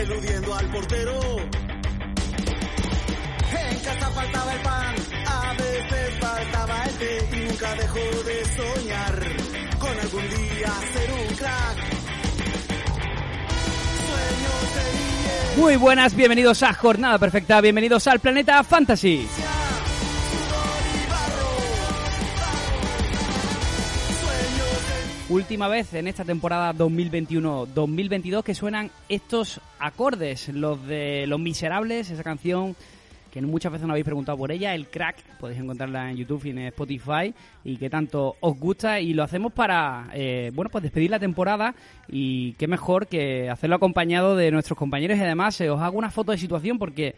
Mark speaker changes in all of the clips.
Speaker 1: al portero. En casa faltaba el pan, a veces faltaba el té y nunca dejó de soñar con algún día ser un crack. Sueños de niñez.
Speaker 2: Muy buenas, bienvenidos a Jornada Perfecta, bienvenidos al Planeta Fantasy. Última vez en esta temporada 2021-2022 que suenan estos acordes, los de Los Miserables, esa canción que muchas veces nos habéis preguntado por ella, el crack, podéis encontrarla en YouTube y en Spotify y que tanto os gusta y lo hacemos para, eh, bueno, pues despedir la temporada y qué mejor que hacerlo acompañado de nuestros compañeros y además eh, os hago una foto de situación porque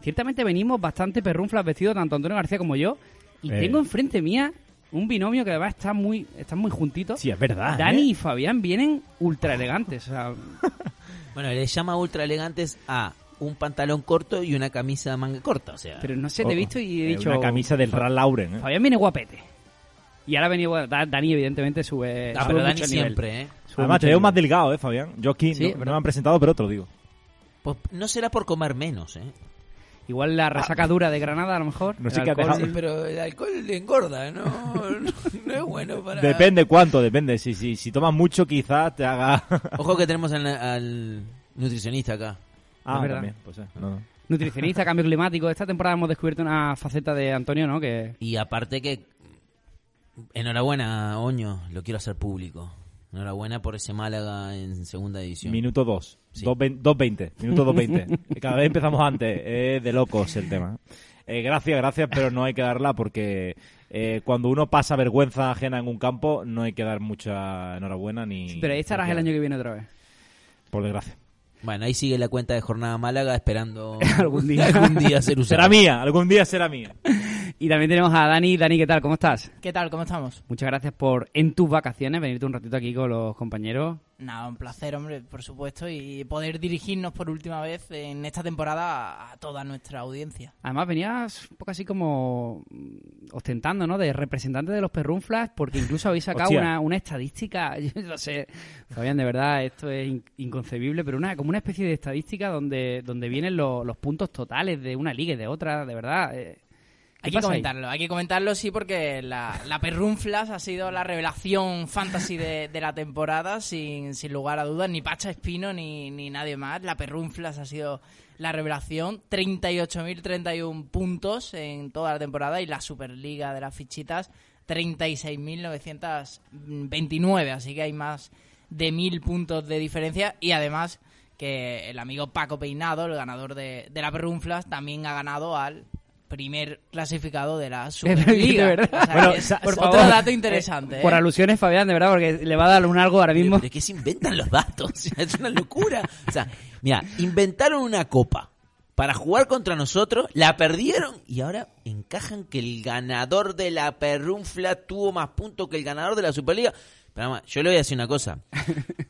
Speaker 2: ciertamente venimos bastante perrunflas vestidos tanto Antonio García como yo y
Speaker 3: Eh.
Speaker 2: tengo enfrente mía un binomio que además está muy, están muy juntitos.
Speaker 3: Sí, es verdad.
Speaker 2: Dani
Speaker 3: ¿eh?
Speaker 2: y Fabián vienen ultra elegantes. O sea,
Speaker 4: Bueno, les llama ultra elegantes a un pantalón corto y una camisa de manga corta, o sea.
Speaker 2: pero no sé, te he visto y he
Speaker 3: Eh,
Speaker 2: dicho.
Speaker 3: Una camisa del Ralph Lauren. ¿eh?
Speaker 2: Fabián viene guapete. Y ahora venía bueno, Da- Dani, evidentemente, sube.
Speaker 4: Ah,
Speaker 2: sube
Speaker 4: pero
Speaker 2: mucho
Speaker 4: Dani
Speaker 2: el nivel.
Speaker 4: siempre, ¿eh?
Speaker 2: Sube
Speaker 3: Además,
Speaker 2: mucho
Speaker 3: te veo
Speaker 2: el
Speaker 3: más
Speaker 2: nivel.
Speaker 3: delgado, ¿eh, Fabián? Yo aquí
Speaker 2: Sí,
Speaker 3: no-
Speaker 2: es
Speaker 3: no,
Speaker 2: verdad.
Speaker 3: me han presentado, pero otro digo.
Speaker 4: Pues no será por comer menos, ¿eh? Ah.
Speaker 2: Igual la resaca dura de Granada, a lo mejor.
Speaker 3: No
Speaker 2: el
Speaker 3: sé qué ha
Speaker 2: alcohol.
Speaker 3: dejado. Sí,
Speaker 4: pero el alcohol engorda, ¿no? No es bueno para...
Speaker 2: eh,
Speaker 3: Depende cuánto, depende. Si, si, si tomas mucho, quizás te haga...
Speaker 4: Ojo que tenemos al, al nutricionista acá.
Speaker 3: ah,
Speaker 2: verdad.
Speaker 3: también. Pues, eh, no, no.
Speaker 2: Nutricionista, cambio climático. Esta temporada hemos descubierto una faceta de Antonio, ¿no? Que
Speaker 4: Y aparte que... Enhorabuena, Oño. Lo quiero hacer público. Enhorabuena por ese Málaga en segunda división.
Speaker 3: Minuto 2.
Speaker 4: Sí.
Speaker 3: 2.20. Minuto 2.20. Cada vez empezamos antes. Es de locos el tema. Eh, gracias, gracias, pero no hay que darla porque eh, cuando uno pasa vergüenza ajena en un campo, no hay que dar mucha enhorabuena ni.
Speaker 2: Pero ahí estarás
Speaker 3: ni
Speaker 2: el
Speaker 3: que-
Speaker 2: año que viene otra vez.
Speaker 3: Por desgracia.
Speaker 4: Bueno, ahí sigue la cuenta de Jornada Málaga esperando
Speaker 2: Algún día.
Speaker 4: algún día ser usada.
Speaker 3: Será mía, algún día será mía.
Speaker 2: Y también tenemos a Dani. Dani, ¿qué tal? ¿Cómo estás?
Speaker 5: ¿Qué tal? ¿Cómo estamos?
Speaker 2: Muchas gracias por, en tus vacaciones, venirte un ratito aquí con los compañeros.
Speaker 5: Nada, un placer, hombre, por supuesto, y poder dirigirnos por última vez en esta temporada a toda nuestra audiencia.
Speaker 2: Además venías un poco así como mm, ostentando, ¿no? De representante de los perrunflas, porque incluso habéis sacado
Speaker 3: Hostia.
Speaker 2: una, una estadística, yo no sé, Fabián, de verdad, esto es in- inconcebible, pero una como una especie de estadística donde, donde vienen lo- los puntos totales de una liga y de otra, de verdad. eh. ¿Qué
Speaker 5: Hay que
Speaker 2: pasa ahí?
Speaker 5: comentarlo, hay que comentarlo, sí, porque la, la Perrunflas ha sido la revelación fantasy de, de la temporada, sin, sin lugar a dudas, ni Pacha Espino ni, ni nadie más. La Perrunflas ha sido la revelación, 38.031 puntos en toda la temporada y la Superliga de las fichitas, 36.929, así que hay más de mil puntos de diferencia y además que el amigo Paco Peinado, el ganador de, de la Perrunflas, también ha ganado al primer clasificado de la Superliga.
Speaker 2: De verdad.
Speaker 5: O sea,
Speaker 3: Bueno,
Speaker 5: es
Speaker 3: sa-
Speaker 2: Por
Speaker 3: sa-
Speaker 5: otro
Speaker 2: favor.
Speaker 5: dato interesante.
Speaker 2: Por
Speaker 5: ¿eh?
Speaker 2: alusiones, Fabián, de verdad, porque le va a dar un algo ahora
Speaker 4: Pero,
Speaker 2: mismo.
Speaker 4: pero es que se inventan los datos, o sea, es una locura. O sea, mira, inventaron una copa para jugar contra nosotros, la perdieron y ahora encajan que el ganador de la perrunfla tuvo más puntos que el ganador de la Superliga. Pero además, yo le voy a decir una cosa.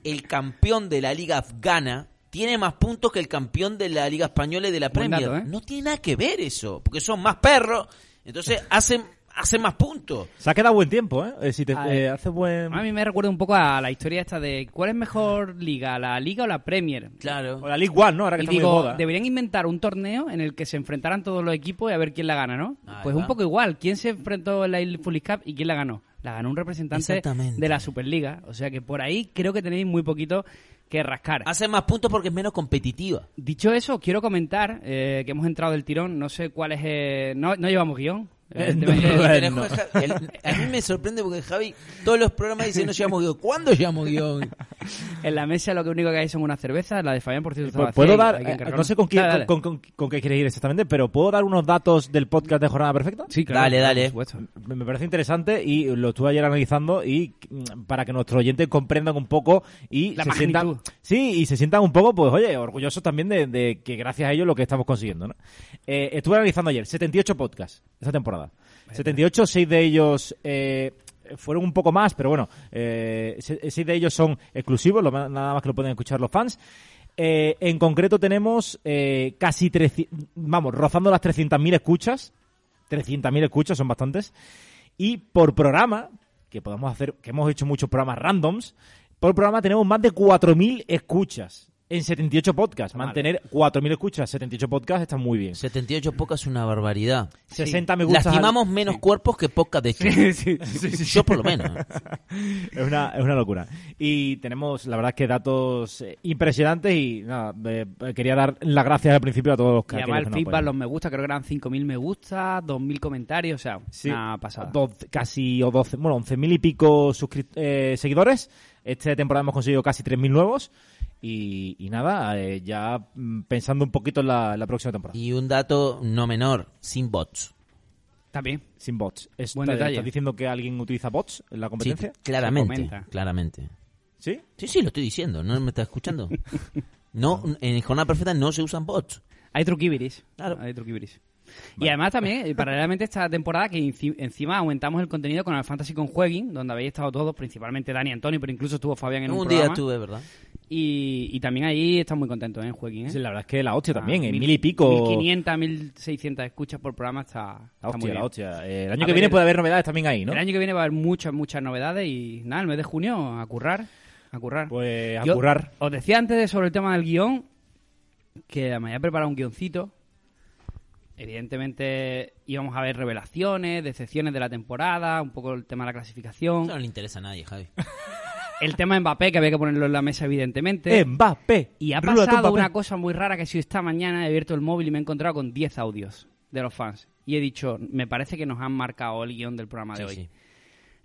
Speaker 4: El campeón de la Liga Afgana tiene más puntos que el campeón de la Liga Española y de la
Speaker 2: Buen
Speaker 4: Premier.
Speaker 2: dato, ¿eh?
Speaker 4: No tiene nada que ver eso, porque son más perros, entonces hacen, hacen más puntos.
Speaker 3: Se ha quedado buen tiempo, ¿eh? Eh, si te
Speaker 2: Ay.
Speaker 3: eh, haces buen.
Speaker 2: A mí me recuerda un poco a la historia esta de ¿cuál es mejor liga, la liga o la Premier?
Speaker 4: Claro.
Speaker 3: O la League One, ¿no? Ahora que
Speaker 2: Y
Speaker 3: está muy de
Speaker 2: digo,
Speaker 3: moda.
Speaker 2: deberían inventar un torneo en el que se enfrentaran todos los equipos y a ver quién la gana, ¿no?
Speaker 4: Ahí
Speaker 2: pues
Speaker 4: va.
Speaker 2: un poco igual. ¿Quién se enfrentó en la Foolish Cup y quién la ganó? La ganó un representante
Speaker 4: Exactamente.
Speaker 2: de la Superliga. O sea que por ahí creo que tenéis muy poquito que rascar.
Speaker 4: Hacen más puntos porque es menos competitiva.
Speaker 2: Dicho eso, quiero comentar eh, que hemos entrado del tirón. No sé cuál es... eh, No, no llevamos guión.
Speaker 3: Eh, no,
Speaker 2: evidentemente.
Speaker 3: no,
Speaker 4: El-
Speaker 3: Bueno.
Speaker 4: el- a mí me sorprende porque Javi, todos los programas dicen no llevamos guión. ¿Cuándo llevamos guión?
Speaker 2: en la mesa lo que único que hay son unas cervezas. La de Fabián, por cierto,
Speaker 3: Pu-
Speaker 2: estaba
Speaker 3: ¿Puedo
Speaker 2: vacía,
Speaker 3: dar,
Speaker 2: Pues hay que
Speaker 3: eh,
Speaker 2: encargarla.
Speaker 3: no sé con, quién,
Speaker 2: Dale, dale.
Speaker 3: Con, con- con qué quieres ir exactamente, pero ¿puedo dar unos datos del podcast de Jornada Perfecta?
Speaker 2: Sí, claro,
Speaker 4: Dale,
Speaker 2: por
Speaker 4: dale.
Speaker 2: supuesto.
Speaker 3: Me me parece interesante y lo estuve ayer analizando y mm, para que nuestros oyentes comprendan un poco y
Speaker 2: La
Speaker 3: se sientan,
Speaker 2: magnitud.
Speaker 3: sí, y se sientan un poco, pues oye, orgullosos también de, de que gracias a ellos lo que estamos consiguiendo. ¿no? Eh, estuve analizando ayer 78 podcasts esta temporada. 78, 6 de ellos eh, fueron un poco más, pero bueno, eh, 6 de ellos son exclusivos, lo ma- nada más que lo pueden escuchar los fans. Eh, en concreto tenemos eh, casi 300, vamos, rozando las 300.000 escuchas. 300.000 escuchas, son bastantes. Y por programa, que podemos hacer, que hemos hecho muchos programas randoms, por programa tenemos más de 4.000 escuchas. en 78 podcasts. Mantener 4.000 escuchas, 78 podcasts está muy bien.
Speaker 4: 78 pocas es una barbaridad.
Speaker 3: 60 me gustas. al-
Speaker 4: Lastimamos menos cuerpos que pocas de hecho. Yo por lo menos.
Speaker 3: Es una, es una locura. Y tenemos, la verdad, es que datos eh, impresionantes y nada, eh, quería dar las gracias al principio a todos los
Speaker 2: Y
Speaker 3: que
Speaker 2: además
Speaker 3: aquellos que
Speaker 2: el
Speaker 3: nos
Speaker 2: feedback,
Speaker 3: apoyan.
Speaker 2: los me gusta, creo que eran 5.000 me gusta, 2.000 comentarios, o sea,
Speaker 3: Sí.
Speaker 2: una pasada.
Speaker 3: Doce- casi o 12, bueno, 11.000 y pico suscri- eh, seguidores. Esta temporada hemos conseguido casi 3.000 nuevos. Y, y nada, eh, ya mm, pensando un poquito en la, la próxima temporada.
Speaker 4: Y un dato no menor, sin bots.
Speaker 2: También.
Speaker 3: Sin bots. Es-
Speaker 2: Buen
Speaker 3: ¿estás-
Speaker 2: detalle.
Speaker 3: ¿Estás diciendo que alguien utiliza bots en la
Speaker 4: Sí,
Speaker 3: competencia?
Speaker 4: claramente,
Speaker 2: comenta.
Speaker 4: claramente.
Speaker 3: Sí.
Speaker 4: Sí, sí, lo estoy diciendo, no me estás escuchando. No, en Jornada Perfecta no se usan bots. Ah,
Speaker 2: Hay truquibiris.
Speaker 4: Claro.
Speaker 2: Hay truquibiris. Y además también, eh, paralelamente esta temporada que enci- encima aumentamos el contenido con el Fantasy con Jueguin, donde habéis estado todos, principalmente Dani Antonio, pero incluso estuvo Fabián en un,
Speaker 4: un día
Speaker 2: programa.
Speaker 4: estuve, ¿verdad?
Speaker 2: Y, y también ahí están muy contentos, ¿eh? Jueguin, ¿eh?
Speaker 3: Sí, la verdad es que la hostia
Speaker 2: Ah,
Speaker 3: también, eh,
Speaker 2: mil-
Speaker 3: mil y pico.
Speaker 2: 1500, 1600 escuchas por programa está, está
Speaker 3: La
Speaker 2: muy
Speaker 3: hostia,
Speaker 2: bien.
Speaker 3: la hostia. Eh, el año
Speaker 2: A
Speaker 3: que
Speaker 2: ver,
Speaker 3: viene
Speaker 2: el-
Speaker 3: puede haber novedades también ahí, ¿no?
Speaker 2: El año que viene va a haber muchas, muchas novedades y nada, el mes de junio a currar, a currar.
Speaker 3: Pues a
Speaker 2: Yo
Speaker 3: currar.
Speaker 2: Os decía antes de- sobre el tema del guión que me había preparado un guioncito. Evidentemente íbamos a ver revelaciones, decepciones de la temporada, un poco el tema de la clasificación,
Speaker 4: Eso no le interesa a nadie, Javi.
Speaker 2: el tema de Mbappé que había que ponerlo en la mesa evidentemente.
Speaker 3: Mbappé.
Speaker 2: y ha
Speaker 3: Rula tu
Speaker 2: pasado
Speaker 3: papel.
Speaker 2: una cosa muy rara que si esta mañana he abierto el móvil y me he encontrado con 10 audios de los fans y he dicho, me parece que nos han marcado el guión del programa de
Speaker 4: Sí,
Speaker 2: hoy.
Speaker 4: sí.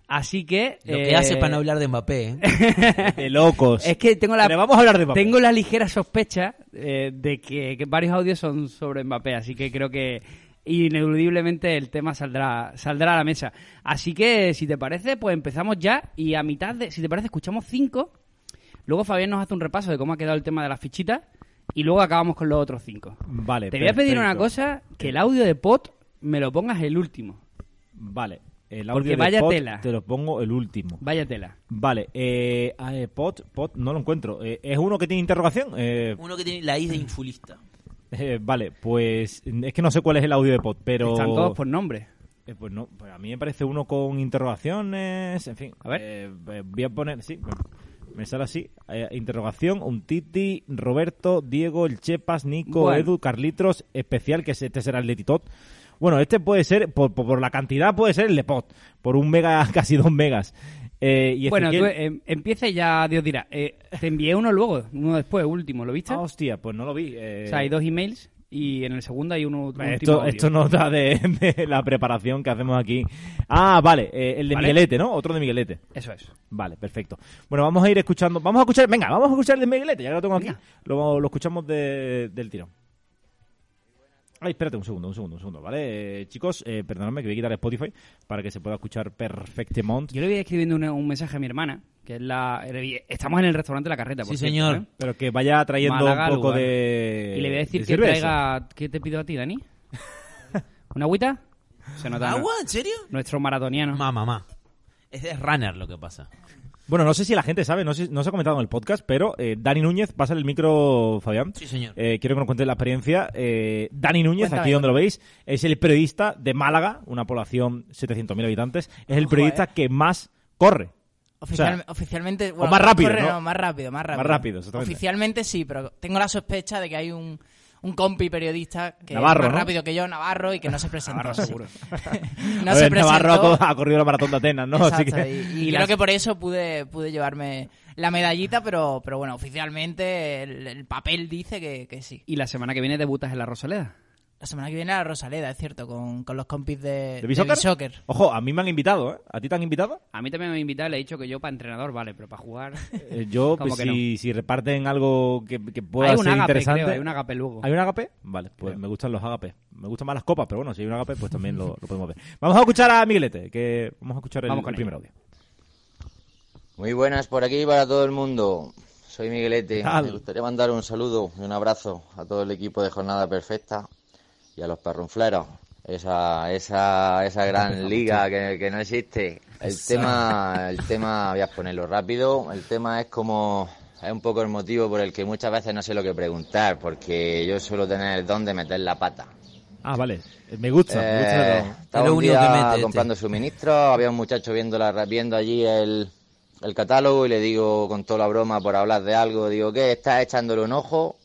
Speaker 2: Así que
Speaker 4: Lo
Speaker 2: eh,
Speaker 4: que hace para no hablar de Mbappé, ¿eh?
Speaker 3: De locos.
Speaker 2: Es que tengo la
Speaker 3: Pero vamos a hablar de Mbappé.
Speaker 2: Tengo la ligera sospecha eh, de que, que varios audios son sobre Mbappé, así que creo que ineludiblemente el tema saldrá, saldrá a la mesa. Así que, si te parece, pues empezamos ya y a mitad de, si te parece, escuchamos cinco. Luego Fabián nos hace un repaso de cómo ha quedado el tema de las fichitas y luego acabamos con los otros cinco.
Speaker 3: Vale.
Speaker 2: te voy a pedir una
Speaker 3: perfecto.
Speaker 2: cosa, que el audio de Pot me lo pongas el último.
Speaker 3: Vale. El
Speaker 2: Porque
Speaker 3: audio de
Speaker 2: vaya
Speaker 3: Pod
Speaker 2: tela.
Speaker 3: Te lo pongo el último.
Speaker 2: Vaya tela.
Speaker 3: Vale. Eh, ah, eh, pod, pod, no lo encuentro. Eh, ¿Es uno que tiene interrogación? Eh,
Speaker 4: Uno que tiene la isla infulista.
Speaker 3: eh, vale. Pues es que no sé cuál es el audio de Pod, pero.
Speaker 2: Están todos por nombre.
Speaker 3: Eh, pues no. pues a mí me parece uno con interrogaciones. En fin.
Speaker 2: A ver.
Speaker 3: eh, eh, voy a poner. Sí. me- Me sale así. Eh, interrogación, un Titi, Roberto, Diego, el Chepas, Nico,
Speaker 2: Bueno.
Speaker 3: Edu, Carlitos, especial, que este será el de Titot. Bueno, este puede ser, por, por- por la cantidad puede ser el de Pod, por un mega, casi dos megas. Eh, y
Speaker 2: Bueno,
Speaker 3: Ezequiel-
Speaker 2: tú, eh, empieza y ya Dios dirá. Eh, te envié uno luego, uno después, último, ¿lo viste?
Speaker 3: Ah, hostia, pues no lo vi. eh.
Speaker 2: O sea, hay dos emails y en el segundo hay uno último
Speaker 3: Esto,
Speaker 2: audio.
Speaker 3: esto nota de, de la preparación que hacemos aquí. Ah, vale, eh, el de
Speaker 2: Vale.
Speaker 3: Miguelete, ¿no? Otro de Miguelete.
Speaker 2: Eso es.
Speaker 3: Vale, perfecto. Bueno, vamos a ir escuchando. Vamos a escuchar, venga, vamos a escuchar el de Miguelete, ya que lo tengo aquí. Lo, lo escuchamos de- del tirón. Ay, espérate un segundo, un segundo, un segundo, ¿vale? Eh, chicos, eh, perdonadme que voy a quitar Spotify para que se pueda escuchar perfectamente.
Speaker 2: Yo le voy escribiendo un, un mensaje a mi hermana, que es la... Estamos en el restaurante La Carreta, por
Speaker 4: Sí,
Speaker 2: cierto,
Speaker 4: señor.
Speaker 2: ¿eh?
Speaker 3: Pero que vaya trayendo
Speaker 2: Málaga,
Speaker 3: un poco
Speaker 2: lugar.
Speaker 3: de.
Speaker 2: Y le voy a decir
Speaker 3: de
Speaker 2: que
Speaker 3: cerveza.
Speaker 2: traiga... ¿Qué te pido a ti, Dani? ¿Una agüita? Se nota. ¿no?
Speaker 4: ¿Agua? ¿En serio?
Speaker 2: Nuestro maratoniano.
Speaker 4: Mamá, mamá. Es de runner lo que pasa.
Speaker 3: Bueno, no sé si la gente sabe, no, sé, no se ha comentado en el podcast, pero eh, Dani Núñez, pásale el micro, Fabián.
Speaker 4: Sí, señor.
Speaker 3: Eh, quiero que nos cuente la experiencia. Eh, Dani Núñez,
Speaker 5: Cuéntame,
Speaker 3: aquí donde lo veis, es el periodista de Málaga, una población 700.000 habitantes. Es el
Speaker 5: Ojo,
Speaker 3: periodista
Speaker 5: eh.
Speaker 3: que más corre.
Speaker 5: Oficial-
Speaker 3: O sea,
Speaker 5: oficialmente.
Speaker 3: o más rápido,
Speaker 5: corre,
Speaker 3: ¿no?
Speaker 5: Más rápido, más rápido.
Speaker 3: rápido, exactamente.
Speaker 5: Oficialmente sí, pero tengo la sospecha de que hay un, un compi periodista que
Speaker 3: Navarro,
Speaker 5: es más
Speaker 3: ¿no?
Speaker 5: rápido que yo, Navarro, y que no se presentó.
Speaker 2: Navarro,
Speaker 5: sí.
Speaker 2: seguro.
Speaker 5: no
Speaker 3: A
Speaker 5: se
Speaker 3: ver,
Speaker 5: presentó.
Speaker 3: Navarro ha co- ha corrido la maratón de Atenas, ¿no? Así
Speaker 5: Exacto,
Speaker 3: que...
Speaker 5: Y, y
Speaker 2: Y
Speaker 5: creo
Speaker 2: las-
Speaker 5: que por eso pude, pude llevarme la medallita, pero, pero bueno, oficialmente el, el papel dice que, que sí.
Speaker 2: Y la semana que viene debutas en La Rosaleda.
Speaker 5: La semana que viene a la Rosaleda, es cierto, con, con los compis de,
Speaker 3: ¿De
Speaker 5: de
Speaker 3: Bishoker?
Speaker 5: Bishoker.
Speaker 3: Ojo, a mí me han invitado, ¿eh? ¿A ti te han invitado?
Speaker 2: A mí también me han invitado, le he dicho que yo para entrenador, vale, pero para jugar...
Speaker 3: Eh, yo,
Speaker 2: ¿Cómo
Speaker 3: pues,
Speaker 2: que no?
Speaker 3: si, si reparten algo que, que pueda
Speaker 2: Hay un
Speaker 3: ser
Speaker 2: agape,
Speaker 3: interesante...
Speaker 2: creo, hay un agape luego.
Speaker 3: ¿Hay un agape? Vale, pues me gustan los agapes. Me gustan más las copas, pero bueno, si hay un agape, pues también lo, lo podemos ver. Vamos a escuchar a Miguelete, que vamos a escuchar el,
Speaker 2: Vamos con
Speaker 3: el primer
Speaker 2: ello.
Speaker 3: audio.
Speaker 6: Muy buenas por aquí para todo el mundo. Soy
Speaker 3: ¿Qué
Speaker 6: Miguelete.
Speaker 3: tal?
Speaker 6: Me gustaría mandar un saludo y un abrazo a todo el equipo de Jornada Perfecta y a los perrunfleros. Esa, esa, esa gran liga que, que no existe. El tema, el tema, voy a ponerlo rápido. El tema es como, es un poco el motivo por el que muchas veces no sé lo que preguntar, porque yo suelo tener dónde meter la pata.
Speaker 3: Ah, vale. Me gusta, me gusta.
Speaker 6: Eh,
Speaker 3: lo-
Speaker 6: estaba
Speaker 4: lo
Speaker 6: un
Speaker 4: único
Speaker 6: día
Speaker 4: que mete este.
Speaker 6: comprando suministros, había un muchacho viendo, la, viendo allí el, el catálogo y le digo con toda la broma por hablar de algo, digo, ¿qué? ¿Estás echándole un ojo?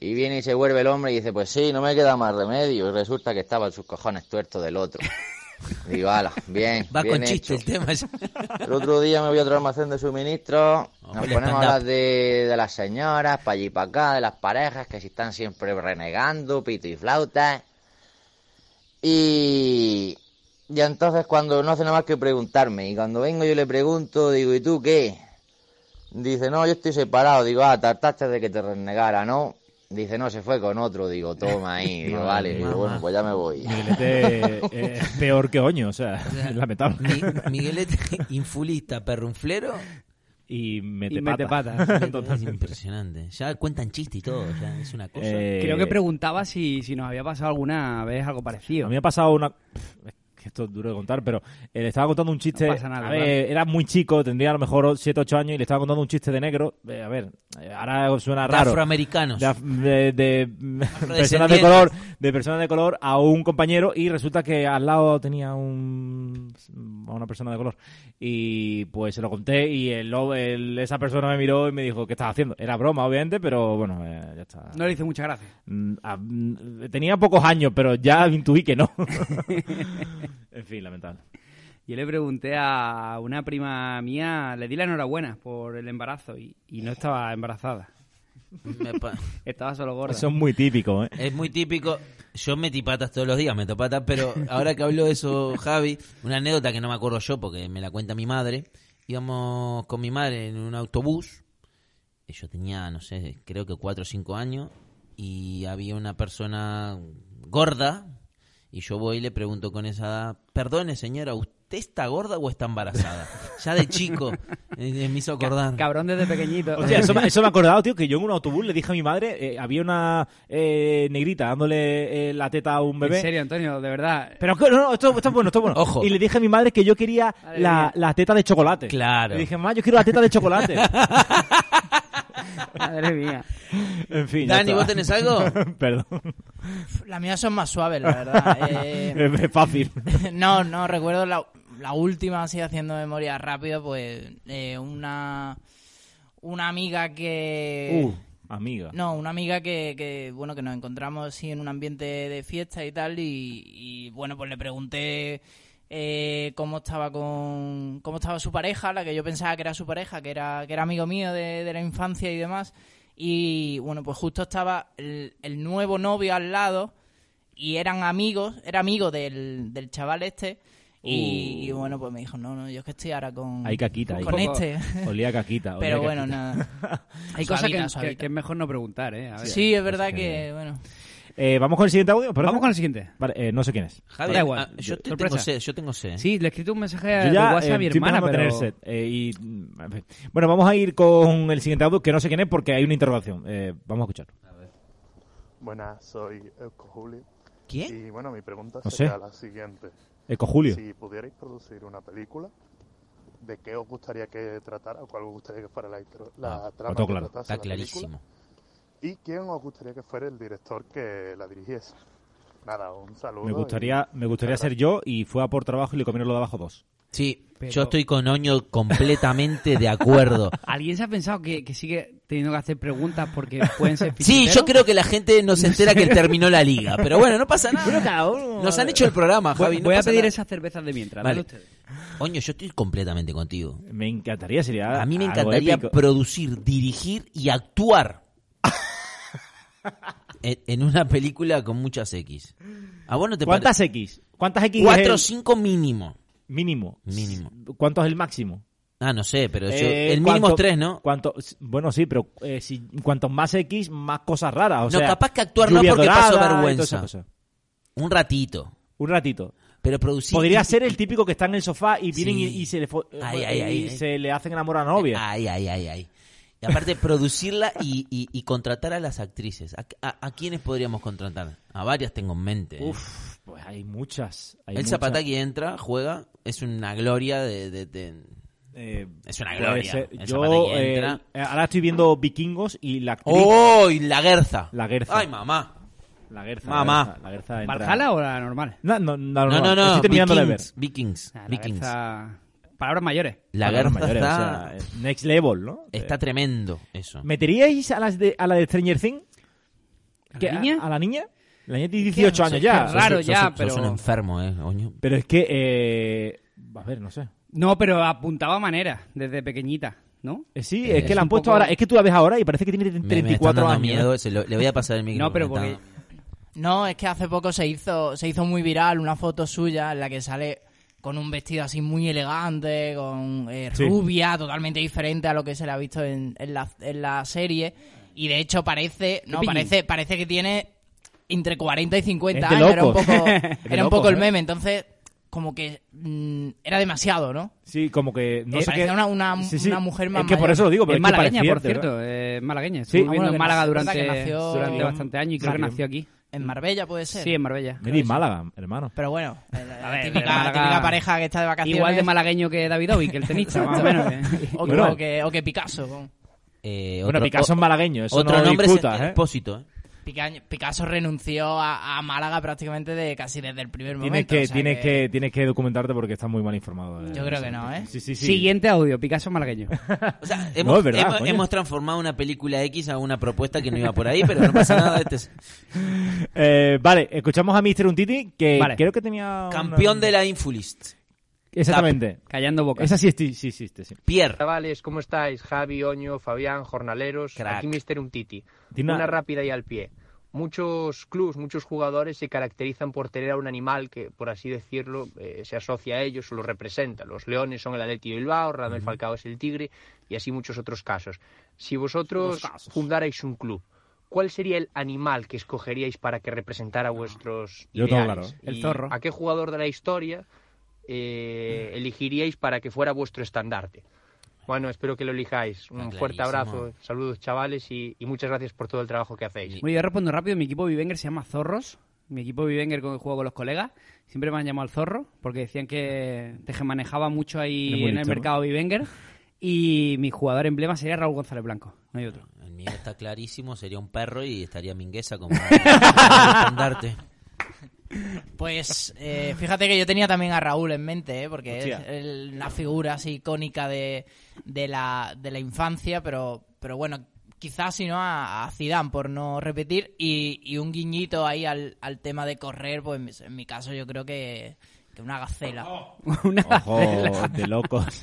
Speaker 6: Y viene y se vuelve el hombre y dice, pues sí, no me queda más remedio. Y resulta que estaba en sus cojones tuertos del otro. Digo, ala, bien.
Speaker 4: Va
Speaker 6: bien
Speaker 4: con
Speaker 6: hecho.
Speaker 4: chiste el tema. ya.
Speaker 6: El otro día me voy a otro almacén de suministros, nos ponemos
Speaker 4: el
Speaker 6: a
Speaker 4: stand-up.
Speaker 6: hablar de, de las señoras, para allí y para acá, de las parejas que si están siempre renegando, pito y flauta. Y, y entonces cuando no hace nada más que preguntarme, y cuando vengo yo le pregunto, digo, ¿y tú qué? Dice, no, yo estoy separado. Digo, ah, trataste de que te renegara, ¿no? Dice, no, se fue con otro. Digo, toma ahí. Digo, vale. Digo, bueno, pues ya me voy.
Speaker 3: Miguelete eh, es peor que Oño, o sea, es lamentable.
Speaker 4: Mi- Miguelete, infulista, perrunflero.
Speaker 3: Y mete
Speaker 2: Y mete
Speaker 3: pata.
Speaker 2: pata.
Speaker 4: Es impresionante. Ya cuentan chistes y todo. ya es una cosa.
Speaker 3: Eh,
Speaker 2: Creo que preguntaba si, si nos había pasado alguna vez algo parecido.
Speaker 3: A mí me ha pasado una. Es que esto es duro de contar, pero eh, le estaba contando un chiste.
Speaker 2: No pasa nada,
Speaker 3: a ver, era muy chico, tendría a lo mejor 7, 8 años y le estaba contando un chiste de negro. Eh, a ver, eh, ahora suena
Speaker 4: De
Speaker 3: raro.
Speaker 4: afroamericanos.
Speaker 3: De, af- de- de- personas de
Speaker 4: Afrodescendientes.
Speaker 3: color de personas de color a un compañero y resulta que al lado tenía un a una persona de color y pues se lo conté y el, el- esa persona me miró y me dijo qué estás haciendo era broma obviamente pero bueno eh, ya está
Speaker 2: No le hice mucha gracia.
Speaker 3: Mm, a- mm, Tenía pocos años, pero ya intuí que no. en fin, lamentable.
Speaker 2: Yo le pregunté a una prima mía, le di la enhorabuena por el embarazo y, y no estaba embarazada.
Speaker 4: Me pa-
Speaker 2: Estaba solo gorda.
Speaker 3: Eso es muy típico, ¿eh?
Speaker 4: Es muy típico. Yo metí patas todos los días, meto patas, pero ahora que habló de eso, Javi, una anécdota que no me acuerdo yo porque me la cuenta mi madre. Íbamos con mi madre en un autobús. y Yo tenía, no sé, creo que cuatro o cinco años. Y había una persona gorda. Y yo voy y le pregunto con esa edad: Perdone, señora, ¿usted está gorda o está embarazada? Ya de chico. eh, Me hizo acordar.
Speaker 2: Cabrón desde pequeñito.
Speaker 3: Hostia, eso, me- eso me ha acordado, tío, que yo en un autobús le dije a mi madre, eh, había una eh, negrita dándole eh, la teta a un
Speaker 2: En
Speaker 3: bebé.
Speaker 2: serio, Antonio, de verdad.
Speaker 3: Pero que- no, no, esto, esto es bueno, esto es bueno.
Speaker 4: Ojo.
Speaker 3: Y le dije a mi madre que yo quería
Speaker 2: Madre
Speaker 3: la,
Speaker 2: mía.
Speaker 3: la teta de chocolate.
Speaker 4: Claro.
Speaker 3: Le dije, mamá, yo quiero la teta de chocolate.
Speaker 2: Madre mía.
Speaker 3: en fin. ya
Speaker 4: Dani,
Speaker 3: está.
Speaker 4: ¿vos tenés algo?
Speaker 3: Perdón.
Speaker 5: Las mías son más suaves, la verdad. Eh,
Speaker 3: Es es fácil.
Speaker 5: no, no, recuerdo la, la última, así haciendo memoria rápido, pues eh, una, una amiga que...
Speaker 3: Uh, amiga.
Speaker 5: Eh, No, una amiga que, que, bueno, que nos encontramos así en un ambiente de fiesta y tal, y, y, bueno, pues le pregunté eh, cómo estaba con, cómo estaba su pareja, la que yo pensaba que era su pareja, que era, que era amigo mío de, de la infancia y demás, y bueno, pues justo estaba el, el nuevo novio al lado, y eran amigos, era amigo del, del chaval este, y, y, bueno, pues me dijo, no, no, yo es que estoy ahora con,
Speaker 3: Uh. Hay caquita ahí.
Speaker 5: con este.
Speaker 3: Olía a caquita. olía
Speaker 5: Pero
Speaker 3: a
Speaker 5: bueno,
Speaker 3: caquita.
Speaker 5: nada.
Speaker 2: Hay cosas que- que,
Speaker 5: suavita.
Speaker 2: que es mejor no preguntar, ¿eh? A ver.
Speaker 5: Sí, es verdad que, bueno.
Speaker 3: Eh, Vamos con el siguiente audio.
Speaker 2: Vamos con el siguiente.
Speaker 3: Vale, eh, no sé quién es.
Speaker 4: Javi,
Speaker 2: Da igual.
Speaker 4: ah, yo te-
Speaker 2: Sorpresa.
Speaker 4: tengo sed, yo tengo sed.
Speaker 2: Sí, le he escrito un mensaje
Speaker 3: Yo
Speaker 2: a
Speaker 3: ya
Speaker 2: tu WhatsApp
Speaker 3: eh,
Speaker 2: a mi
Speaker 3: estoy
Speaker 2: hermana,
Speaker 3: empezando a
Speaker 2: pero...
Speaker 3: tener sed, eh, y, mm, en fin. Bueno, vamos a ir con el siguiente audio, que no sé quién es, porque hay una interrogación. Eh, vamos a escuchar.
Speaker 7: Buenas, soy Eusko Julio.
Speaker 4: ¿Quién?
Speaker 7: Y bueno, mi pregunta
Speaker 3: No
Speaker 7: sería
Speaker 3: sé.
Speaker 7: la siguiente.
Speaker 3: Eco Julio.
Speaker 7: Si pudierais producir una película, ¿de qué os gustaría que tratara o cuál os gustaría que fuera la, intro- la
Speaker 3: Ah,
Speaker 7: trama
Speaker 3: está
Speaker 7: que
Speaker 3: claro,
Speaker 7: tratase
Speaker 4: Está
Speaker 7: la película?
Speaker 4: clarísimo.
Speaker 7: ¿Y quién os gustaría que fuera el director que la dirigiese? Nada, un saludo.
Speaker 3: Me
Speaker 7: y-
Speaker 3: gustaría, me gustaría ser yo y fue a por trabajo y le comieron lo de abajo dos.
Speaker 4: Sí,
Speaker 2: Pero-
Speaker 4: yo estoy con Oño completamente de acuerdo.
Speaker 2: ¿Alguien se ha pensado que, que sigue teniendo que hacer preguntas porque pueden ser
Speaker 4: Sí,
Speaker 2: fichiteros?
Speaker 4: yo creo que la gente no se entera que terminó la liga, Ah, pero bueno, no pasa nada. Nos han hecho el programa,
Speaker 2: Voy,
Speaker 4: Javi. no
Speaker 2: voy a
Speaker 4: pasa
Speaker 2: pedir
Speaker 4: nada.
Speaker 2: esas cervezas de mientras.
Speaker 4: Vale.
Speaker 2: dale ustedes.
Speaker 4: Oño, yo estoy completamente contigo.
Speaker 3: Me encantaría, sería
Speaker 4: A mí me
Speaker 3: algo
Speaker 4: encantaría
Speaker 3: Ah, épico.
Speaker 4: producir, dirigir y actuar en, en una película con muchas X. ¿A vos no te
Speaker 3: ¿Cuántas
Speaker 4: parece?
Speaker 3: X? ¿Cuántas X
Speaker 4: Cuatro o
Speaker 3: es el
Speaker 4: cinco mínimo.
Speaker 3: mínimo?
Speaker 4: Mínimo.
Speaker 3: ¿Cuánto es el máximo?
Speaker 4: Ah, no sé, pero yo-
Speaker 3: Eh,
Speaker 4: el mínimo es
Speaker 3: ¿cuánto-
Speaker 4: tres, ¿no?
Speaker 3: cuánto- bueno, sí, pero eh, si, cuantos más X, más cosas raras. O
Speaker 4: No,
Speaker 3: sea,
Speaker 4: capaz que actuar no
Speaker 3: lluvia
Speaker 4: porque
Speaker 3: dorada
Speaker 4: pasó
Speaker 3: y todas
Speaker 4: vergüenza.
Speaker 3: esas cosas.
Speaker 4: Un ratito.
Speaker 3: Un ratito.
Speaker 4: Pero producir.
Speaker 3: Podría
Speaker 4: y-
Speaker 3: ser el típico que está en el sofá y vienen
Speaker 4: Sí.
Speaker 3: y, y se, le, fo- eh,
Speaker 4: Ay,
Speaker 3: y
Speaker 4: ay, ay, ay.
Speaker 3: se le hacen enamorar a la novia.
Speaker 4: Ay, ay, ay, ay. Y aparte, producirla y, y- y contratar a las actrices. ¿A, a, a quiénes podríamos contratar? A varias tengo en mente. ¿eh?
Speaker 3: Uf, pues hay muchas. Hay
Speaker 4: el
Speaker 3: muchas.
Speaker 4: Zapataki entra, juega, es una gloria de... de- de-
Speaker 3: Eh,
Speaker 4: Es una
Speaker 3: puede
Speaker 4: gloria.
Speaker 3: ser.
Speaker 4: El
Speaker 3: Yo
Speaker 4: Zapataki entra.
Speaker 3: eh, ahora estoy viendo Vikingos y la actriz.
Speaker 4: ¡Oh! Y la Gerza.
Speaker 3: La Gerza.
Speaker 4: ¡Ay, mamá!
Speaker 3: La Gerza.
Speaker 4: Mamá.
Speaker 3: La Gerza, la Gerza entra.
Speaker 2: ¿Valhalla o la normal?
Speaker 3: No, no, no, no,
Speaker 4: No, no, no.
Speaker 3: Estoy terminando
Speaker 4: Vikings,
Speaker 3: de ver.
Speaker 4: Vikings.
Speaker 2: Ah, la
Speaker 4: Vikings.
Speaker 2: cabeza- Palabras mayores.
Speaker 4: La guerra
Speaker 3: Palabras mayores,
Speaker 4: está,
Speaker 3: o sea, eh, next level, ¿no?
Speaker 4: está
Speaker 3: Eh,
Speaker 4: tremendo eso.
Speaker 3: ¿Meteríais a, las de, a la de Stranger Things?
Speaker 2: ¿La
Speaker 3: ¿Qué, a-
Speaker 2: niña?
Speaker 3: A, la niña. La niña tiene 18
Speaker 2: no sé,
Speaker 3: años
Speaker 2: qué
Speaker 3: ya.
Speaker 2: raro. claro, ya, pero-
Speaker 4: Es un enfermo, ¿eh? coño.
Speaker 3: Pero es que. Eh, a ver, no sé.
Speaker 2: No, pero apuntaba maneras desde pequeñita, ¿no?
Speaker 3: Eh, sí,
Speaker 4: Eh,
Speaker 3: es que la
Speaker 2: es
Speaker 3: han
Speaker 2: un
Speaker 3: puesto
Speaker 2: poco-
Speaker 3: ahora. Es que tú la ves ahora y parece que tiene
Speaker 4: Me- me está
Speaker 3: 34
Speaker 4: dando
Speaker 3: años. ¿eh?
Speaker 4: miedo ese, lo- le voy a pasar el micro.
Speaker 2: No, pero
Speaker 4: me está-
Speaker 2: porque-
Speaker 5: No, es que hace poco se hizo, se hizo muy viral una foto suya en la que sale con un vestido así muy elegante, con eh,
Speaker 3: Sí.
Speaker 5: rubia, totalmente diferente a lo que se le ha visto en, en la, en la serie. Y de hecho parece, no,
Speaker 2: pillín.
Speaker 5: parece, parece que tiene entre 40 y 50
Speaker 3: Es de
Speaker 5: años. Era un
Speaker 3: locos.
Speaker 5: poco,
Speaker 3: Es de
Speaker 5: era un
Speaker 3: locos,
Speaker 5: poco el
Speaker 3: ¿eh?
Speaker 5: meme. Entonces, como que mm, era demasiado, ¿no?
Speaker 3: Sí, como que. No
Speaker 5: Eh,
Speaker 3: sé
Speaker 5: parecía
Speaker 3: qué-
Speaker 5: una- una- una mujer más
Speaker 3: Es que por
Speaker 5: mayor.
Speaker 3: eso lo digo, pero
Speaker 2: es
Speaker 3: que
Speaker 2: malagueña,
Speaker 3: parecía,
Speaker 2: por cierto. Es malagueña.
Speaker 3: Sí.
Speaker 2: Estuvo
Speaker 5: Ah,
Speaker 2: viviendo
Speaker 5: bueno,
Speaker 2: en
Speaker 5: que
Speaker 2: Málaga
Speaker 5: nació-
Speaker 2: durante,
Speaker 5: verdad que nació-
Speaker 2: durante
Speaker 3: Sí.
Speaker 2: bastante años y creo que
Speaker 3: Nació.
Speaker 2: nació aquí.
Speaker 5: En Marbella puede ser.
Speaker 2: Sí, en Marbella.
Speaker 3: Venid Málaga, hermano.
Speaker 5: Pero bueno, eh, la,
Speaker 2: ver,
Speaker 5: típica,
Speaker 2: de Málaga-
Speaker 5: típica pareja que está de vacaciones.
Speaker 2: Ah, Igual de malagueño que David Owi, que el tenista, más o menos. ¿eh?
Speaker 5: o, que-
Speaker 3: Bueno.
Speaker 5: o que, o que Picasso.
Speaker 4: Eh,
Speaker 3: Bueno,
Speaker 4: otro-
Speaker 3: Picasso
Speaker 4: o-
Speaker 3: es malagueño, eso
Speaker 4: Otro
Speaker 3: no lo
Speaker 4: nombre es
Speaker 3: discutas,
Speaker 4: el-
Speaker 3: ¿eh?
Speaker 4: Expósito, ¿eh?
Speaker 5: Pica- Picasso renunció a, a Málaga prácticamente de casi desde el primer
Speaker 3: Tienes,
Speaker 5: momento.
Speaker 3: que,
Speaker 5: o sea
Speaker 3: tienes, que... tienes que documentarte porque estás muy mal informado. eh.
Speaker 5: Yo creo que no, ¿eh?
Speaker 3: Sí, sí, sí.
Speaker 2: Siguiente audio, Picasso malagueño.
Speaker 4: O sea, hemos,
Speaker 3: es verdad,
Speaker 4: hemos-
Speaker 3: coño.
Speaker 4: hemos transformado una película X a una propuesta que no iba por ahí, pero no pasa nada. Este es
Speaker 3: Eh, vale, escuchamos a Mr. Untiti, que
Speaker 2: Vale.
Speaker 3: creo que tenía. una-
Speaker 4: campeón de la Infulist.
Speaker 3: Exactamente.
Speaker 2: Callando boca.
Speaker 3: Esa sí, sí, sí, sí, sí.
Speaker 4: Pierre.
Speaker 8: Chavales, ¿cómo estáis? Javi, Oño, Fabián, jornaleros.
Speaker 4: Crack.
Speaker 8: Aquí Mister Untiti.
Speaker 3: Dina-
Speaker 8: Una rápida y al pie. Muchos clubs, muchos jugadores se caracterizan por tener a un animal que, por así decirlo, eh, se asocia a ellos o lo representa. Los leones son el Atleti de Bilbao, Radamel Falcao es el tigre y así muchos otros casos. Si vosotros fundarais un club, ¿cuál sería el animal que escogeríais para que representara vuestros
Speaker 3: Yo tengo
Speaker 8: ideales?
Speaker 3: claro.
Speaker 2: El
Speaker 8: ¿Y
Speaker 2: zorro.
Speaker 8: ¿A qué jugador de la historia
Speaker 2: Mm.
Speaker 8: eh, elegiríais para que fuera vuestro estandarte? Bueno, espero que lo elijáis. Un
Speaker 4: Está
Speaker 8: fuerte
Speaker 4: clarísimo.
Speaker 8: abrazo, saludos chavales y, y muchas gracias por todo el trabajo que hacéis.
Speaker 2: Bueno, yo respondo rápido. Mi equipo Vivenger se llama Zorros. Mi equipo Vivenger con el juego con los colegas. Siempre me han llamado el zorro porque decían que te manejaba mucho ahí
Speaker 3: Eres
Speaker 2: en
Speaker 3: muy
Speaker 2: el
Speaker 3: listo, ¿no?
Speaker 2: mercado Vivenger. Y mi jugador emblema sería Raúl González Blanco. No hay otro.
Speaker 4: El mío está clarísimo, sería un perro y estaría Mingueza como estandarte.
Speaker 5: Pues eh, fíjate que yo tenía también a Raúl en mente, ¿eh? porque es
Speaker 3: Hostia.
Speaker 5: el- una figura así icónica de, de, la, de la infancia, pero, pero bueno, quizás si no a, a Zidane, por no repetir, y, y un guiñito ahí al, al tema de correr, pues en mi- en mi caso yo creo que, que una gacela.
Speaker 2: Una gacela.
Speaker 3: Ojo, de locos.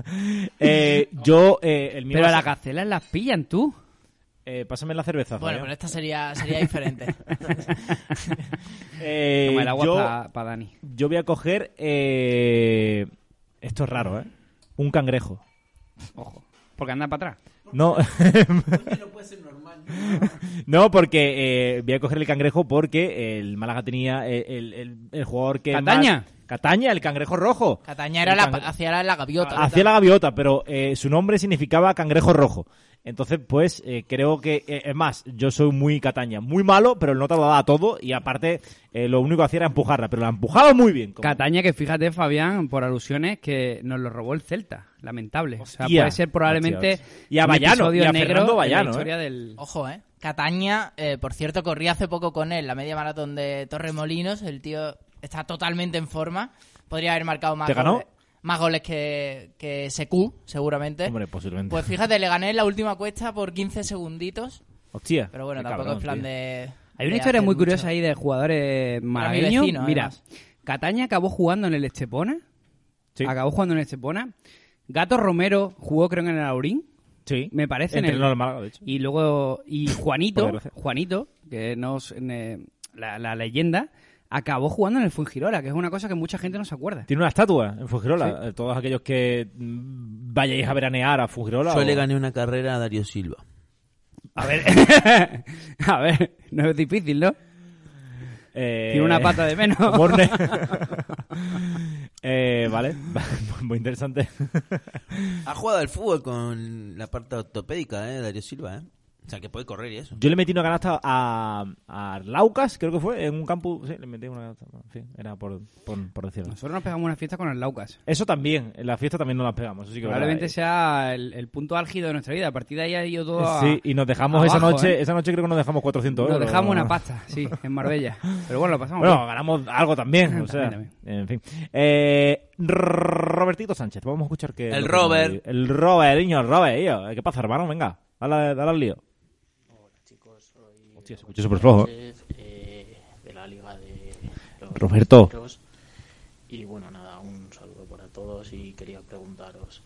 Speaker 3: eh, yo, eh, el mío.
Speaker 2: Pero a
Speaker 3: va a
Speaker 2: las
Speaker 3: ser-
Speaker 2: gacelas las pillan tú.
Speaker 3: eh, pásame la cerveza.
Speaker 5: Bueno, pero
Speaker 3: Fabián.
Speaker 5: esta sería, sería diferente.
Speaker 3: Eh,
Speaker 2: Como el agua
Speaker 3: yo,
Speaker 2: para Dani.
Speaker 3: yo voy a coger. eh, esto es raro, ¿eh? Un cangrejo.
Speaker 2: Ojo. Porque anda para atrás.
Speaker 3: No. No, porque eh, voy a coger el cangrejo porque el Málaga tenía el, el- el- el jugador que. más-
Speaker 2: Cataña.
Speaker 3: Cataña, el cangrejo rojo.
Speaker 5: Cataña era
Speaker 3: El
Speaker 5: la,
Speaker 3: cangre-
Speaker 5: hacia la gaviota.
Speaker 3: Hacía la gaviota, pero eh, su nombre significaba cangrejo rojo. Entonces, pues, eh, creo que, eh, es más, yo soy muy Cataña, muy malo, pero el nota lo daba a todo y aparte eh, lo único que hacía era empujarla, pero la empujaba muy bien. como-
Speaker 2: Cataña, que fíjate, Fabián, por alusiones, que nos lo robó el Celta. Lamentable. o sea,
Speaker 3: Hostia.
Speaker 2: puede ser probablemente.
Speaker 3: Hostia, hostia. Y a
Speaker 2: un
Speaker 3: Bayano,
Speaker 2: episodio
Speaker 3: y a
Speaker 2: negro
Speaker 3: Fernando
Speaker 2: de la
Speaker 3: Bayano,
Speaker 2: historia
Speaker 3: ¿eh?
Speaker 2: del...
Speaker 5: Ojo, ¿eh? Cataña, eh, por cierto, corrí hace poco con él la media maratón de Torremolinos. El tío está totalmente en forma. Podría haber marcado más
Speaker 3: ¿Te ganó?
Speaker 5: goles, más goles que, que SQ, seguramente.
Speaker 3: Hombre, posiblemente.
Speaker 5: Pues fíjate, le gané en la última cuesta por 15 segunditos.
Speaker 3: Hostia.
Speaker 5: Pero bueno,
Speaker 3: qué
Speaker 5: tampoco
Speaker 3: cabrón,
Speaker 5: es plan
Speaker 3: tío.
Speaker 5: de...
Speaker 2: Hay
Speaker 5: de
Speaker 2: una historia
Speaker 5: hacer
Speaker 2: muy
Speaker 5: Eh, mucho.
Speaker 2: curiosa ahí de jugadores malagueños.
Speaker 5: vecino,
Speaker 2: Mira,
Speaker 5: además.
Speaker 2: Cataña acabó jugando en el Estepona.
Speaker 3: Sí.
Speaker 2: Acabó jugando en el Estepona. Gato Romero jugó, creo, en el Aurín.
Speaker 3: Sí.
Speaker 2: me parece en
Speaker 3: Entrenó
Speaker 2: el-
Speaker 3: al Málaga, de hecho.
Speaker 2: Y luego, y
Speaker 3: Por
Speaker 2: Juanito,
Speaker 3: desgracia.
Speaker 2: Juanito, que nos, en, eh, la, la leyenda, acabó jugando en el Fungirola, que es una cosa que mucha gente no se acuerda.
Speaker 3: Tiene una estatua en Fujirola. Eh, Todos aquellos que mm, vayáis a veranear a Fujirola.
Speaker 4: Yo le
Speaker 3: o-
Speaker 4: gané una carrera a Darío Silva.
Speaker 2: A ver, a ver, no es difícil, ¿no?
Speaker 3: Eh,
Speaker 2: Tiene una pata de menos.
Speaker 3: humor ne- Eh, vale, muy interesante.
Speaker 4: Ha jugado al fútbol con la parte ortopédica, ¿eh? Darío Silva, ¿eh? sea, que puede correr y eso.
Speaker 3: Yo le metí una canasta a, a Laucas, creo que fue, en un campus. Sí, le metí una canasta. En fin, era por, por, por decirlo.
Speaker 2: Nosotros nos pegamos una fiesta con el Laucas.
Speaker 3: Eso también, en la fiesta también nos las pegamos. Eso sí que es verdad.
Speaker 2: Probablemente sea el, el punto álgido de nuestra vida. A partir de ahí ha ido todo a-
Speaker 3: Sí, y nos dejamos
Speaker 2: abajo,
Speaker 3: esa noche,
Speaker 2: ¿eh?
Speaker 3: esa noche creo que nos dejamos 400 euros.
Speaker 2: Nos dejamos una pasta, sí, en Marbella. Pero bueno, lo pasamos
Speaker 3: Bueno,
Speaker 2: bien.
Speaker 3: ganamos algo también, o sea,
Speaker 2: También,
Speaker 3: en fin. Eh, R- Robertito Sánchez, vamos a escuchar que...
Speaker 4: El Robert.
Speaker 3: El Robert, niño, el Robert, tío. ¿Qué pasa, hermano? Venga, dale, dale al lío. Hostia, se escucha súper flojo. ¿eh?
Speaker 9: eh, de la Liga de los
Speaker 3: Roberto.
Speaker 9: Mosqueteros. Y bueno, nada, un saludo para todos y quería preguntaros,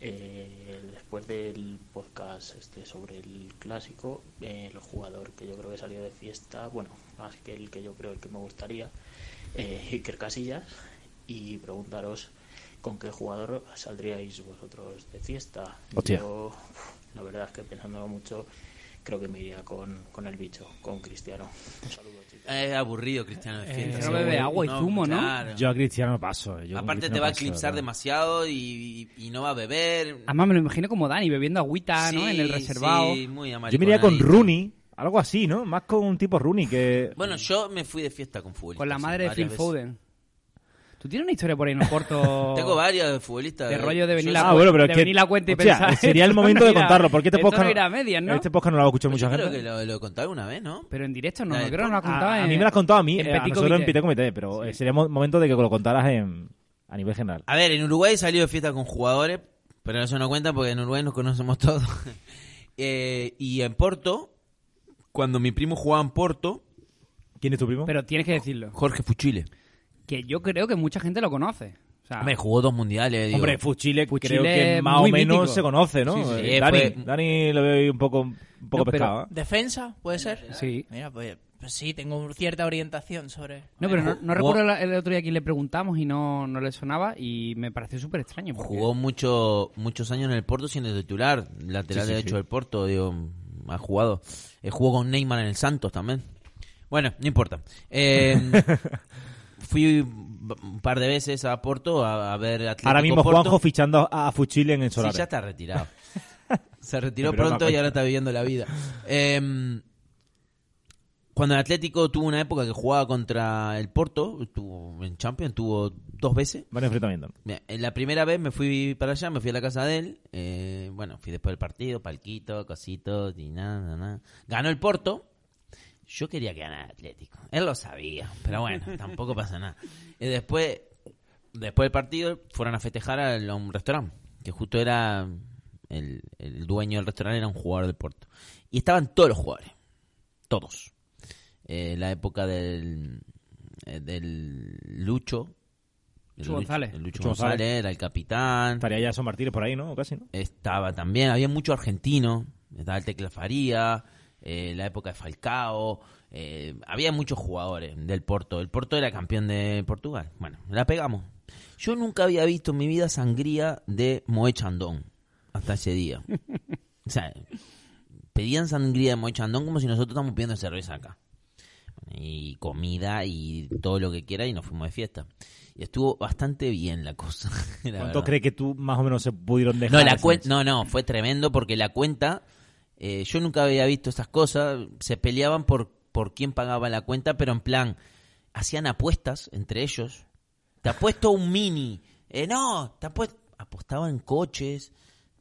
Speaker 9: eh, después del podcast este sobre el clásico, eh, el jugador que yo creo que salió de fiesta, bueno, más que el que yo creo el que me gustaría, eh, Iker Casillas, y preguntaros con qué jugador saldríais vosotros de fiesta.
Speaker 3: Hostia.
Speaker 9: Yo, la verdad es que pensándolo mucho, creo que me iría con, con el bicho, con Cristiano. Un saludo, chicos.
Speaker 4: Es aburrido, Cristiano. es que
Speaker 2: Eh,
Speaker 4: no
Speaker 2: que
Speaker 4: sé,
Speaker 2: no bebe agua y zumo, ¿no?
Speaker 4: claro.
Speaker 3: Yo a Cristiano paso. yo con
Speaker 4: Aparte
Speaker 3: Cristiano
Speaker 4: te va a
Speaker 3: paso,
Speaker 4: eclipsar
Speaker 3: ¿no?
Speaker 4: demasiado y, y- y no va a beber.
Speaker 2: Además me lo imagino como Dani, bebiendo agüita, ¿no? En el
Speaker 4: Sí,
Speaker 2: reservado.
Speaker 4: sí, muy
Speaker 3: Yo me iría con
Speaker 4: amariconadito.
Speaker 3: Rooney, algo así, ¿no? Más con un tipo Rooney que...
Speaker 4: Bueno, yo me fui de fiesta con futbolistas.
Speaker 2: Con la madre de
Speaker 4: varias
Speaker 2: Phil
Speaker 4: veces.
Speaker 2: Foden. Tú tienes una historia por ahí en Oporto.
Speaker 4: Tengo varios de futbolistas.
Speaker 2: De rollo de
Speaker 4: Yo
Speaker 2: venir
Speaker 4: soy-
Speaker 2: la
Speaker 3: ah, bueno, pero
Speaker 2: de
Speaker 3: es que-
Speaker 2: venir la cuenta y
Speaker 3: hostia,
Speaker 2: pensar,
Speaker 3: sería el
Speaker 2: esto no
Speaker 3: momento de
Speaker 2: irá-
Speaker 3: contarlo, porque este
Speaker 2: esto no
Speaker 3: podcast no-
Speaker 2: irá a medias, ¿no?
Speaker 3: Este podcast no lo va a escuchar
Speaker 4: Pues
Speaker 3: mucha
Speaker 4: yo
Speaker 3: gente.
Speaker 4: creo que lo, lo he contado alguna vez, ¿no?
Speaker 2: Pero en directo no,
Speaker 4: La
Speaker 2: no
Speaker 4: de
Speaker 2: creo que nos lo ha
Speaker 3: A-
Speaker 2: contado.
Speaker 3: a,
Speaker 4: Ah.
Speaker 2: en-
Speaker 3: mí me lo has contado a mí,
Speaker 2: en
Speaker 3: eh, a
Speaker 2: Petit
Speaker 3: nosotros en
Speaker 2: Comité.
Speaker 3: Pité Comité, pero eh, sería mo- momento de que lo contaras en, a nivel general.
Speaker 4: A ver, en Uruguay he salido de fiesta con jugadores, pero eso no cuenta porque en Uruguay nos conocemos todos. Eh, y en Porto, cuando mi primo jugaba en Porto,
Speaker 3: ¿Quién es tu primo?
Speaker 2: Pero tienes que decirlo.
Speaker 4: Jorge Fuchile.
Speaker 2: Que yo creo que mucha gente lo conoce. O sea,
Speaker 4: Me jugó dos mundiales. digo.
Speaker 3: Hombre, Fuchile, creo
Speaker 2: Fuchile
Speaker 3: que más o
Speaker 2: Eh, muy
Speaker 3: menos
Speaker 2: mítico.
Speaker 3: se conoce, ¿no?
Speaker 4: Sí, sí, sí.
Speaker 3: Eh, Dani,
Speaker 4: Fue-
Speaker 3: Dani lo veo ahí un poco, un poco
Speaker 2: No, pero-
Speaker 3: pescado. ¿eh?
Speaker 5: ¿Defensa? ¿Puede ser?
Speaker 2: Sí.
Speaker 5: Mira, pues, pues sí, tengo cierta orientación sobre...
Speaker 2: No, pero no, no
Speaker 4: Jugó-
Speaker 2: recuerdo la- el otro día que le preguntamos y no, no le sonaba y me pareció súper extraño. porque-
Speaker 4: Jugó mucho, muchos años en el Porto siendo titular, lateral
Speaker 3: Sí, sí,
Speaker 4: derecho
Speaker 3: sí.
Speaker 4: del Porto, digo, ha jugado. Eh, jugó con Neymar en el Santos también. Bueno, no importa. Eh, fui un par de veces a Porto a, a ver Atlético
Speaker 3: Ahora mismo
Speaker 4: Porto.
Speaker 3: Juanjo fichando a Fuchile en el Solar.
Speaker 4: Sí, ya está retirado. Se retiró
Speaker 3: Es broma,
Speaker 4: pronto y
Speaker 3: coño.
Speaker 4: ahora está viviendo la vida. Eh, cuando el Atlético tuvo una época que jugaba contra el Porto, tuvo en Champions, tuvo dos veces.
Speaker 3: Buen enfrentamiento.
Speaker 4: Mira, en la primera vez me fui para allá, me fui a la casa de él. eh, bueno, fui después del partido, palquito, cosito, y nada, nada, nada. Ganó el Porto. Yo quería que ganara el Atlético. Él lo sabía, pero bueno, tampoco pasa nada. Y después, después del partido, fueron a festejar al- a un restaurante, que justo era el, el dueño del restaurante, era un jugador del Porto. Y estaban todos los jugadores, todos. Eh, la época del, eh, del Lucho. el
Speaker 2: Lucho González.
Speaker 4: el Lucho
Speaker 3: Lucho
Speaker 4: González,
Speaker 3: González.
Speaker 4: era el capitán.
Speaker 3: Estaría ya Son Martínez por ahí, ¿no? O Casi, ¿no?
Speaker 4: Estaba también, había mucho argentino. Estaba el Tecla Faría, eh, la época de Falcao. eh, había muchos jugadores del Porto. El Porto era campeón de Portugal. Bueno, la pegamos. Yo nunca había visto en mi vida sangría de Moe Chandón hasta ese día. O sea, pedían sangría de Moe Chandón como si nosotros estamos pidiendo cerveza acá. Y comida y todo lo que quiera y nos fuimos de fiesta. Y estuvo bastante bien la cosa. la
Speaker 3: ¿Cuánto
Speaker 4: verdad.
Speaker 3: crees que tú más o menos se pudieron dejar?
Speaker 4: No, la
Speaker 3: esa
Speaker 4: cuen-
Speaker 3: noche?
Speaker 4: no, no, fue tremendo porque la cuenta, eh, yo nunca había visto estas cosas, se peleaban por, por quién pagaba la cuenta, pero en plan, hacían apuestas entre ellos. Te apuesto un mini, eh, no, te apuesto... Apostaban coches.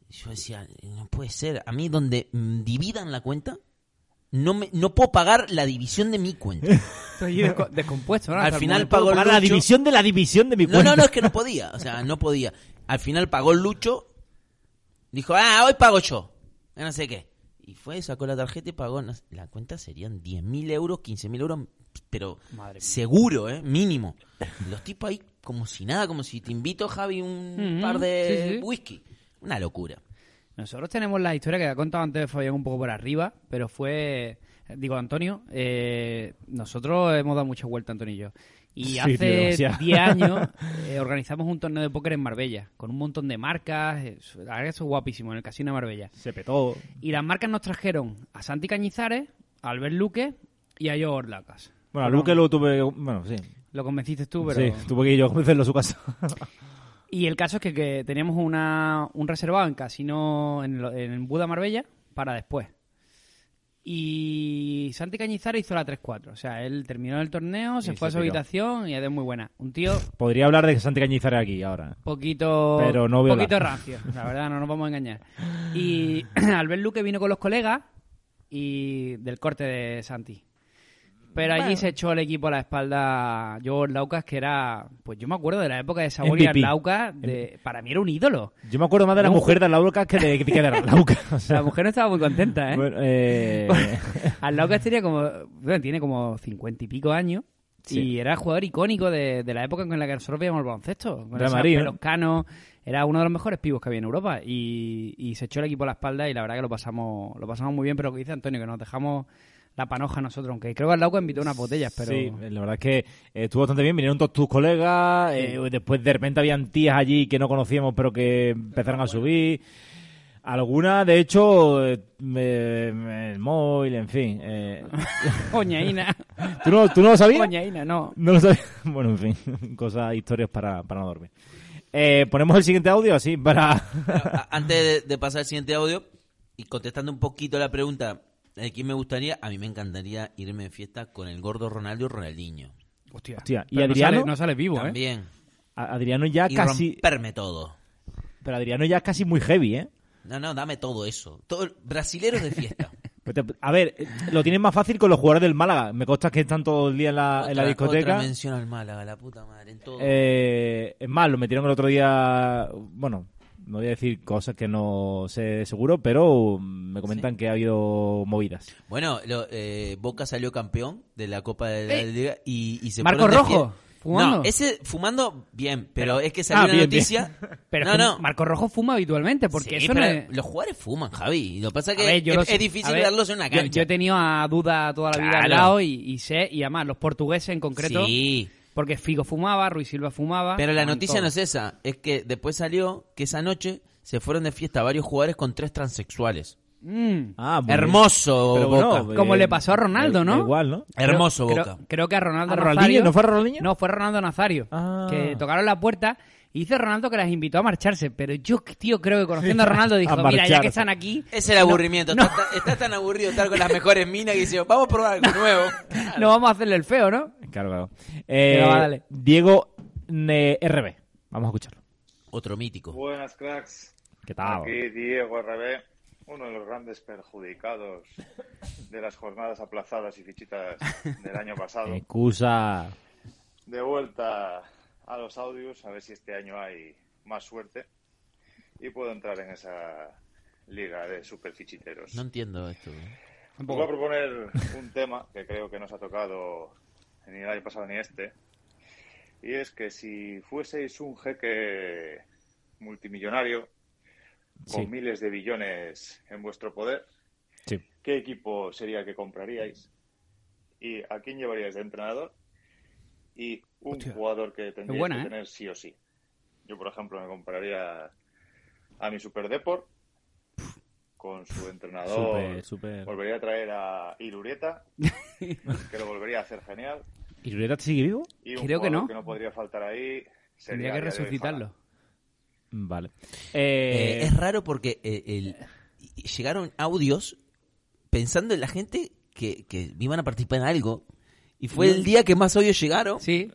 Speaker 4: Y Yo decía, no puede ser, a mí donde mm, dividan la cuenta, no, me, no puedo pagar la división de mi cuenta.
Speaker 2: Estoy desco- descompuesto, ¿no?
Speaker 4: Al
Speaker 2: Hasta el
Speaker 4: final
Speaker 2: momento.
Speaker 4: pagó
Speaker 3: Para la
Speaker 4: Lucho.
Speaker 3: división de la división de mi
Speaker 4: No,
Speaker 3: cuenta.
Speaker 4: no, no, es que no podía. O sea, no podía. Al final pagó Lucho. Dijo, ah, hoy pago yo. Eh, No sé qué. Y fue, sacó la tarjeta y pagó. no sé- La cuenta serían 10.000 euros, 15.000 euros, pero seguro, ¿eh? Mínimo. Los tipos ahí como si nada, como si te invito, Javi, un
Speaker 2: Ujú,
Speaker 4: par de
Speaker 2: Mm, sí, sí.
Speaker 4: whisky. Una locura.
Speaker 2: Nosotros tenemos la historia que ha contado antes Fabián un poco por arriba, pero fue, digo Antonio, eh, nosotros hemos dado mucha vuelta, Antonio y yo. Y
Speaker 3: Sí, tío,
Speaker 2: hace
Speaker 3: demasiado.
Speaker 2: 10 años eh, organizamos un torneo de póker en Marbella, con un montón de marcas, eh, la verdad que eso es guapísimo, en el Casino de Marbella.
Speaker 3: Se petó.
Speaker 2: Y las marcas nos trajeron a Santi Cañizares, a Albert Luque y a Joe Orlacas.
Speaker 3: Bueno, a
Speaker 2: Fueron-
Speaker 3: Luque lo tuve... Bueno, sí.
Speaker 2: Lo convenciste tú, pero...
Speaker 3: Sí, tuve que ir yo a convencerlo a su casa.
Speaker 2: Y el caso es que, que teníamos una, un reservado en casino en, lo- en Buda Marbella para después. Y Santi Cañizaro hizo la 3-4. O sea, él terminó el torneo, se
Speaker 3: Y
Speaker 2: fue
Speaker 3: se
Speaker 2: a su
Speaker 3: piró.
Speaker 2: habitación y es muy buena. Un tío
Speaker 3: Podría hablar de Santi Cañizar aquí ahora.
Speaker 2: poquito,
Speaker 3: Pero no veo
Speaker 2: poquito
Speaker 3: la-
Speaker 2: rancio, la verdad, no nos vamos a engañar. Y Albert Luque vino con los colegas y del corte de Santi. Pero allí se echó el equipo a la espalda George Laucas, que era, pues yo me acuerdo de la época de Saúl y
Speaker 3: MVP.
Speaker 2: Laucas, de, para mí era un ídolo.
Speaker 3: Yo me acuerdo más de la
Speaker 2: No.
Speaker 3: mujer de Arlauca que de, que de Arlauca. O sea,
Speaker 2: La mujer no estaba muy contenta, ¿eh?
Speaker 3: bueno, eh,
Speaker 2: Arlaucas este tenía como, bueno, tiene como cincuenta y pico años.
Speaker 3: Sí.
Speaker 2: Y era jugador icónico de, de la época en la que nosotros veíamos el baloncesto. Con
Speaker 3: Real
Speaker 2: esos
Speaker 3: Madrid, ¿no?
Speaker 2: pelos canos. Era uno de los mejores pibos que había en Europa. Y, y se echó el equipo a la espalda y la verdad que lo pasamos, lo pasamos muy bien. Pero lo que dice Antonio, que nos dejamos la panoja nosotros. Aunque creo que Arlaucas invitó unas botellas, pero...
Speaker 3: Sí, la verdad es que eh, estuvo bastante bien. Vinieron todos tus colegas. eh, después de repente habían tías allí que no conocíamos, pero que empezaron a subir. Algunas, de hecho, eh, me- me- el móvil, en fin. eh,
Speaker 2: Coñaína.
Speaker 3: ¿tú, no, ¿Tú no lo sabías?
Speaker 2: Coñaína, no.
Speaker 3: No lo sabía. Bueno, en fin, cosas, historias para, para no dormir. Eh, Ponemos el siguiente audio así para.
Speaker 4: A- Antes de, de pasar al siguiente audio y contestando un poquito la pregunta de quién me gustaría, a mí me encantaría irme en fiesta con el gordo Ronaldo y Ronaldinho.
Speaker 2: Hostia.
Speaker 3: Hostia, y
Speaker 2: Pero no
Speaker 3: Adriano-
Speaker 2: sale- no sale vivo, ¿eh?
Speaker 4: También.
Speaker 3: A- Adriano ya
Speaker 4: Y
Speaker 3: casi.
Speaker 4: romperme todo.
Speaker 3: Pero Adriano ya casi muy heavy, ¿eh?
Speaker 4: No, no, dame todo eso. Todo, brasileros de fiesta.
Speaker 3: Pues te- A ver, eh, lo tienen más fácil con los jugadores del Málaga. Me consta que están todo el día en la, en la
Speaker 4: Otra-
Speaker 3: discoteca.
Speaker 4: Otra mención al Málaga, la puta madre. En todo.
Speaker 3: Eh, es más, lo metieron el otro día. Bueno, no voy a decir cosas que no sé seguro, pero me comentan que ha habido movidas.
Speaker 4: Bueno, lo- eh, Boca salió campeón de la Copa de la
Speaker 2: Eh.
Speaker 4: Liga y, y se
Speaker 2: Marco
Speaker 4: fueron de
Speaker 2: Rojo,
Speaker 4: fie-
Speaker 2: fumando.
Speaker 4: No, ese fumando bien, pero, es que salió
Speaker 3: Ah,
Speaker 4: una
Speaker 3: bien,
Speaker 4: noticia.
Speaker 2: Pero
Speaker 4: no,
Speaker 2: es que
Speaker 4: no.
Speaker 2: Marco Rojo fuma habitualmente porque
Speaker 4: Sí,
Speaker 2: eso no
Speaker 4: pero
Speaker 2: es...
Speaker 4: Los jugadores fuman, Javi. y Lo que pasa es que
Speaker 2: A ver, yo
Speaker 4: es,
Speaker 2: lo
Speaker 4: es
Speaker 2: sé. A
Speaker 4: difícil
Speaker 2: ver,
Speaker 4: darlos en una
Speaker 2: yo-
Speaker 4: cancha.
Speaker 2: Yo, he tenido a duda toda la vida al
Speaker 4: Claro.
Speaker 2: lado y, y sé, y además los portugueses en concreto,
Speaker 4: Sí,
Speaker 2: porque Figo fumaba, Ruiz Silva fumaba.
Speaker 4: pero la
Speaker 2: fumaban
Speaker 4: noticia
Speaker 2: todos.
Speaker 4: no es esa. Es que después salió que esa noche se fueron de fiesta varios jugadores con tres transexuales.
Speaker 2: Mm.
Speaker 3: Ah, muy
Speaker 4: Hermoso,
Speaker 3: bien. Pero
Speaker 4: Boca.
Speaker 3: bueno,
Speaker 2: Como
Speaker 3: eh,
Speaker 2: le pasó a Ronaldo,
Speaker 3: da
Speaker 2: ¿no?
Speaker 3: Igual, ¿no?
Speaker 2: Creo-
Speaker 4: Hermoso,
Speaker 2: creo,
Speaker 4: Boca.
Speaker 2: Creo que a Ronaldo
Speaker 3: ¿A
Speaker 2: Nazario.
Speaker 3: Ronaldinho? ¿No fue a Ronaldinho?
Speaker 2: No, fue Ronaldo Nazario.
Speaker 3: Ah.
Speaker 2: Que tocaron la puerta y dice Ronaldo que las invitó a marcharse. Pero yo, tío, creo que conociendo a Ronaldo dijo, mira, ya
Speaker 3: marcharse".
Speaker 2: que están aquí,
Speaker 4: Es el aburrimiento. Está, está- está tan aburrido estar con las mejores minas que dice, vamos a probar algo nuevo.
Speaker 2: no vamos a hacerle el feo, ¿no?
Speaker 3: Claro, claro. Eh,
Speaker 2: Venga, va, dale.
Speaker 3: Diego eh, RB. Vamos a escucharlo.
Speaker 4: Otro mítico.
Speaker 10: Buenas cracks.
Speaker 3: ¿Qué tal?
Speaker 10: Aquí Diego RB, uno de los grandes perjudicados de las jornadas aplazadas y fichitas del año pasado.
Speaker 3: Eh, Excusa.
Speaker 10: De vuelta a los audios, a ver si este año hay más suerte y puedo entrar en esa liga de superfichiteros.
Speaker 4: No entiendo esto. ¿eh?
Speaker 10: Os voy a proponer un tema que creo que nos ha tocado ni el año pasado ni este. Y es que si fueseis un jeque multimillonario con
Speaker 3: Sí.
Speaker 10: miles de billones en vuestro poder,
Speaker 3: Sí.
Speaker 10: ¿qué equipo sería el que compraríais? ¿Y a quién llevaríais de entrenador? Y un jugador que tendríais
Speaker 2: buena,
Speaker 10: que
Speaker 2: ¿eh?
Speaker 10: tener sí o sí. Yo, por ejemplo, me compraría a mi Super Deport con su entrenador
Speaker 3: Súper, súper.
Speaker 10: Volvería a traer a Irurieta, que lo volvería a hacer genial.
Speaker 3: ¿Y Julieta sigue vivo?
Speaker 10: Y un
Speaker 2: Creo que
Speaker 10: jugador
Speaker 2: no.
Speaker 10: que no podría faltar ahí.
Speaker 2: Tendría
Speaker 10: Sería
Speaker 2: que
Speaker 10: Yadier
Speaker 2: resucitarlo.
Speaker 3: Vale. Eh,
Speaker 4: Eh, es raro porque eh, el- y- y llegaron audios pensando en la gente que, que iban a participar en algo. Y fue el día que más audios llegaron.
Speaker 2: Sí.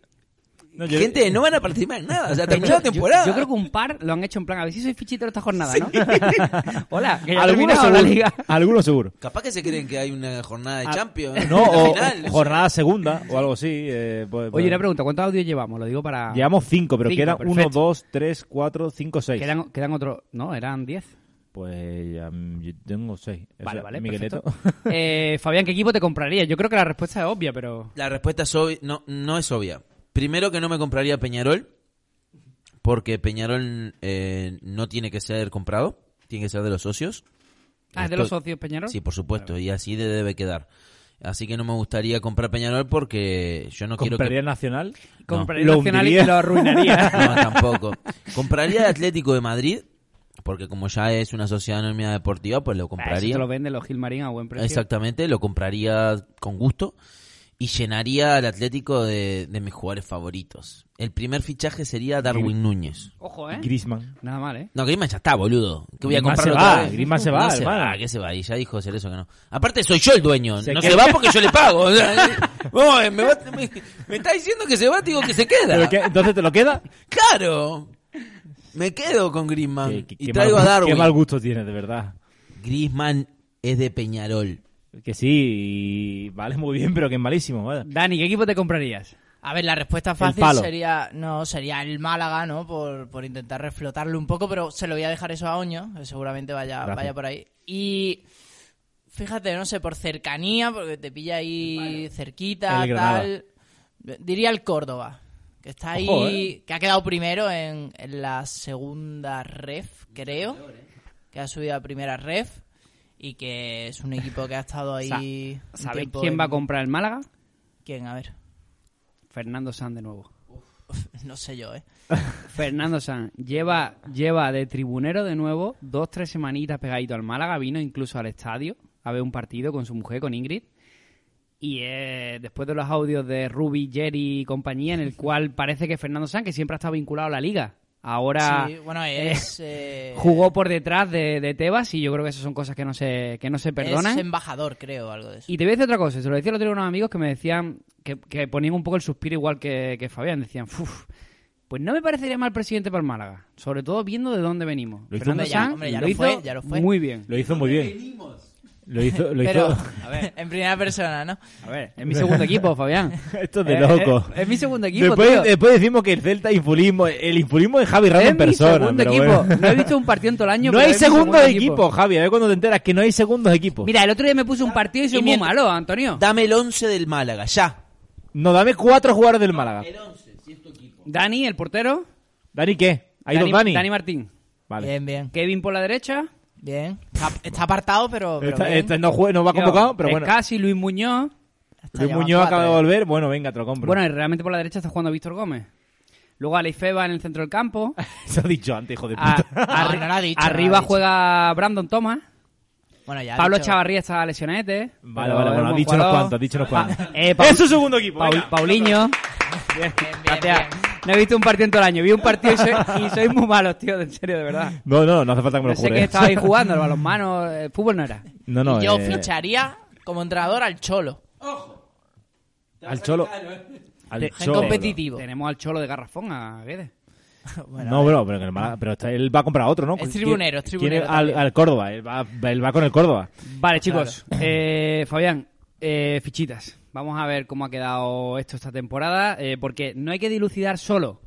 Speaker 3: no, yo-
Speaker 4: Gente, no van a participar en nada. O sea, terminó la
Speaker 2: Yo-
Speaker 4: temporada.
Speaker 2: Yo, creo que un par lo han hecho en plan, a ver si soy fichitero esta jornada, ¿no? Hola, que ya ha
Speaker 3: Algunos
Speaker 2: terminado la
Speaker 3: seguro.
Speaker 2: liga.
Speaker 3: Algunos seguro.
Speaker 4: Capaz que se creen que hay una jornada de
Speaker 3: Ah,
Speaker 4: Champions.
Speaker 3: No,
Speaker 4: una
Speaker 3: o,
Speaker 4: final.
Speaker 3: o jornada segunda o algo así. eh, pues-
Speaker 2: Oye, una
Speaker 3: pues-
Speaker 2: pregunta, ¿cuántos audios llevamos? Lo digo para...
Speaker 3: Llevamos cinco, pero
Speaker 2: Cinco,
Speaker 3: quedan uno,
Speaker 2: perfecto.
Speaker 3: dos, tres, cuatro, cinco, seis.
Speaker 2: Quedan, quedan otros... No, eran 10.
Speaker 3: Pues ya, mm, yo tengo seis. O
Speaker 2: Vale,
Speaker 3: sea,
Speaker 2: vale,
Speaker 3: Migueleto.
Speaker 2: perfecto. Eh, Fabián, ¿qué equipo te compraría? Yo creo que la respuesta es obvia, pero...
Speaker 4: La respuesta es obvi- no, no es obvia. Primero que no me compraría Peñarol, porque Peñarol eh, no tiene que ser comprado, tiene que ser de los socios.
Speaker 2: Ah, ¿es de
Speaker 4: Esto-
Speaker 2: los socios Peñarol?
Speaker 4: Sí, por supuesto, y así de- debe quedar. Así que no me gustaría comprar Peñarol porque yo no quiero
Speaker 3: Compraría
Speaker 4: que...
Speaker 3: el Nacional.
Speaker 2: Compraría
Speaker 3: No.
Speaker 2: el
Speaker 3: Lo
Speaker 2: Nacional y
Speaker 3: hundiría.
Speaker 2: lo arruinaría.
Speaker 4: No, tampoco. Compraría el Atlético de Madrid, porque como ya es una sociedad anónima deportiva, pues lo
Speaker 2: Ah, eso
Speaker 4: compraría.
Speaker 2: te lo venden los Gilmarín a buen precio.
Speaker 4: Exactamente, lo compraría con gusto. y llenaría al Atlético de, de mis jugadores favoritos. El primer fichaje sería Darwin Núñez.
Speaker 2: Ojo, ¿eh?
Speaker 3: Griezman.
Speaker 2: Nada mal, ¿eh?
Speaker 4: No, Griezman ya está, boludo. ¿Qué voy a
Speaker 3: Griezmann
Speaker 4: comprar
Speaker 3: se
Speaker 4: otra
Speaker 3: va,
Speaker 4: vez?
Speaker 3: Griezmann se
Speaker 4: No
Speaker 3: va,
Speaker 4: se
Speaker 3: hermano.
Speaker 4: va, que se va. Y ya dijo Cerezo que no. Aparte soy yo el dueño.
Speaker 3: Se
Speaker 4: no
Speaker 3: queda.
Speaker 4: se va porque yo le pago. O sea, vamos a ver, me, va- me- me está diciendo que se va, te digo que se queda.
Speaker 3: ¿Pero qué? ¿Entonces te lo queda?
Speaker 4: Claro. Me quedo con Griezmann
Speaker 3: Qué- qué-
Speaker 4: Ah, y
Speaker 3: qué
Speaker 4: traigo
Speaker 3: mal-
Speaker 4: a Darwin.
Speaker 3: Qué mal gusto tienes, de verdad.
Speaker 4: Griezmann es de Peñarol.
Speaker 3: Que sí, y vale muy bien, pero que es malísimo. vaya.
Speaker 2: Dani, ¿qué equipo te comprarías?
Speaker 5: A ver, la respuesta fácil
Speaker 3: palo.
Speaker 5: sería no sería el Málaga, ¿no? Por, por intentar reflotarlo un poco, pero se lo voy a dejar eso a Oño, que seguramente vaya,
Speaker 3: Gracias.
Speaker 5: vaya por ahí. Y fíjate, no sé, por cercanía, porque te pilla ahí cerquita,
Speaker 3: El Granada.
Speaker 5: tal. Diría el Córdoba, que está ahí,
Speaker 3: Ojo, ¿eh?
Speaker 5: que ha quedado primero en, en la segunda ref, creo, que ha subido a primera ref y que es un equipo que ha estado ahí. un
Speaker 2: ¿Sabéis
Speaker 5: tiempo
Speaker 2: quién va a
Speaker 5: en-
Speaker 2: comprar el Málaga?
Speaker 5: ¿Quién? A ver,
Speaker 2: Fernando Sanz de nuevo.
Speaker 5: no sé yo, ¿eh?
Speaker 2: Fernando Sanz lleva, lleva de tribunero de nuevo dos, tres semanitas pegadito al Málaga, vino incluso al estadio a ver un partido con su mujer, con Ingrid. Y eh, después de los audios de Ruby, Jerry y compañía, en el cual parece que Fernando Sanz, que siempre ha estado vinculado a la liga, ahora
Speaker 5: Sí, bueno, es. eh,
Speaker 2: jugó por detrás de, de Tebas y yo creo que esas son cosas que no se, que no se perdonan.
Speaker 5: Es embajador, creo, algo de eso.
Speaker 2: Y te voy a decir otra cosa, se lo decía el otro día a unos amigos que me decían, que, que ponían un poco el suspiro igual que, que Fabián, decían, "Fuf, pues no me parecería mal presidente para el Málaga, sobre todo viendo de dónde venimos.
Speaker 3: Lo hizo
Speaker 2: Fernando
Speaker 3: muy-
Speaker 2: Sanz
Speaker 5: Hombre, ya
Speaker 2: lo
Speaker 5: lo
Speaker 2: hizo
Speaker 5: fue, ya lo fue.
Speaker 2: muy bien.
Speaker 3: Lo hizo muy bien. Lo hizo, lo hizo.
Speaker 5: Pero, a ver, en primera persona, ¿no?
Speaker 2: A ver, es mi segundo equipo, Fabián.
Speaker 3: Esto es de
Speaker 2: Eh,
Speaker 3: loco.
Speaker 2: eh, Es, mi segundo equipo,
Speaker 3: después,
Speaker 2: tío.
Speaker 3: después decimos que el Celta infulismo, el infulismo de Javi Ramos
Speaker 2: es
Speaker 3: en
Speaker 2: mi
Speaker 3: persona.
Speaker 2: segundo
Speaker 3: pero
Speaker 2: equipo.
Speaker 3: bueno.
Speaker 2: No he visto un partido en todo el año.
Speaker 3: No
Speaker 2: pero
Speaker 3: hay
Speaker 2: es mi
Speaker 3: segundos
Speaker 2: segundo
Speaker 3: equipo, Javi. A ver cuando te enteras que no hay segundos equipos.
Speaker 2: Mira, el otro día me puse un partido y soy
Speaker 4: Y
Speaker 2: muy
Speaker 4: mientras-
Speaker 2: malo, Antonio.
Speaker 4: Dame el 11 del Málaga, ya.
Speaker 3: No, dame cuatro jugadores del Málaga.
Speaker 2: Dani, el portero.
Speaker 3: ¿Dani qué? ¿Ahí don Dani?
Speaker 2: Dani Martín.
Speaker 3: Vale.
Speaker 5: Bien, bien,
Speaker 2: Kevin por la derecha.
Speaker 5: bien. Está, está apartado, pero. pero
Speaker 3: Está-
Speaker 5: bien.
Speaker 3: está- no, jue- no va convocado, pero bueno.
Speaker 2: Casi Luis Muñoz.
Speaker 5: Hasta
Speaker 3: Luis
Speaker 5: llevan
Speaker 3: Muñoz
Speaker 5: cuatro,
Speaker 3: acaba de
Speaker 5: ¿eh?
Speaker 3: volver. Bueno, venga, te lo compro.
Speaker 2: Bueno, y realmente por la derecha está jugando Víctor Gómez. Luego Aleifeba en el centro del campo.
Speaker 3: Se lo he dicho antes, hijo de
Speaker 2: A-
Speaker 3: puta.
Speaker 2: arri-
Speaker 5: no lo ha dicho, no lo
Speaker 2: arriba
Speaker 5: ha dicho.
Speaker 2: juega Brandon Thomas.
Speaker 5: Bueno, ya ha
Speaker 2: Pablo
Speaker 5: dicho-
Speaker 2: Chavarría está lesionete.
Speaker 3: Vale,
Speaker 2: pero
Speaker 3: vale,
Speaker 2: es
Speaker 3: bueno,
Speaker 2: buen
Speaker 3: ha dicho unos
Speaker 2: jugador.
Speaker 3: cuantos, ha dicho unos cuantos.
Speaker 2: Pa- eh, Pau-
Speaker 3: ¡Es su segundo equipo!
Speaker 2: Paul-
Speaker 3: venga.
Speaker 2: Paulinho.
Speaker 5: Bien, bien,
Speaker 2: Hostia,
Speaker 5: bien.
Speaker 2: No he visto un partido en todo el año. Vi un partido y soy, y soy muy malo, tío, en serio, de verdad.
Speaker 3: No, no, no hace falta que me
Speaker 2: No
Speaker 3: lo
Speaker 2: sé
Speaker 3: jures.
Speaker 2: qué estaba ahí jugando, el balonmano, el fútbol no era.
Speaker 3: No, no,
Speaker 5: Y yo
Speaker 3: eh,
Speaker 5: ficharía como entrenador al Cholo.
Speaker 3: Al Cholo. Al
Speaker 5: Gen
Speaker 3: Cholo.
Speaker 5: competitivo.
Speaker 2: Tenemos al cholo de Garrafón, a Guedes.
Speaker 3: No, bro, pero, que el Málaga- pero está- él va a comprar otro, ¿no?
Speaker 5: Es tribunero, es
Speaker 3: ¿Quién-
Speaker 5: tribunero
Speaker 3: quién es? Al,
Speaker 5: también.
Speaker 3: al Córdoba, él va, él va con el Córdoba.
Speaker 2: Vale, chicos. Eh, Fabián, eh, fichitas. Vamos a ver cómo ha quedado esto esta temporada, eh, porque no hay que dilucidar solo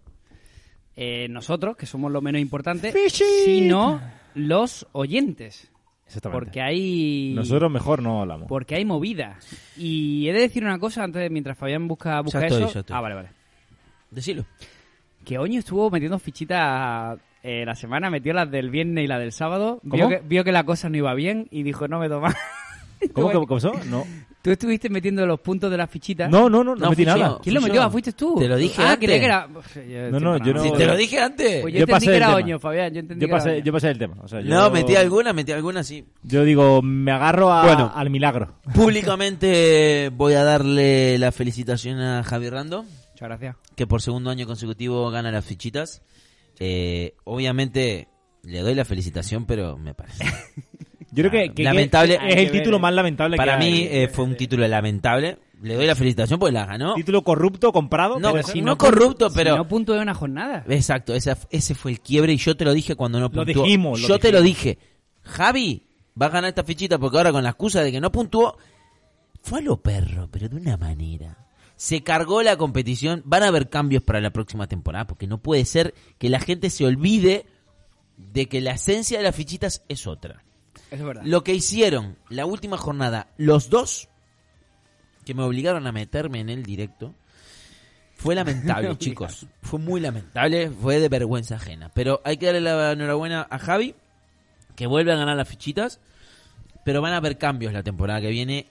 Speaker 2: eh, nosotros, que somos lo menos importante, sino los oyentes.
Speaker 3: Exactamente.
Speaker 2: Porque hay...
Speaker 3: Nosotros mejor no hablamos.
Speaker 2: Porque hay movida. Y he de decir una cosa antes, de- mientras Fabián busca, busca
Speaker 4: estoy,
Speaker 2: eso.
Speaker 4: ya estoy.
Speaker 2: Ah, vale, vale.
Speaker 4: Decilo.
Speaker 2: Que Oño estuvo metiendo fichitas eh, la semana, metió las del viernes y la del sábado. Vio
Speaker 3: ¿Cómo?
Speaker 2: que, vio que la cosa no iba bien y dijo, no me toma.
Speaker 3: ¿Cómo que cómo eso? No.
Speaker 2: Tú estuviste metiendo los puntos de las fichitas.
Speaker 3: No, no, no, no,
Speaker 4: No,
Speaker 3: metí
Speaker 4: fui yo.
Speaker 3: nada.
Speaker 2: ¿Quién lo
Speaker 4: fui
Speaker 2: metió?
Speaker 4: yo.
Speaker 2: Ah, fuiste tú.
Speaker 4: Te lo dije
Speaker 2: Ah,
Speaker 4: antes.
Speaker 2: creía que era... Uf, yo siempre
Speaker 3: no, yo
Speaker 2: me-
Speaker 3: no-
Speaker 4: Si te lo dije antes.
Speaker 2: Pues yo,
Speaker 3: Yo
Speaker 2: entendí
Speaker 3: pasé
Speaker 2: que
Speaker 3: el
Speaker 2: era
Speaker 3: tema.
Speaker 2: Oño, Fabián. Yo entendí
Speaker 3: Yo
Speaker 2: que era
Speaker 3: pasé,
Speaker 2: Oño.
Speaker 3: yo pasé el tema. O sea, yo,
Speaker 4: No, metí alguna, metí alguna, sí.
Speaker 3: Yo digo, me agarro a-
Speaker 4: Bueno.
Speaker 3: al milagro.
Speaker 4: Públicamente voy a darle la felicitación a Javi Rando,
Speaker 2: Muchas gracias.
Speaker 4: que por segundo año consecutivo gana las fichitas. Eh, obviamente le doy la felicitación, pero me parece.
Speaker 3: Yo creo que, que- que
Speaker 4: Lamentable.
Speaker 3: es el título más lamentable
Speaker 4: Para
Speaker 3: que hay.
Speaker 4: mí eh, fue un título lamentable. Le doy la felicitación porque la ganó.
Speaker 3: Título corrupto, comprado.
Speaker 4: No,
Speaker 3: pero-
Speaker 4: si no corrupto,
Speaker 2: Si
Speaker 4: pero
Speaker 2: no punto de una jornada.
Speaker 4: Exacto, ese, ese fue el quiebre y yo te lo dije cuando no
Speaker 3: Lo
Speaker 4: puntuó.
Speaker 3: dijimos, lo
Speaker 4: yo te lo dije. Javi va a ganar esta fichita porque ahora con la excusa de que no puntuó, fue a lo perro, pero de una manera. Se cargó la competición, van a haber cambios para la próxima temporada porque no puede ser que la gente se olvide de que la esencia de las fichitas es otra.
Speaker 2: Eso es verdad.
Speaker 4: Lo que hicieron la última jornada, los dos, que me obligaron a meterme en el directo, fue lamentable, chicos. Fue muy lamentable, fue de vergüenza ajena. Pero hay que darle la enhorabuena a Javi, que vuelve a ganar las fichitas, pero van a haber cambios la temporada que viene.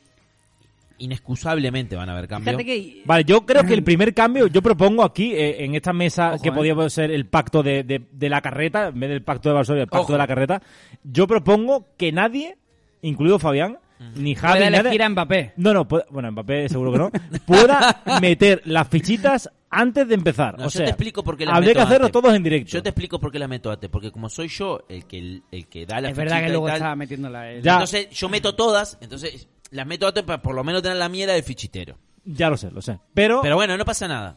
Speaker 4: Inexcusablemente van a haber cambios.
Speaker 2: Fíjate que...
Speaker 3: Vale, yo creo
Speaker 4: Mm.
Speaker 3: que el primer cambio, yo propongo aquí, eh, en esta mesa,
Speaker 2: Ojo,
Speaker 3: que
Speaker 2: eh.
Speaker 3: podía ser el pacto de, de- de la carreta, en vez del pacto de Varsovia, el pacto
Speaker 4: Ojo.
Speaker 3: de la carreta, yo propongo que nadie, incluido Fabián, ni Javi,
Speaker 2: Puede
Speaker 3: ni nadie-
Speaker 2: elegir a Mbappé.
Speaker 3: No, no, puede- bueno, Mbappé seguro que no. Pueda meter las fichitas antes de empezar.
Speaker 4: No,
Speaker 3: o
Speaker 4: yo
Speaker 3: sea,
Speaker 4: te explico por qué las
Speaker 3: habría
Speaker 4: meto
Speaker 3: que hacerlo
Speaker 4: antes.
Speaker 3: todos en directo.
Speaker 4: Yo te explico por qué la meto antes, porque como soy yo el que, el, que da la
Speaker 2: Es verdad
Speaker 4: fichita
Speaker 2: que
Speaker 4: y
Speaker 2: luego
Speaker 4: tal,
Speaker 2: estaba metiéndola él.
Speaker 3: Ya.
Speaker 4: Entonces yo meto todas, entonces las meto antes para por lo menos tener la mierda del fichitero.
Speaker 3: Ya lo sé, lo sé. Pero,
Speaker 4: Pero bueno, no pasa nada.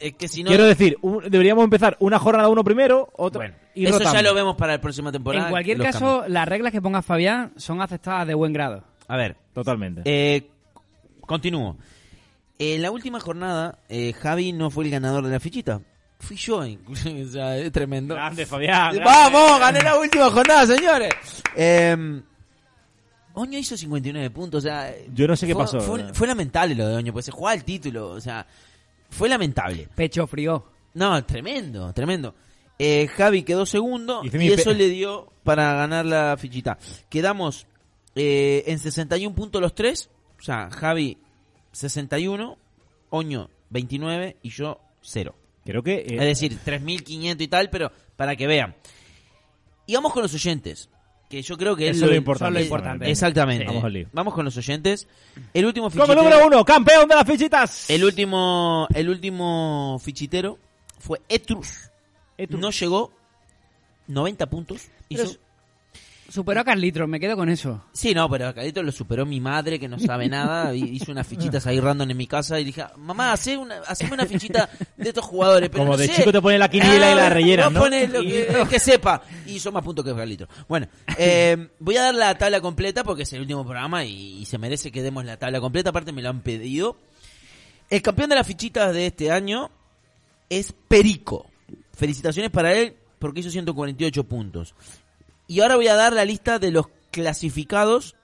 Speaker 4: Es que si no...
Speaker 3: quiero decir, un- deberíamos empezar una jornada uno primero, otra. y
Speaker 4: eso ya
Speaker 3: rotando.
Speaker 4: lo vemos para la próxima temporada.
Speaker 2: En cualquier
Speaker 4: los
Speaker 2: caso,
Speaker 4: cambios.
Speaker 2: las reglas que ponga Fabián son aceptadas de buen grado.
Speaker 4: A ver,
Speaker 3: Totalmente.
Speaker 4: eh, continúo. En la última jornada, eh, Javi no fue el ganador de la fichita. Fui yo, incluso. O sea, es tremendo.
Speaker 3: Grande, Fabián. grande.
Speaker 4: ¡Vamos! ¡Gané la última jornada, señores!
Speaker 3: Em,
Speaker 4: Eh, Oño hizo 59 puntos, o sea...
Speaker 3: Yo no sé qué
Speaker 4: fue-
Speaker 3: pasó,
Speaker 4: Fue,
Speaker 3: ¿verdad?
Speaker 4: fue lamentable lo de Oño, pues se jugaba el título, o sea... Fue lamentable.
Speaker 2: Pecho frío.
Speaker 4: No, tremendo, tremendo. Eh, Javi quedó segundo
Speaker 3: Hice
Speaker 4: y
Speaker 3: mi pe-
Speaker 4: eso le dio para ganar la fichita. Quedamos eh, en 61 puntos los tres. O sea, Javi 61, Oño 29 y yo 0.
Speaker 3: Creo que. eh,
Speaker 4: Es decir, 3.500 y tal, pero para que vean. Y vamos con los oyentes, que yo creo que es
Speaker 3: Eso es lo importante,
Speaker 4: es-
Speaker 3: eso es lo importante.
Speaker 4: Exactamente.
Speaker 3: Vamos al lío.
Speaker 4: Vamos con los oyentes. El último
Speaker 3: Como
Speaker 4: fichitero-
Speaker 3: número uno, campeón de las fichitas.
Speaker 4: el último, el último fichitero fue Etrus.
Speaker 3: Etrus.
Speaker 4: No llegó 90 puntos. hizo.
Speaker 2: Pero es- Superó a Carlitos, me quedo con eso.
Speaker 4: Sí, no, pero a Carlitos lo superó mi madre que no sabe nada. y Hizo unas fichitas ahí random en mi casa y dije, "Ah, mamá, hace una, haceme una fichita de estos jugadores. Pero
Speaker 3: Como
Speaker 4: no
Speaker 3: de
Speaker 4: sé".
Speaker 3: chico te pone la quiniela y la
Speaker 4: Ah,
Speaker 3: rellenas, ¿no?
Speaker 4: pone lo que, el que sepa. Y hizo más puntos que Carlitos. Bueno, eh, voy a dar la tabla completa porque es el último programa y, y se merece que demos la tabla completa. Aparte me lo han pedido. El campeón de las fichitas de este año es Perico. Felicitaciones para él porque hizo 148 puntos. Y ahora voy a dar la lista de los clasificados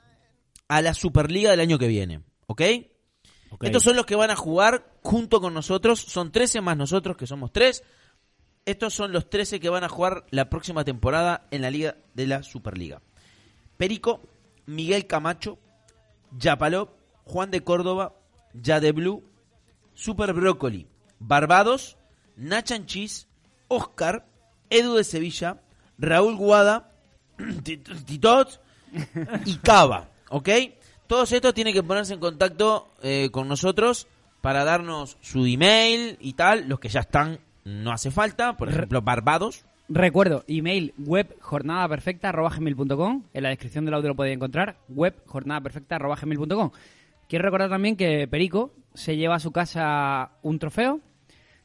Speaker 4: a la Superliga del año que viene. ¿Ok?
Speaker 3: Ok.
Speaker 4: Estos son los que van a jugar junto con nosotros. Son 13 más nosotros, que somos 3. Estos son los 13 que van a jugar la próxima temporada en la Liga de la Superliga. Perico, Miguel Camacho, Yapaló, Juan de Córdoba, Yade Blue, Super Brócoli, Barbados, Nachan Cheese, Oscar, Edu de Sevilla, Raúl Guada, Tit- Titot y Cava, ¿ok? Todos estos tienen que ponerse en contacto eh, con nosotros para darnos su email y tal. Los que ya están, no hace falta. Por ejemplo, Barbados.
Speaker 2: Recuerdo, email webjornadaperfecta.com. En la descripción del audio lo podéis encontrar. Webjornadaperfecta.com. Quiero recordar también que Perico se lleva a su casa un trofeo.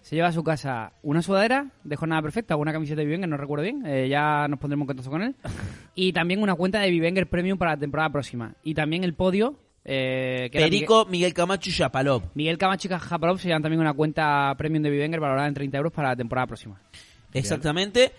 Speaker 2: Se lleva a su casa una sudadera de Jornada Perfecta o una camiseta de Vivenger, no recuerdo bien. eh, ya nos pondremos en contacto con él. Y también una cuenta de Vivenger Premium para la temporada próxima. Y también el podio. eh, que era
Speaker 4: Perico, Miguel Camacho y Yapalov.
Speaker 2: Miguel Camacho y Japarov se llevan también una cuenta premium de Vivenger valorada en 30 euros para la temporada próxima.
Speaker 4: Exactamente.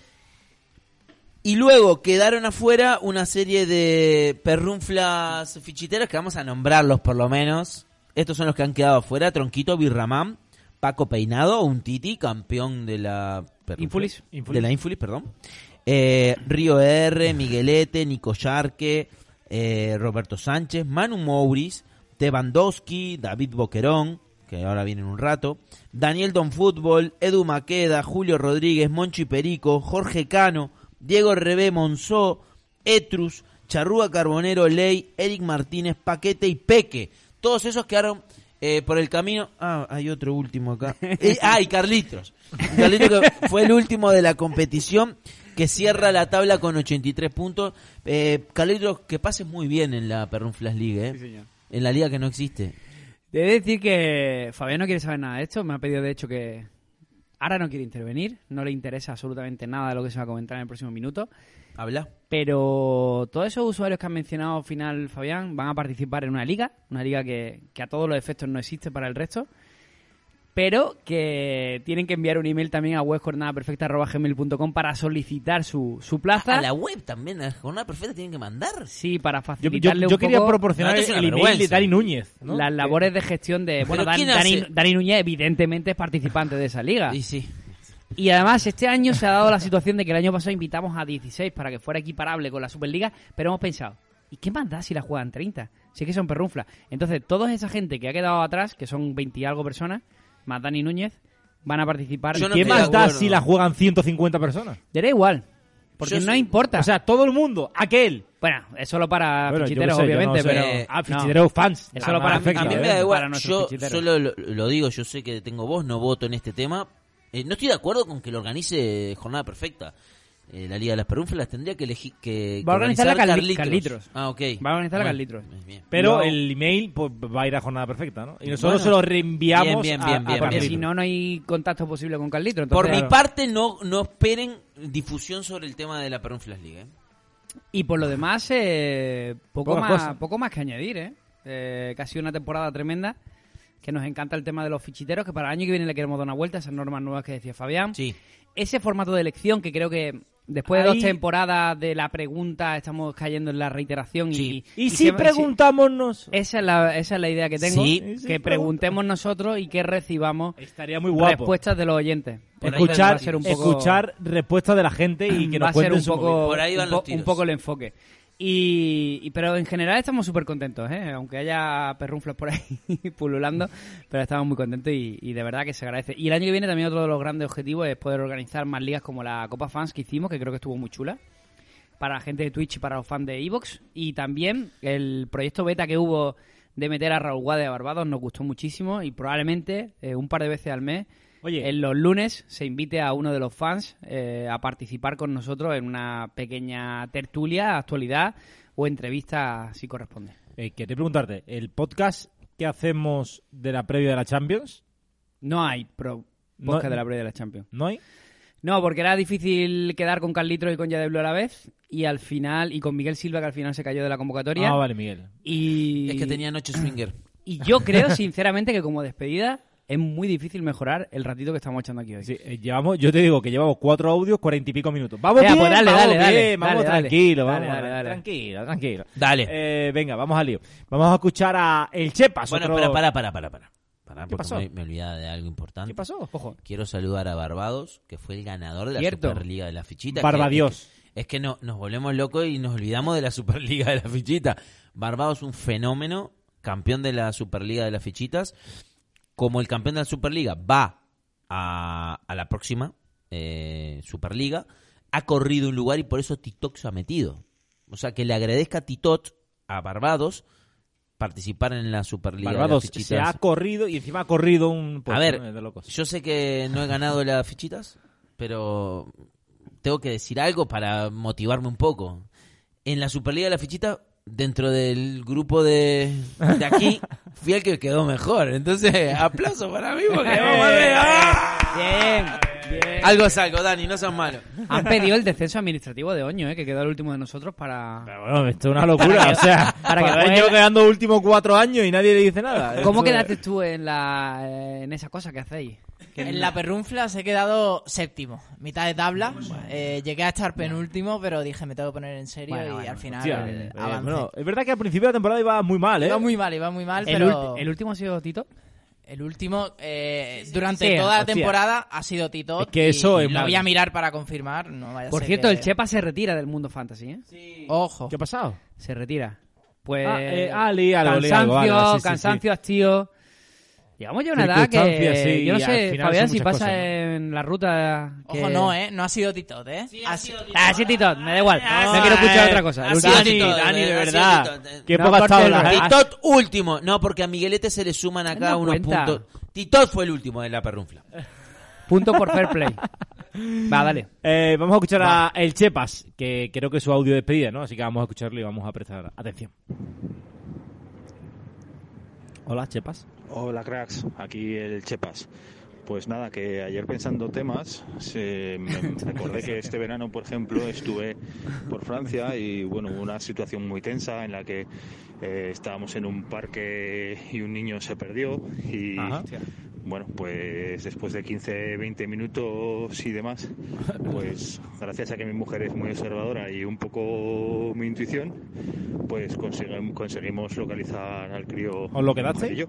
Speaker 4: Y luego quedaron afuera una serie de perrunflas fichiteras que vamos a nombrarlos por lo menos. Estos son los que han quedado afuera. Tronquito, Birramán, Paco Peinado, un Titi, campeón de la... perrunfla-
Speaker 2: Infulis.
Speaker 4: De la Infulis, perdón. Eh, Río R, Miguelete, Nico Yarque, eh, Roberto Sánchez, Manu Mouris, Tebandowski, David Boquerón, que ahora viene en un rato, Daniel Don Fútbol, Edu Maqueda, Julio Rodríguez, Monchi Perico, Jorge Cano, Diego Rebé Monzó, Etrus, Charrúa Carbonero, Ley, Eric Martínez, Paquete y Peque. Todos esos quedaron eh, por el camino. Ah, hay otro último acá. Eh, ah, y Carlitos. Carlitos que fue el último de la competición que cierra la tabla con 83 puntos. Eh, Carlitos, que pases muy bien en la Perrunflas League, ¿eh? En la liga que no existe.
Speaker 2: He de decir que Fabián no quiere saber nada de esto, me ha pedido de hecho que ahora no quiere intervenir, no le interesa absolutamente nada de lo que se va a comentar en el próximo minuto,
Speaker 4: Habla.
Speaker 2: pero todos esos usuarios que han mencionado al final Fabián van a participar en una liga, una liga que, que a todos los efectos no existe para el resto, pero que tienen que enviar un email también a webjornadaperfecta.gmail.com para solicitar su, su plaza.
Speaker 4: A la web también, a la jornada perfecta tienen que mandar.
Speaker 2: Sí, para
Speaker 3: Yo, yo-
Speaker 2: facilitarle
Speaker 3: yo
Speaker 2: un
Speaker 3: quería
Speaker 2: poco...
Speaker 3: proporcionar
Speaker 4: No,
Speaker 3: el
Speaker 4: esto es una
Speaker 3: email de
Speaker 4: vergüenza.
Speaker 3: Dani Núñez. ¿no?
Speaker 2: las
Speaker 3: Que-
Speaker 2: labores de gestión de... Bueno, Dan-
Speaker 4: ¿quién
Speaker 2: Dani,
Speaker 4: hace?
Speaker 2: Dani Núñez evidentemente es participante de esa liga.
Speaker 4: Y sí.
Speaker 2: Y además este año se ha dado la situación de que el año pasado invitamos a 16 para que fuera equiparable con la Superliga, pero hemos pensado, ¿y qué más da si la juegan 30? Si es que son perrunflas. Entonces, toda esa gente que ha quedado atrás, que son 20 y algo personas, más Dani Núñez, van a participar.
Speaker 4: Yo no
Speaker 2: ¿Qué
Speaker 3: ¿Qué
Speaker 4: estoy
Speaker 2: más
Speaker 3: más
Speaker 4: de
Speaker 3: da
Speaker 4: acuerdo.
Speaker 3: si la juegan 150 personas?
Speaker 2: Dará igual. Porque
Speaker 4: Yo
Speaker 2: no
Speaker 4: soy-
Speaker 2: importa.
Speaker 3: O sea, todo el mundo, aquel.
Speaker 2: Bueno, es solo para
Speaker 3: Bueno, yo qué
Speaker 2: pichiteros,
Speaker 3: sé, yo no
Speaker 2: obviamente,
Speaker 3: sé.
Speaker 2: pero.
Speaker 4: Eh,
Speaker 3: Ah,
Speaker 2: no.
Speaker 3: fichiteros fans.
Speaker 2: Es solo
Speaker 3: Ah,
Speaker 2: para- a
Speaker 3: perfecto,
Speaker 4: a mí
Speaker 2: ¿eh?
Speaker 4: me da
Speaker 2: Para
Speaker 4: igual.
Speaker 2: nuestros
Speaker 4: Yo
Speaker 2: fichiteros.
Speaker 4: solo lo, lo digo, yo sé que tengo voz, no voto en este tema. Eh, no estoy de acuerdo con que lo organice Jornada Perfecta. Eh, la Liga de las Perúnfelas tendría que elegir que,
Speaker 2: Va a
Speaker 4: que
Speaker 2: organizar la Carli- Carlitos.
Speaker 4: Ah, ok.
Speaker 2: Va a organizar la Carlitos.
Speaker 4: bien, bien.
Speaker 3: Pero
Speaker 2: No.
Speaker 3: el email pues, va a ir a jornada perfecta, ¿no? Y nosotros
Speaker 4: Bueno.
Speaker 3: se lo reenviamos
Speaker 4: Bien, bien,
Speaker 3: a-
Speaker 4: bien,
Speaker 3: a
Speaker 4: bien,
Speaker 2: Porque
Speaker 3: Carlitos.
Speaker 4: bien.
Speaker 2: si no, no hay contacto posible con Carlito.
Speaker 4: Por
Speaker 2: entonces-
Speaker 4: mi parte, no, no esperen difusión sobre el tema de la Perúnfelas Liga. ¿eh?
Speaker 2: Y por lo demás, eh, poco,
Speaker 3: Poca
Speaker 2: más,
Speaker 3: cosa.
Speaker 2: poco más que añadir, ¿eh? Eh, que ha sido una temporada tremenda, que nos encanta el tema de los fichiteros, que para el año que viene le queremos dar una vuelta a esas normas nuevas que decía Fabián.
Speaker 4: Sí.
Speaker 2: Ese formato de elección que creo que después de
Speaker 3: Ahí-
Speaker 2: dos temporadas de la pregunta estamos cayendo en la reiteración
Speaker 4: Sí.
Speaker 2: y...
Speaker 3: Y, si
Speaker 2: se-
Speaker 3: preguntámonos...
Speaker 2: Esa es, la, esa es la idea que tengo,
Speaker 4: Sí.
Speaker 3: Y si
Speaker 2: que
Speaker 3: pregunta-
Speaker 2: preguntemos nosotros y que recibamos
Speaker 3: Estaría muy guapo.
Speaker 2: respuestas de los oyentes. Por ahí va
Speaker 3: escuchar,
Speaker 2: a ser un poco-
Speaker 3: escuchar respuestas de la gente y que
Speaker 2: va
Speaker 3: nos
Speaker 2: a ser
Speaker 3: cuenten
Speaker 2: un
Speaker 3: su
Speaker 2: poco,
Speaker 3: movida.
Speaker 4: Por ahí van
Speaker 2: un,
Speaker 4: los
Speaker 2: po- un
Speaker 4: tiros.
Speaker 2: poco el enfoque. Y, y- pero en general estamos súper contentos, ¿eh? aunque haya perrunflas por ahí pululando, pero estamos muy contentos y, y de verdad que se agradece. Y el año que viene también otro de los grandes objetivos es poder organizar más ligas como la Copa Fans que hicimos, que creo que estuvo muy chula, para la gente de Twitch y para los fans de Evox. Y también el proyecto beta que hubo de meter a Raúl Guade a Barbados nos gustó muchísimo y probablemente eh, un par de veces al mes
Speaker 3: Oye,
Speaker 2: en los lunes se invite a uno de los fans eh, a participar con nosotros en una pequeña tertulia, actualidad o entrevista si corresponde.
Speaker 3: eh, quería preguntarte, ¿el podcast que hacemos de la previa de la Champions
Speaker 2: No hay pro
Speaker 3: No-
Speaker 2: podcast de la previa de la Champions.
Speaker 3: no hay?
Speaker 2: No, porque era difícil quedar con Carlitos y con Yadeblu a la vez y al final y con Miguel Silva que al final se cayó de la convocatoria
Speaker 3: Ah, vale, Miguel.
Speaker 2: y
Speaker 4: Es que tenía noche swinger.
Speaker 2: y yo creo sinceramente que como despedida es muy difícil mejorar el ratito que estamos echando aquí hoy.
Speaker 3: Sí, eh, llevamos, yo te digo que llevamos cuatro audios, cuarenta y pico minutos. Vamos
Speaker 2: Venga,
Speaker 3: bien,
Speaker 2: pues dale,
Speaker 3: vamos
Speaker 2: dale, dale,
Speaker 3: bien, vamos
Speaker 2: dale, dale.
Speaker 3: tranquilo,
Speaker 2: Dale,
Speaker 3: vamos
Speaker 2: dale, dale.
Speaker 3: tranquilo, tranquilo.
Speaker 4: Dale.
Speaker 3: Eh, venga, vamos al lío. Vamos a escuchar a El Chepas.
Speaker 4: bueno,
Speaker 3: otro-
Speaker 4: para, para, para, para, para. Pará,
Speaker 3: ¿Qué
Speaker 4: porque
Speaker 3: pasó?
Speaker 4: Me, me olvidaba de algo importante.
Speaker 3: ¿Qué pasó? Ojo.
Speaker 4: Quiero saludar a Barbados, que fue el ganador de la
Speaker 2: Cierto.
Speaker 4: Superliga de la Fichita. que-
Speaker 3: Barbadios.
Speaker 4: Es que no, nos volvemos locos y nos olvidamos de la Superliga de las Fichitas. Barbados un fenómeno, campeón de la Superliga de las Fichitas. Como el campeón de la Superliga va a, a la próxima eh, Superliga, ha corrido un lugar y por eso TikTok se ha metido. O sea, que le agradezca a Titot, a Barbados, participar en la Superliga
Speaker 3: Barbados
Speaker 4: de las
Speaker 3: se ha
Speaker 4: Fichitas.
Speaker 3: corrido y encima ha corrido un puesto,
Speaker 4: A ver,
Speaker 3: ¿no? de locos.
Speaker 4: Yo sé que no he ganado las fichitas, pero tengo que decir algo para motivarme un poco. En la Superliga de la Fichita, dentro del grupo de, de aquí, fui el que quedó mejor. Entonces, aplauso para mí porque
Speaker 3: ¡Eh!
Speaker 4: vamos
Speaker 3: ¡Ah!
Speaker 4: arriba.
Speaker 2: Bien, bien.
Speaker 4: Algo es algo, Dani, no seas malo.
Speaker 2: Han pedido el descenso administrativo de Oño, eh, que quedó el último de nosotros para
Speaker 3: Pero bueno, esto es una locura, o sea,
Speaker 2: para
Speaker 3: para
Speaker 2: que
Speaker 3: que
Speaker 2: juegue-
Speaker 3: quedando últimos cuatro años y nadie le dice nada.
Speaker 2: ¿Cómo
Speaker 3: Esto-
Speaker 2: quedaste tú en la eh, en esa cosa que hacéis?
Speaker 5: En la perrunfla se he quedado séptimo, mitad de tabla. Eh, llegué a estar penúltimo, pero dije, me tengo que poner en serio
Speaker 2: Bueno,
Speaker 5: y
Speaker 2: bueno,
Speaker 5: al final
Speaker 3: Hostia,
Speaker 5: eh,
Speaker 3: eh,
Speaker 5: avancé.
Speaker 3: bueno, es verdad que al principio de la temporada iba muy mal, ¿eh?
Speaker 5: Iba muy mal, iba muy mal,
Speaker 2: El,
Speaker 5: pero
Speaker 2: ulti-
Speaker 5: el,
Speaker 2: el último ha sido Tito.
Speaker 5: último, eh, durante
Speaker 2: Sí,
Speaker 5: toda la
Speaker 3: hostia.
Speaker 5: temporada, ha sido Tito.
Speaker 3: Es que eso
Speaker 5: y- y
Speaker 3: es
Speaker 5: lo
Speaker 3: mal.
Speaker 5: voy a mirar para confirmar. No vaya a
Speaker 2: Por
Speaker 5: ser
Speaker 2: cierto,
Speaker 5: que-
Speaker 2: el Chepa se retira del mundo fantasy, ¿eh?
Speaker 5: Ojo.
Speaker 3: ¿Qué ha pasado?
Speaker 2: Se retira. Pues
Speaker 3: Ah, eh, ah, leí algo, leí algo,
Speaker 2: cansancio,
Speaker 3: algo, sí, sí, sí.
Speaker 2: cansancio, hastío. Llevamos ya una edad que
Speaker 3: Circunstancias, sí,
Speaker 2: yo no
Speaker 3: y al
Speaker 2: sé,
Speaker 3: final
Speaker 2: Fabián,
Speaker 3: son
Speaker 2: si
Speaker 3: muchas
Speaker 2: pasa
Speaker 3: cosas, ¿no?
Speaker 2: en la ruta que...
Speaker 5: Ojo, no, ¿eh? No ha sido Tito, ¿eh? Ha si-
Speaker 2: Ah, sí, Tito, me da igual.
Speaker 4: Ah.
Speaker 2: No, quiero escuchar otra cosa.
Speaker 4: ha
Speaker 2: El
Speaker 4: sido
Speaker 2: último-
Speaker 3: Dani,
Speaker 4: Tito,
Speaker 3: Dani, de
Speaker 4: ha sido
Speaker 3: verdad.
Speaker 4: Tito.
Speaker 3: Qué
Speaker 2: No,
Speaker 3: poca ha
Speaker 2: corte
Speaker 3: estado
Speaker 2: el
Speaker 3: la
Speaker 2: rato.
Speaker 4: Titot último. No, porque a Miguelete se le suman acá
Speaker 2: No
Speaker 4: unos
Speaker 2: cuenta.
Speaker 4: puntos. Titot fue el último de la perrunfla.
Speaker 2: Punto por fair play. Va, dale.
Speaker 3: Eh, vamos a escuchar a El Chepas, que creo que es su audio de despedida, ¿no? Así que vamos a escucharlo y vamos a prestar atención. Hola, Chepas.
Speaker 9: Hola cracks, aquí el Chepas. Pues nada, que ayer pensando temas, se- me recordé que este verano, por ejemplo, estuve por Francia y bueno, hubo una situación muy tensa en la que eh, estábamos en un parque y un niño se perdió y
Speaker 3: Ajá.
Speaker 9: bueno, pues después de 15, 20 minutos y demás, pues gracias a que mi mujer es muy observadora y un poco mi intuición, pues consigui- conseguimos localizar al crío.
Speaker 3: ¿Os lo quedaste?
Speaker 9: amarillo.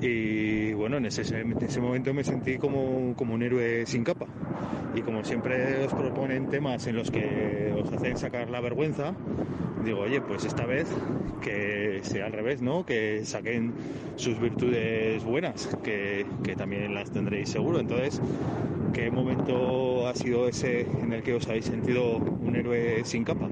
Speaker 9: Y bueno, en ese, en ese momento me sentí como, como un héroe sin capa. Y como siempre os proponen temas en los que os hacen sacar la vergüenza, digo, oye, pues esta vez que sea al revés, ¿no? Que saquen sus virtudes buenas, que
Speaker 11: que también las tendréis seguro. Entonces, ¿qué momento ha sido ese en el que os habéis sentido un héroe sin capa?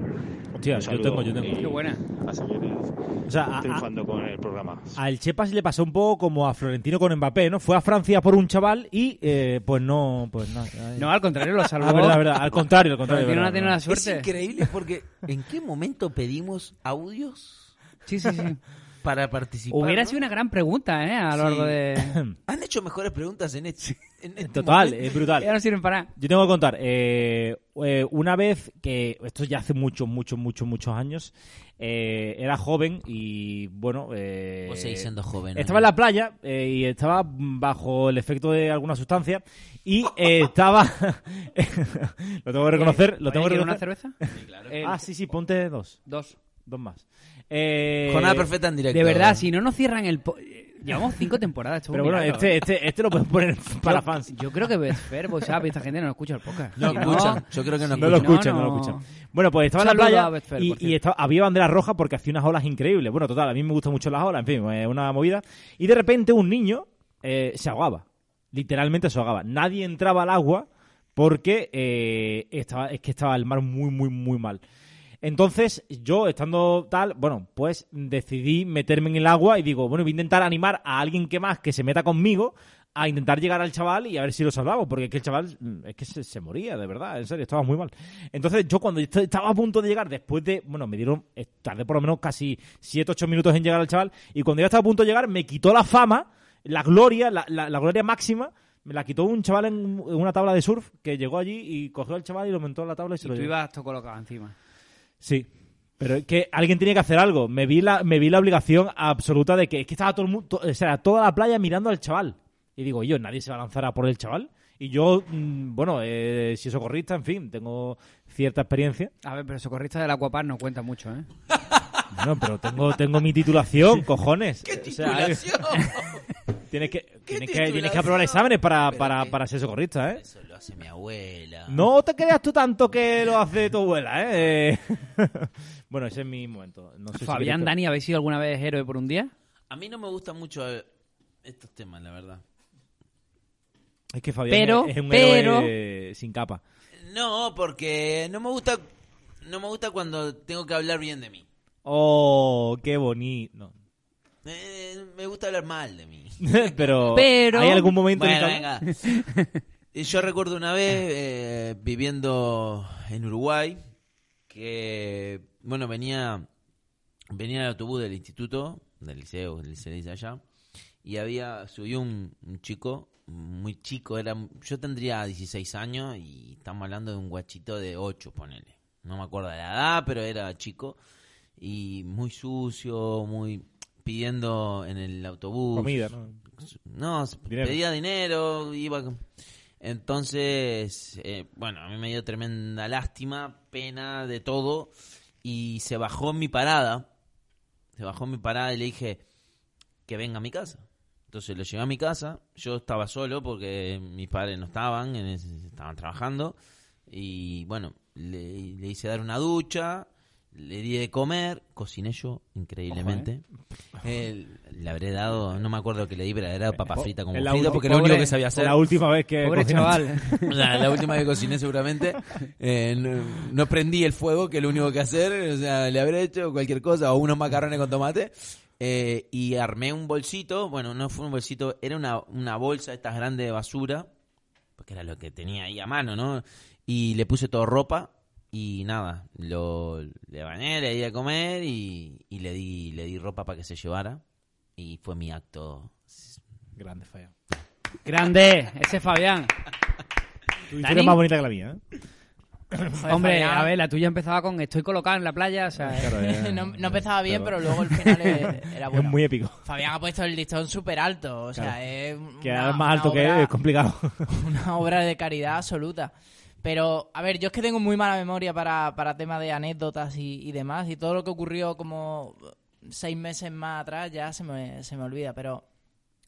Speaker 3: Hostia,
Speaker 11: Un
Speaker 3: yo
Speaker 11: saludo
Speaker 3: tengo, yo tengo.
Speaker 11: y
Speaker 3: Qué buena.
Speaker 11: A seguir
Speaker 3: O sea, a- a-
Speaker 11: triunfando con el programa.
Speaker 3: Al Chepas le pasó un poco como a Florentino con Mbappé, ¿no? Fue a Francia por un chaval y eh, pues no, pues no.
Speaker 2: No, al contrario, lo salvó.
Speaker 3: Ah, verdad, verdad, al contrario, al contrario.
Speaker 2: Florentino
Speaker 3: verdad,
Speaker 2: no tiene
Speaker 3: verdad.
Speaker 2: la suerte.
Speaker 4: Es increíble porque ¿en qué momento pedimos audios?
Speaker 2: Sí, sí, sí.
Speaker 4: Para participar.
Speaker 2: Hubiera
Speaker 4: ¿no?
Speaker 2: sido una gran pregunta, ¿eh? A lo largo
Speaker 4: Sí.
Speaker 2: de...
Speaker 4: Han hecho mejores preguntas en este. en este
Speaker 3: Total,
Speaker 4: momento.
Speaker 3: es brutal.
Speaker 2: Ya no sirven para nada.
Speaker 3: Yo tengo que contar, eh, eh, una vez que, esto ya hace muchos, muchos, muchos, muchos años, eh, era joven y bueno... Eh,
Speaker 4: Vos seguís siendo joven, ¿no?
Speaker 3: Estaba en la playa eh, y estaba bajo el efecto de alguna sustancia y eh, estaba... lo tengo que reconocer, lo
Speaker 2: ¿Oye,
Speaker 3: tengo que
Speaker 2: ¿quieres una
Speaker 3: reconocer.
Speaker 2: cerveza? Eh,
Speaker 3: Ah, sí, sí, ponte dos,
Speaker 2: Dos.
Speaker 3: dos más. Eh,
Speaker 4: Jornada perfecta en directo. eh.
Speaker 2: De verdad, si no nos cierran el... po- eh, Llevamos cinco temporadas. esto es
Speaker 3: Pero
Speaker 2: un
Speaker 3: bueno,
Speaker 2: milagro.
Speaker 3: este, este, este lo pueden poner para
Speaker 2: yo,
Speaker 3: fans.
Speaker 2: Yo creo que Betfair, WhatsApp y esta gente no escucha el podcast.
Speaker 4: No
Speaker 2: Si
Speaker 4: escuchan. Yo creo que no
Speaker 2: Sí.
Speaker 3: No lo
Speaker 4: escuchan.
Speaker 3: escuchan, no,
Speaker 2: No,
Speaker 3: lo
Speaker 2: no.
Speaker 3: escuchan. Bueno, pues estaba en la
Speaker 2: Saludo
Speaker 3: playa
Speaker 2: a Betfair,
Speaker 3: y,
Speaker 2: por
Speaker 3: y
Speaker 2: cierto.
Speaker 3: estaba- había bandera roja porque hacía unas olas increíbles. Bueno, total, a mí me gustan mucho las olas, en fin, eh, una movida. Y de repente un niño eh, se ahogaba, literalmente se ahogaba. Nadie entraba al agua porque eh, estaba, es que estaba el mar muy, muy, muy mal. Entonces, yo estando tal, bueno, pues decidí meterme en el agua y digo, bueno, voy a intentar animar a alguien que más que se meta conmigo a intentar llegar al chaval y a ver si lo salvamos, porque es que el chaval mm, es que se, se moría, de verdad, en serio, estaba muy mal. Entonces, yo cuando est- estaba a punto de llegar, después de, bueno, me dieron, eh, tardé por lo menos casi 7, 8 minutos en llegar al chaval, y cuando ya estaba a punto de llegar, me quitó la fama, la gloria, la, la- la gloria máxima. Me la quitó un chaval en en una tabla de surf que llegó allí y cogió al chaval y lo montó en la tabla y se
Speaker 2: Y
Speaker 3: lo
Speaker 2: tú
Speaker 3: llevó.
Speaker 2: ibas todo colocado encima.
Speaker 3: Sí. Pero es que alguien tenía que hacer algo. Me vi la, me vi la obligación absoluta de que es que estaba todo el mundo, o sea, toda la playa mirando al chaval. Y digo, yo, nadie se va a lanzar a por el chaval. Y yo, mm, bueno, eh, si socorrista, en fin, tengo cierta experiencia.
Speaker 2: A ver, pero socorrista del Aquapar no cuenta mucho, ¿eh?
Speaker 3: Bueno, pero tengo, tengo mi titulación, cojones.
Speaker 4: ¡Qué
Speaker 3: O sea, eh,
Speaker 4: titulación!
Speaker 3: tienes que, tienes que,
Speaker 4: titulación?
Speaker 3: tienes que aprobar exámenes para,
Speaker 4: Pero
Speaker 3: para,
Speaker 4: qué-
Speaker 3: para ser socorrista, ¿eh?
Speaker 4: Eso lo hace mi abuela.
Speaker 3: No te creas tú tanto que lo hace tu abuela, ¿eh? bueno, ese es mi momento. No sé si
Speaker 2: Fabián,
Speaker 3: queréis-
Speaker 2: Dani, ¿habéis sido alguna vez héroe por un día?
Speaker 4: A mí no me gustan mucho eh, estos temas, la verdad.
Speaker 3: Es que Fabián
Speaker 2: Pero-
Speaker 3: es un
Speaker 2: pero-
Speaker 3: héroe sin capa.
Speaker 4: No, porque no me gusta no me gusta cuando tengo que hablar bien de mí.
Speaker 3: Oh, qué bonito. No.
Speaker 4: Eh, me gusta hablar mal de mí.
Speaker 3: pero,
Speaker 2: Pero-
Speaker 3: ¿hay algún momento en el
Speaker 4: Bueno,
Speaker 3: que-
Speaker 4: venga. Y Yo recuerdo una vez eh, viviendo en Uruguay que, bueno, venía, venía el autobús del instituto, del liceo, del liceo dice allá, y había, subió un, un chico, muy chico, era, yo tendría 16 años y estamos hablando de un guachito de 8, ponele. No me acuerdo de la edad, pero era chico y muy sucio, muy pidiendo en el autobús.
Speaker 3: comida? ¿no?
Speaker 4: No,
Speaker 3: Dinero.
Speaker 4: pedía dinero, iba... Entonces, eh, bueno, a mí me dio tremenda lástima, pena de todo, y se bajó en mi parada, se bajó en mi parada y le dije que venga a mi casa. Entonces lo llevé a mi casa, yo estaba solo porque mis padres no estaban, en ese- estaban trabajando, y bueno, le, le hice dar una ducha, le di de comer, cociné yo increíblemente. El- le habré dado, no me acuerdo que le di, pero le habré dado papa frita como
Speaker 3: Es la
Speaker 4: frita
Speaker 3: ulti-
Speaker 4: porque era lo
Speaker 3: pobre-
Speaker 4: único que sabía hacer.
Speaker 3: La última vez que.
Speaker 2: Pobre
Speaker 3: cocinaste.
Speaker 2: chaval.
Speaker 4: La, la última que cociné seguramente. eh, no, no prendí el fuego, que es lo único que hacer. O sea, le habré hecho cualquier cosa, o unos macarrones con tomate. eh, y armé un bolsito. Bueno, no fue un bolsito, era una, una bolsa de estas grandes de basura. Porque era lo que tenía ahí a mano, ¿no? Y le puse todo ropa. Y nada, lo, le bañé, le di a comer y, y le, di, le di ropa para que se llevara. Y fue mi acto.
Speaker 3: Grande, Fabián.
Speaker 2: Grande, ese es Fabián.
Speaker 3: Tu
Speaker 2: Dani.
Speaker 3: historia es más bonita que la mía, ¿eh?
Speaker 5: Joder,
Speaker 2: Hombre,
Speaker 5: Fabián.
Speaker 2: a ver, la tuya empezaba con estoy colocado en la playa, o sea,
Speaker 3: Ah,
Speaker 5: no, no empezaba bien, pero luego el final eh, era
Speaker 3: Es
Speaker 5: bueno.
Speaker 3: muy épico.
Speaker 5: Fabián ha puesto el listón súper alto, o sea,
Speaker 3: Claro.
Speaker 5: es
Speaker 3: Que
Speaker 5: una-
Speaker 3: era
Speaker 5: una
Speaker 3: más alto que él,
Speaker 5: obra-
Speaker 3: es complicado.
Speaker 5: una obra de caridad absoluta. Pero, a ver, yo es que tengo muy mala memoria para, para temas de anécdotas y, y demás, y todo lo que ocurrió como seis meses más atrás ya se me, se me olvida, pero...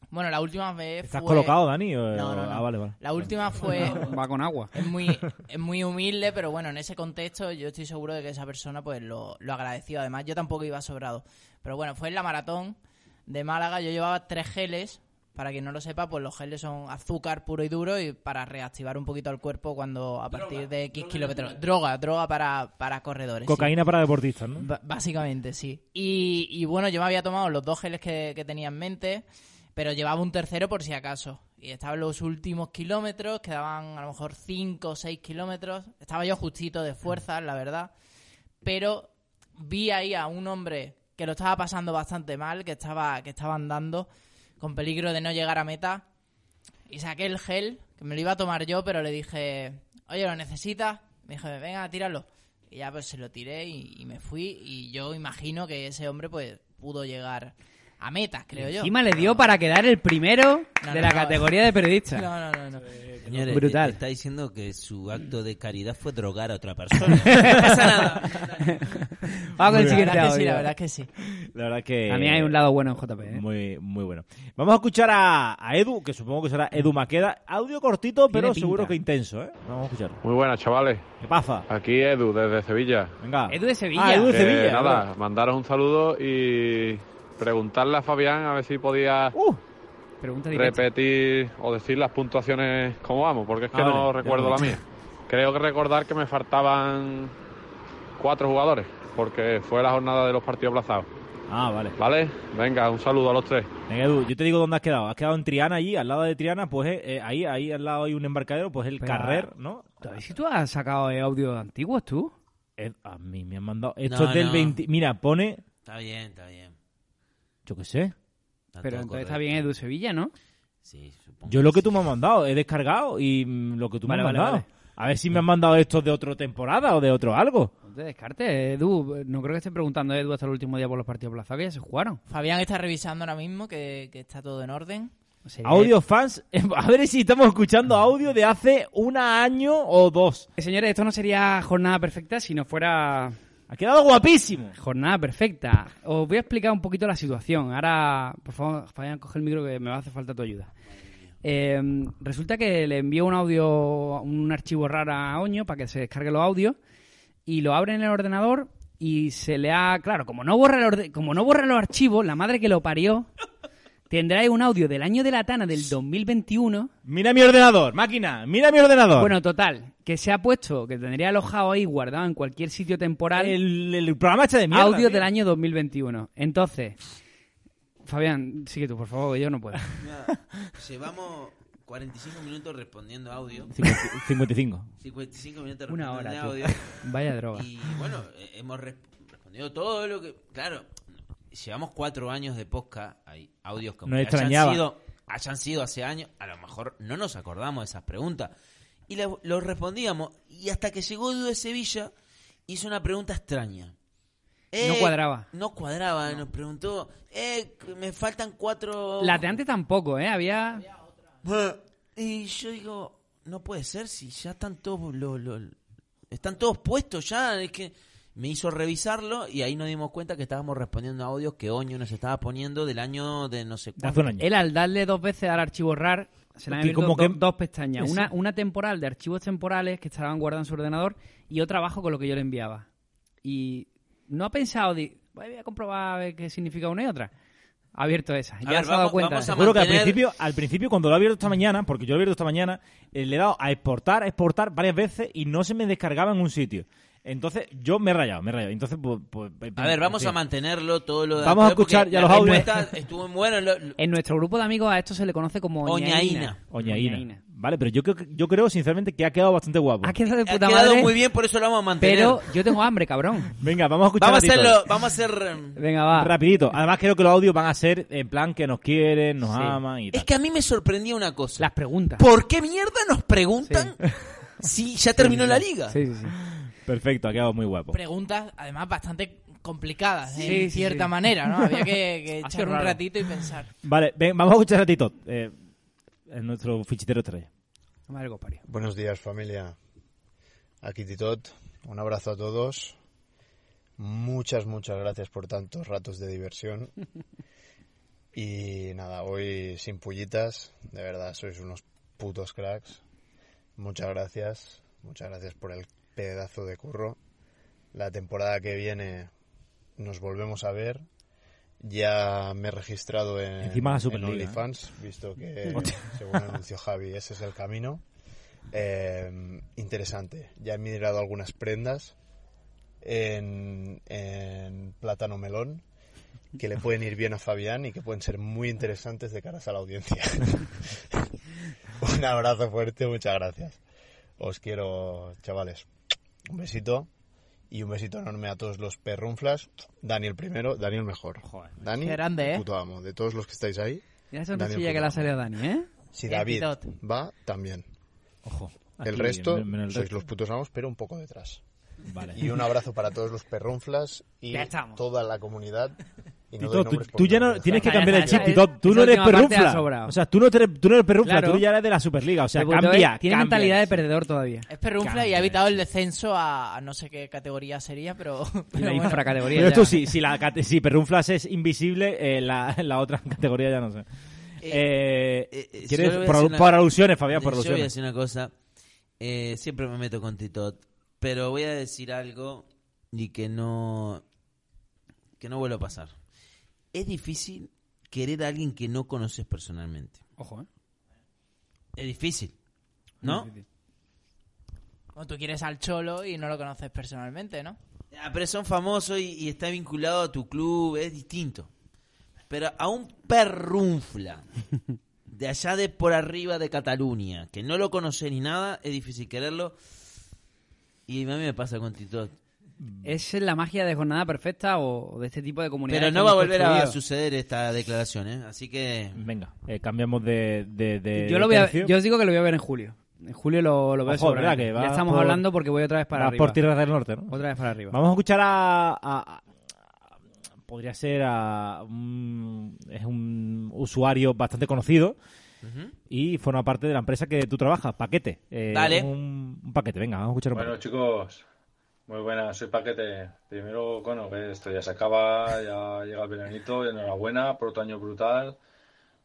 Speaker 5: Bueno, la última vez
Speaker 3: ¿Estás
Speaker 5: fue-
Speaker 3: colocado, Dani? o-
Speaker 5: No, no, no.
Speaker 3: Ah, vale, vale.
Speaker 5: La última fue...
Speaker 2: va con agua.
Speaker 5: Es muy, es muy humilde, pero bueno, en ese contexto yo estoy seguro de que esa persona pues lo, lo agradeció. Además, yo tampoco iba sobrado. Pero bueno, fue en la maratón de Málaga. Yo llevaba tres geles Para quien no lo sepa, pues los geles son azúcar puro y duro y para reactivar un poquito al cuerpo cuando a partir de X kilómetros. Droga, droga para, para corredores. sí.
Speaker 3: Cocaína para deportistas, ¿no?
Speaker 5: Ba- Básicamente, sí. Y, y bueno, yo me había tomado los dos geles que, que tenía en mente, pero llevaba un tercero por si acaso. Y estaba en los últimos kilómetros, quedaban a lo mejor 5 o 6 kilómetros. Estaba yo justito de fuerza, la verdad. Pero vi ahí a un hombre que lo estaba pasando bastante mal, que estaba, que estaba andando con peligro de no llegar a meta. Y saqué el gel, que me lo iba a tomar yo, pero le dije, oye, ¿lo necesitas? Me dije, venga, tíralo. Y ya pues se lo tiré y, y me fui. Y yo imagino que ese hombre pues pudo llegar a meta, creo yo.
Speaker 2: Encima le dio para quedar el primero
Speaker 5: No,
Speaker 2: de
Speaker 5: no,
Speaker 2: la
Speaker 5: no.
Speaker 2: categoría de periodista.
Speaker 5: No, no, no. no.
Speaker 4: Señores,
Speaker 2: Brutal.
Speaker 4: Está diciendo que su acto de caridad fue drogar a otra persona. No pasa nada.
Speaker 2: Vamos con el
Speaker 5: La
Speaker 2: siguiente
Speaker 5: verdad es que sí,
Speaker 2: audio.
Speaker 5: la verdad es que sí.
Speaker 3: La verdad que...
Speaker 2: También hay un lado bueno en JP. ¿eh?
Speaker 3: Muy, muy bueno. Vamos a escuchar a, a Edu, que supongo que será Edu Maqueda. Audio cortito,
Speaker 2: Tiene
Speaker 3: pero
Speaker 2: pinta.
Speaker 3: seguro que intenso, ¿eh? Vamos a escuchar.
Speaker 11: Muy buenas, chavales.
Speaker 3: ¿Qué pasa?
Speaker 11: Aquí Edu, desde Sevilla.
Speaker 3: Venga.
Speaker 2: Edu de Sevilla.
Speaker 3: Ah, Edu de
Speaker 11: Que
Speaker 3: Sevilla.
Speaker 11: Eh, nada, mandaros un saludo y preguntarle a Fabián a ver si podía
Speaker 3: Uh,
Speaker 2: Pregunta directa.
Speaker 11: repetir o decir las puntuaciones como vamos, porque es que
Speaker 3: Ah,
Speaker 11: no
Speaker 3: vale, ya
Speaker 11: recuerdo
Speaker 3: lo
Speaker 11: la
Speaker 3: he
Speaker 11: mía. Creo que recordar que me faltaban cuatro jugadores, porque fue la jornada de los partidos aplazados.
Speaker 3: Ah, vale.
Speaker 11: ¿Vale? Venga, un saludo a los tres.
Speaker 3: Venga, Edu, yo te digo dónde has quedado. Has quedado en Triana allí, al lado de Triana, pues eh, eh, ahí, ahí al lado hay un embarcadero, pues el
Speaker 2: Pero,
Speaker 3: carrer, ¿no?
Speaker 2: A ver si tú has sacado eh, audios antiguos tú.
Speaker 3: Ed- a mí me han mandado. Esto
Speaker 4: No,
Speaker 3: es del
Speaker 4: no.
Speaker 3: 20. Mira, pone.
Speaker 4: Está bien, está bien.
Speaker 3: Yo qué sé.
Speaker 4: Está
Speaker 2: Pero
Speaker 4: todo
Speaker 2: entonces
Speaker 4: correcto.
Speaker 2: está bien Edu Sevilla, ¿no?
Speaker 4: Sí, supongo.
Speaker 3: Yo lo que tú me has mandado, he descargado y mm, lo que tú
Speaker 2: Vale,
Speaker 3: me has
Speaker 2: vale,
Speaker 3: mandado. A ver si me han mandado estos de otra temporada o de otro algo.
Speaker 2: No te descartes, eh, Edu. No creo que esté preguntando Edu hasta el último día por los partidos plazados que ya se jugaron.
Speaker 5: Fabián está revisando ahora mismo que, que está todo en orden.
Speaker 2: Sería-
Speaker 3: Audio fans, a ver si estamos escuchando audio de hace un año o dos.
Speaker 2: Eh, Señores, esto no sería jornada perfecta si no fuera
Speaker 3: Ha quedado guapísimo.
Speaker 2: jornada perfecta. Os voy a explicar un poquito la situación. Ahora, por favor, Fabián, coge el micro que me va a hacer falta tu ayuda. Eh, resulta que le envío un audio, un archivo raro a Oño para que se descargue los audios y lo abre en el ordenador y se le ha... Claro, como no borra, el orde- como no borra los archivos, la madre que lo parió, tendrá ahí un audio del año de la Tana del 2021
Speaker 3: Mira mi ordenador, máquina, mira mi ordenador.
Speaker 2: Bueno, total, que se ha puesto, que tendría alojado ahí, guardado en cualquier sitio temporal,
Speaker 3: el, el programa este de mierda.
Speaker 2: audio
Speaker 3: tío.
Speaker 2: del año 2021. Entonces, Fabián, sigue tú, por favor, que yo no puedo.
Speaker 4: Mira, Llevamos 45 minutos respondiendo audio.
Speaker 3: 50 55.
Speaker 4: 55 minutos
Speaker 2: Una
Speaker 4: respondiendo
Speaker 2: hora, tío.
Speaker 4: audio.
Speaker 2: Vaya droga.
Speaker 4: Y bueno, eh, hemos res- respondido todo lo que. Claro, llevamos cuatro años de podcast. Hay audios que
Speaker 3: Nos
Speaker 4: aunque
Speaker 3: extrañaba.
Speaker 4: hayan sido, hayan sido hace años, a lo mejor no nos acordamos de esas preguntas. Y la- los respondíamos. Y hasta que llegó Edu de Sevilla, hizo una pregunta extraña. Eh,
Speaker 2: No cuadraba.
Speaker 4: No cuadraba, nos preguntó, eh, que me faltan cuatro...
Speaker 2: La de antes tampoco, ¿eh? Había...
Speaker 4: Y yo digo, no puede ser si ya están todos lo- lo- están todos puestos ya, es que me hizo revisarlo y ahí nos dimos cuenta que estábamos respondiendo a audios que Oño nos estaba poniendo del año de no sé
Speaker 3: De hace
Speaker 4: cuánto.
Speaker 3: un año.
Speaker 2: Él al darle dos veces al archivo RAR, se le han
Speaker 3: Estoy
Speaker 2: abierto do-
Speaker 3: como que-
Speaker 2: dos pestañas.
Speaker 3: Eso.
Speaker 2: Una, una temporal de archivos temporales que estaban guardados en su ordenador y otra abajo con lo que yo le enviaba. Y no ha pensado, di- voy a comprobar a ver qué significa una y otra. Ha abierto esa. Ya
Speaker 4: ver,
Speaker 2: se ha dado
Speaker 4: vamos-
Speaker 2: cuenta.
Speaker 4: vamos a
Speaker 3: Seguro que al
Speaker 4: mantener-
Speaker 3: principio, al principio cuando lo he abierto esta mañana, porque yo lo he abierto esta mañana, eh, le he dado a exportar, a exportar varias veces y no se me descargaba en un sitio. Entonces yo me he rayado, me he rayado. Entonces, pues, pues,
Speaker 4: A ver, vamos
Speaker 3: sí.
Speaker 4: a mantenerlo todo lo de
Speaker 3: Vamos a
Speaker 4: anterior,
Speaker 3: escuchar
Speaker 4: porque
Speaker 3: ya
Speaker 4: la
Speaker 3: los audios.
Speaker 4: respuesta Estuvo muy bueno. lo- lo-
Speaker 2: En nuestro grupo de amigos a esto se le conoce como
Speaker 4: Oñaína.
Speaker 2: Oñaína.
Speaker 3: Oñaína. Vale, pero yo creo, que- yo creo sinceramente que ha quedado bastante guapo.
Speaker 2: Ha quedado de
Speaker 4: Ha
Speaker 2: puta
Speaker 4: quedado
Speaker 2: madre,
Speaker 4: muy bien, por eso lo vamos a mantener.
Speaker 2: pero yo tengo hambre, cabrón.
Speaker 3: Venga, vamos a escuchar
Speaker 4: vamos a
Speaker 3: ratito.
Speaker 4: hacerlo, vamos a hacer... em,
Speaker 2: Venga, va.
Speaker 3: rapidito. Además creo que los audios van a ser en plan que nos quieren, nos
Speaker 2: Sí.
Speaker 3: aman Ah, y tal.
Speaker 4: Es que a mí me sorprendía una cosa.
Speaker 2: Las preguntas.
Speaker 4: ¿Por qué mierda nos preguntan si ya terminó la liga?
Speaker 2: Sí, sí, sí.
Speaker 3: Perfecto, ha quedado muy guapo.
Speaker 5: Preguntas, además, bastante complicadas, ¿eh?
Speaker 2: Sí,
Speaker 5: en
Speaker 2: sí,
Speaker 5: cierta
Speaker 2: sí.
Speaker 5: manera, ¿no? Había que, que
Speaker 2: Ha
Speaker 5: echar
Speaker 2: sido
Speaker 5: un
Speaker 2: raro.
Speaker 5: ratito y pensar.
Speaker 3: Vale, ven, vamos a escuchar a Tito, eh, en nuestro fichitero estrella.
Speaker 2: Madre que os parió.
Speaker 12: Buenos días familia. Aquí Titot. Un abrazo a todos. Muchas, muchas gracias por tantos ratos de diversión. Y nada, hoy sin pullitas. De verdad, sois unos putos cracks. Muchas gracias. Muchas gracias por el pedazo de curro. La temporada que viene nos volvemos a ver Ya me he registrado en,
Speaker 3: Encima la
Speaker 12: en
Speaker 3: Superliga, ¿eh?
Speaker 12: OnlyFans, visto que,
Speaker 3: Hostia.
Speaker 12: según anunció Javi, ese es el camino. Eh, interesante. Ya he mirado algunas prendas en, en plátano melón que le pueden ir bien a Fabián y que pueden ser muy interesantes de caras a la audiencia. Un abrazo fuerte, muchas gracias. Os quiero, chavales. Un besito y un besito enorme a todos los perrunflas. Dani el primero, Dani el mejor. Dani,
Speaker 5: Qué grande, ¿eh?
Speaker 12: puto amo. De todos los que estáis ahí.
Speaker 2: Mira esa
Speaker 12: Dani el
Speaker 2: sonrisilla que
Speaker 12: puto
Speaker 2: le ha
Speaker 12: amo.
Speaker 2: salido a Dani, ¿eh?
Speaker 12: Si
Speaker 2: El
Speaker 12: David
Speaker 2: pitote.
Speaker 12: va, también.
Speaker 3: Ojo.
Speaker 12: El
Speaker 3: Aquí,
Speaker 12: resto,
Speaker 3: men- menos el
Speaker 12: sois
Speaker 3: resto.
Speaker 12: los putos amos, pero un poco detrás.
Speaker 3: Vale.
Speaker 12: Y un abrazo para todos los perrunflas y
Speaker 2: Ya estamos.
Speaker 12: toda la comunidad. Y no
Speaker 3: Tito, tú,
Speaker 12: doy nombres
Speaker 3: tú
Speaker 12: porque
Speaker 3: ya
Speaker 12: no
Speaker 3: no
Speaker 12: me
Speaker 3: tienes que
Speaker 12: dejan.
Speaker 3: cambiar el
Speaker 2: Esa-
Speaker 3: chip, Tito. Tú
Speaker 2: esa
Speaker 3: no eres
Speaker 2: última parte ha
Speaker 3: perrunfla.
Speaker 2: sobrado.
Speaker 3: O sea, tú no eres, tú no eres perrunfla,
Speaker 2: Claro.
Speaker 3: tú ya eres de la Superliga. O sea,
Speaker 2: Pero Tiene
Speaker 3: cambia. cambia.
Speaker 2: mentalidad de perdedor todavía.
Speaker 5: Es perrunfla y ha evitado el descenso a, a no sé qué categoría sería, pero. pero
Speaker 2: la
Speaker 5: bueno.
Speaker 2: infracategoría
Speaker 3: Pero esto,
Speaker 2: ya.
Speaker 3: si, si, la, cate- si perrunflas es invisible, eh, la, la otra categoría ya no sé. Eh,
Speaker 4: Eh,
Speaker 3: ¿quieres-
Speaker 4: solo voy a
Speaker 3: por,
Speaker 4: decir una-
Speaker 3: por alusiones, Fabián, por
Speaker 4: Yo voy a
Speaker 3: alusiones.
Speaker 4: decir una cosa. Eh, siempre me meto con Titot, pero voy a decir algo y que no que no vuelva a pasar. Es difícil querer a alguien que no conoces personalmente.
Speaker 2: Ojo, ¿eh?
Speaker 4: Es difícil, ¿no?
Speaker 5: Bueno, tú quieres al Cholo y no lo conoces personalmente, ¿no?
Speaker 4: Ah, pero son famosos y, y está vinculado a tu club, es distinto. Pero a un perrunfla de allá de por arriba de Cataluña, que no lo conoce ni nada, es difícil quererlo. Y a mí me pasa con Titot.
Speaker 2: ¿Es la magia de jornada perfecta o de este tipo de comunidades?
Speaker 4: Pero
Speaker 2: que
Speaker 4: no va a
Speaker 2: hemos
Speaker 4: volver a
Speaker 2: construido?
Speaker 4: suceder esta declaración, ¿eh? Así que...
Speaker 3: Venga, eh, cambiamos de, de, de-
Speaker 2: Yo,
Speaker 3: de
Speaker 2: lo voy a,
Speaker 3: tercio.
Speaker 2: yo os digo que lo voy a ver en julio. En julio lo, lo veo
Speaker 3: Ojo,
Speaker 2: seguramente.
Speaker 3: ¿verdad que va
Speaker 2: Ya estamos
Speaker 3: por-
Speaker 2: hablando porque voy otra vez para
Speaker 3: va
Speaker 2: arriba.
Speaker 3: por tierras del norte, ¿no?
Speaker 2: Otra vez para arriba.
Speaker 3: Vamos a escuchar a. a- a- podría ser a. un- es un usuario bastante conocido y forma parte de la empresa que tú trabajas, Paquete. Eh,
Speaker 4: Dale.
Speaker 3: Un, un paquete, venga, vamos a escuchar un
Speaker 13: Bueno,
Speaker 3: paquete.
Speaker 13: chicos, muy buenas, soy Paquete. Primero, bueno, que esto ya se acaba, ya llega el veranito, enhorabuena por otro año brutal,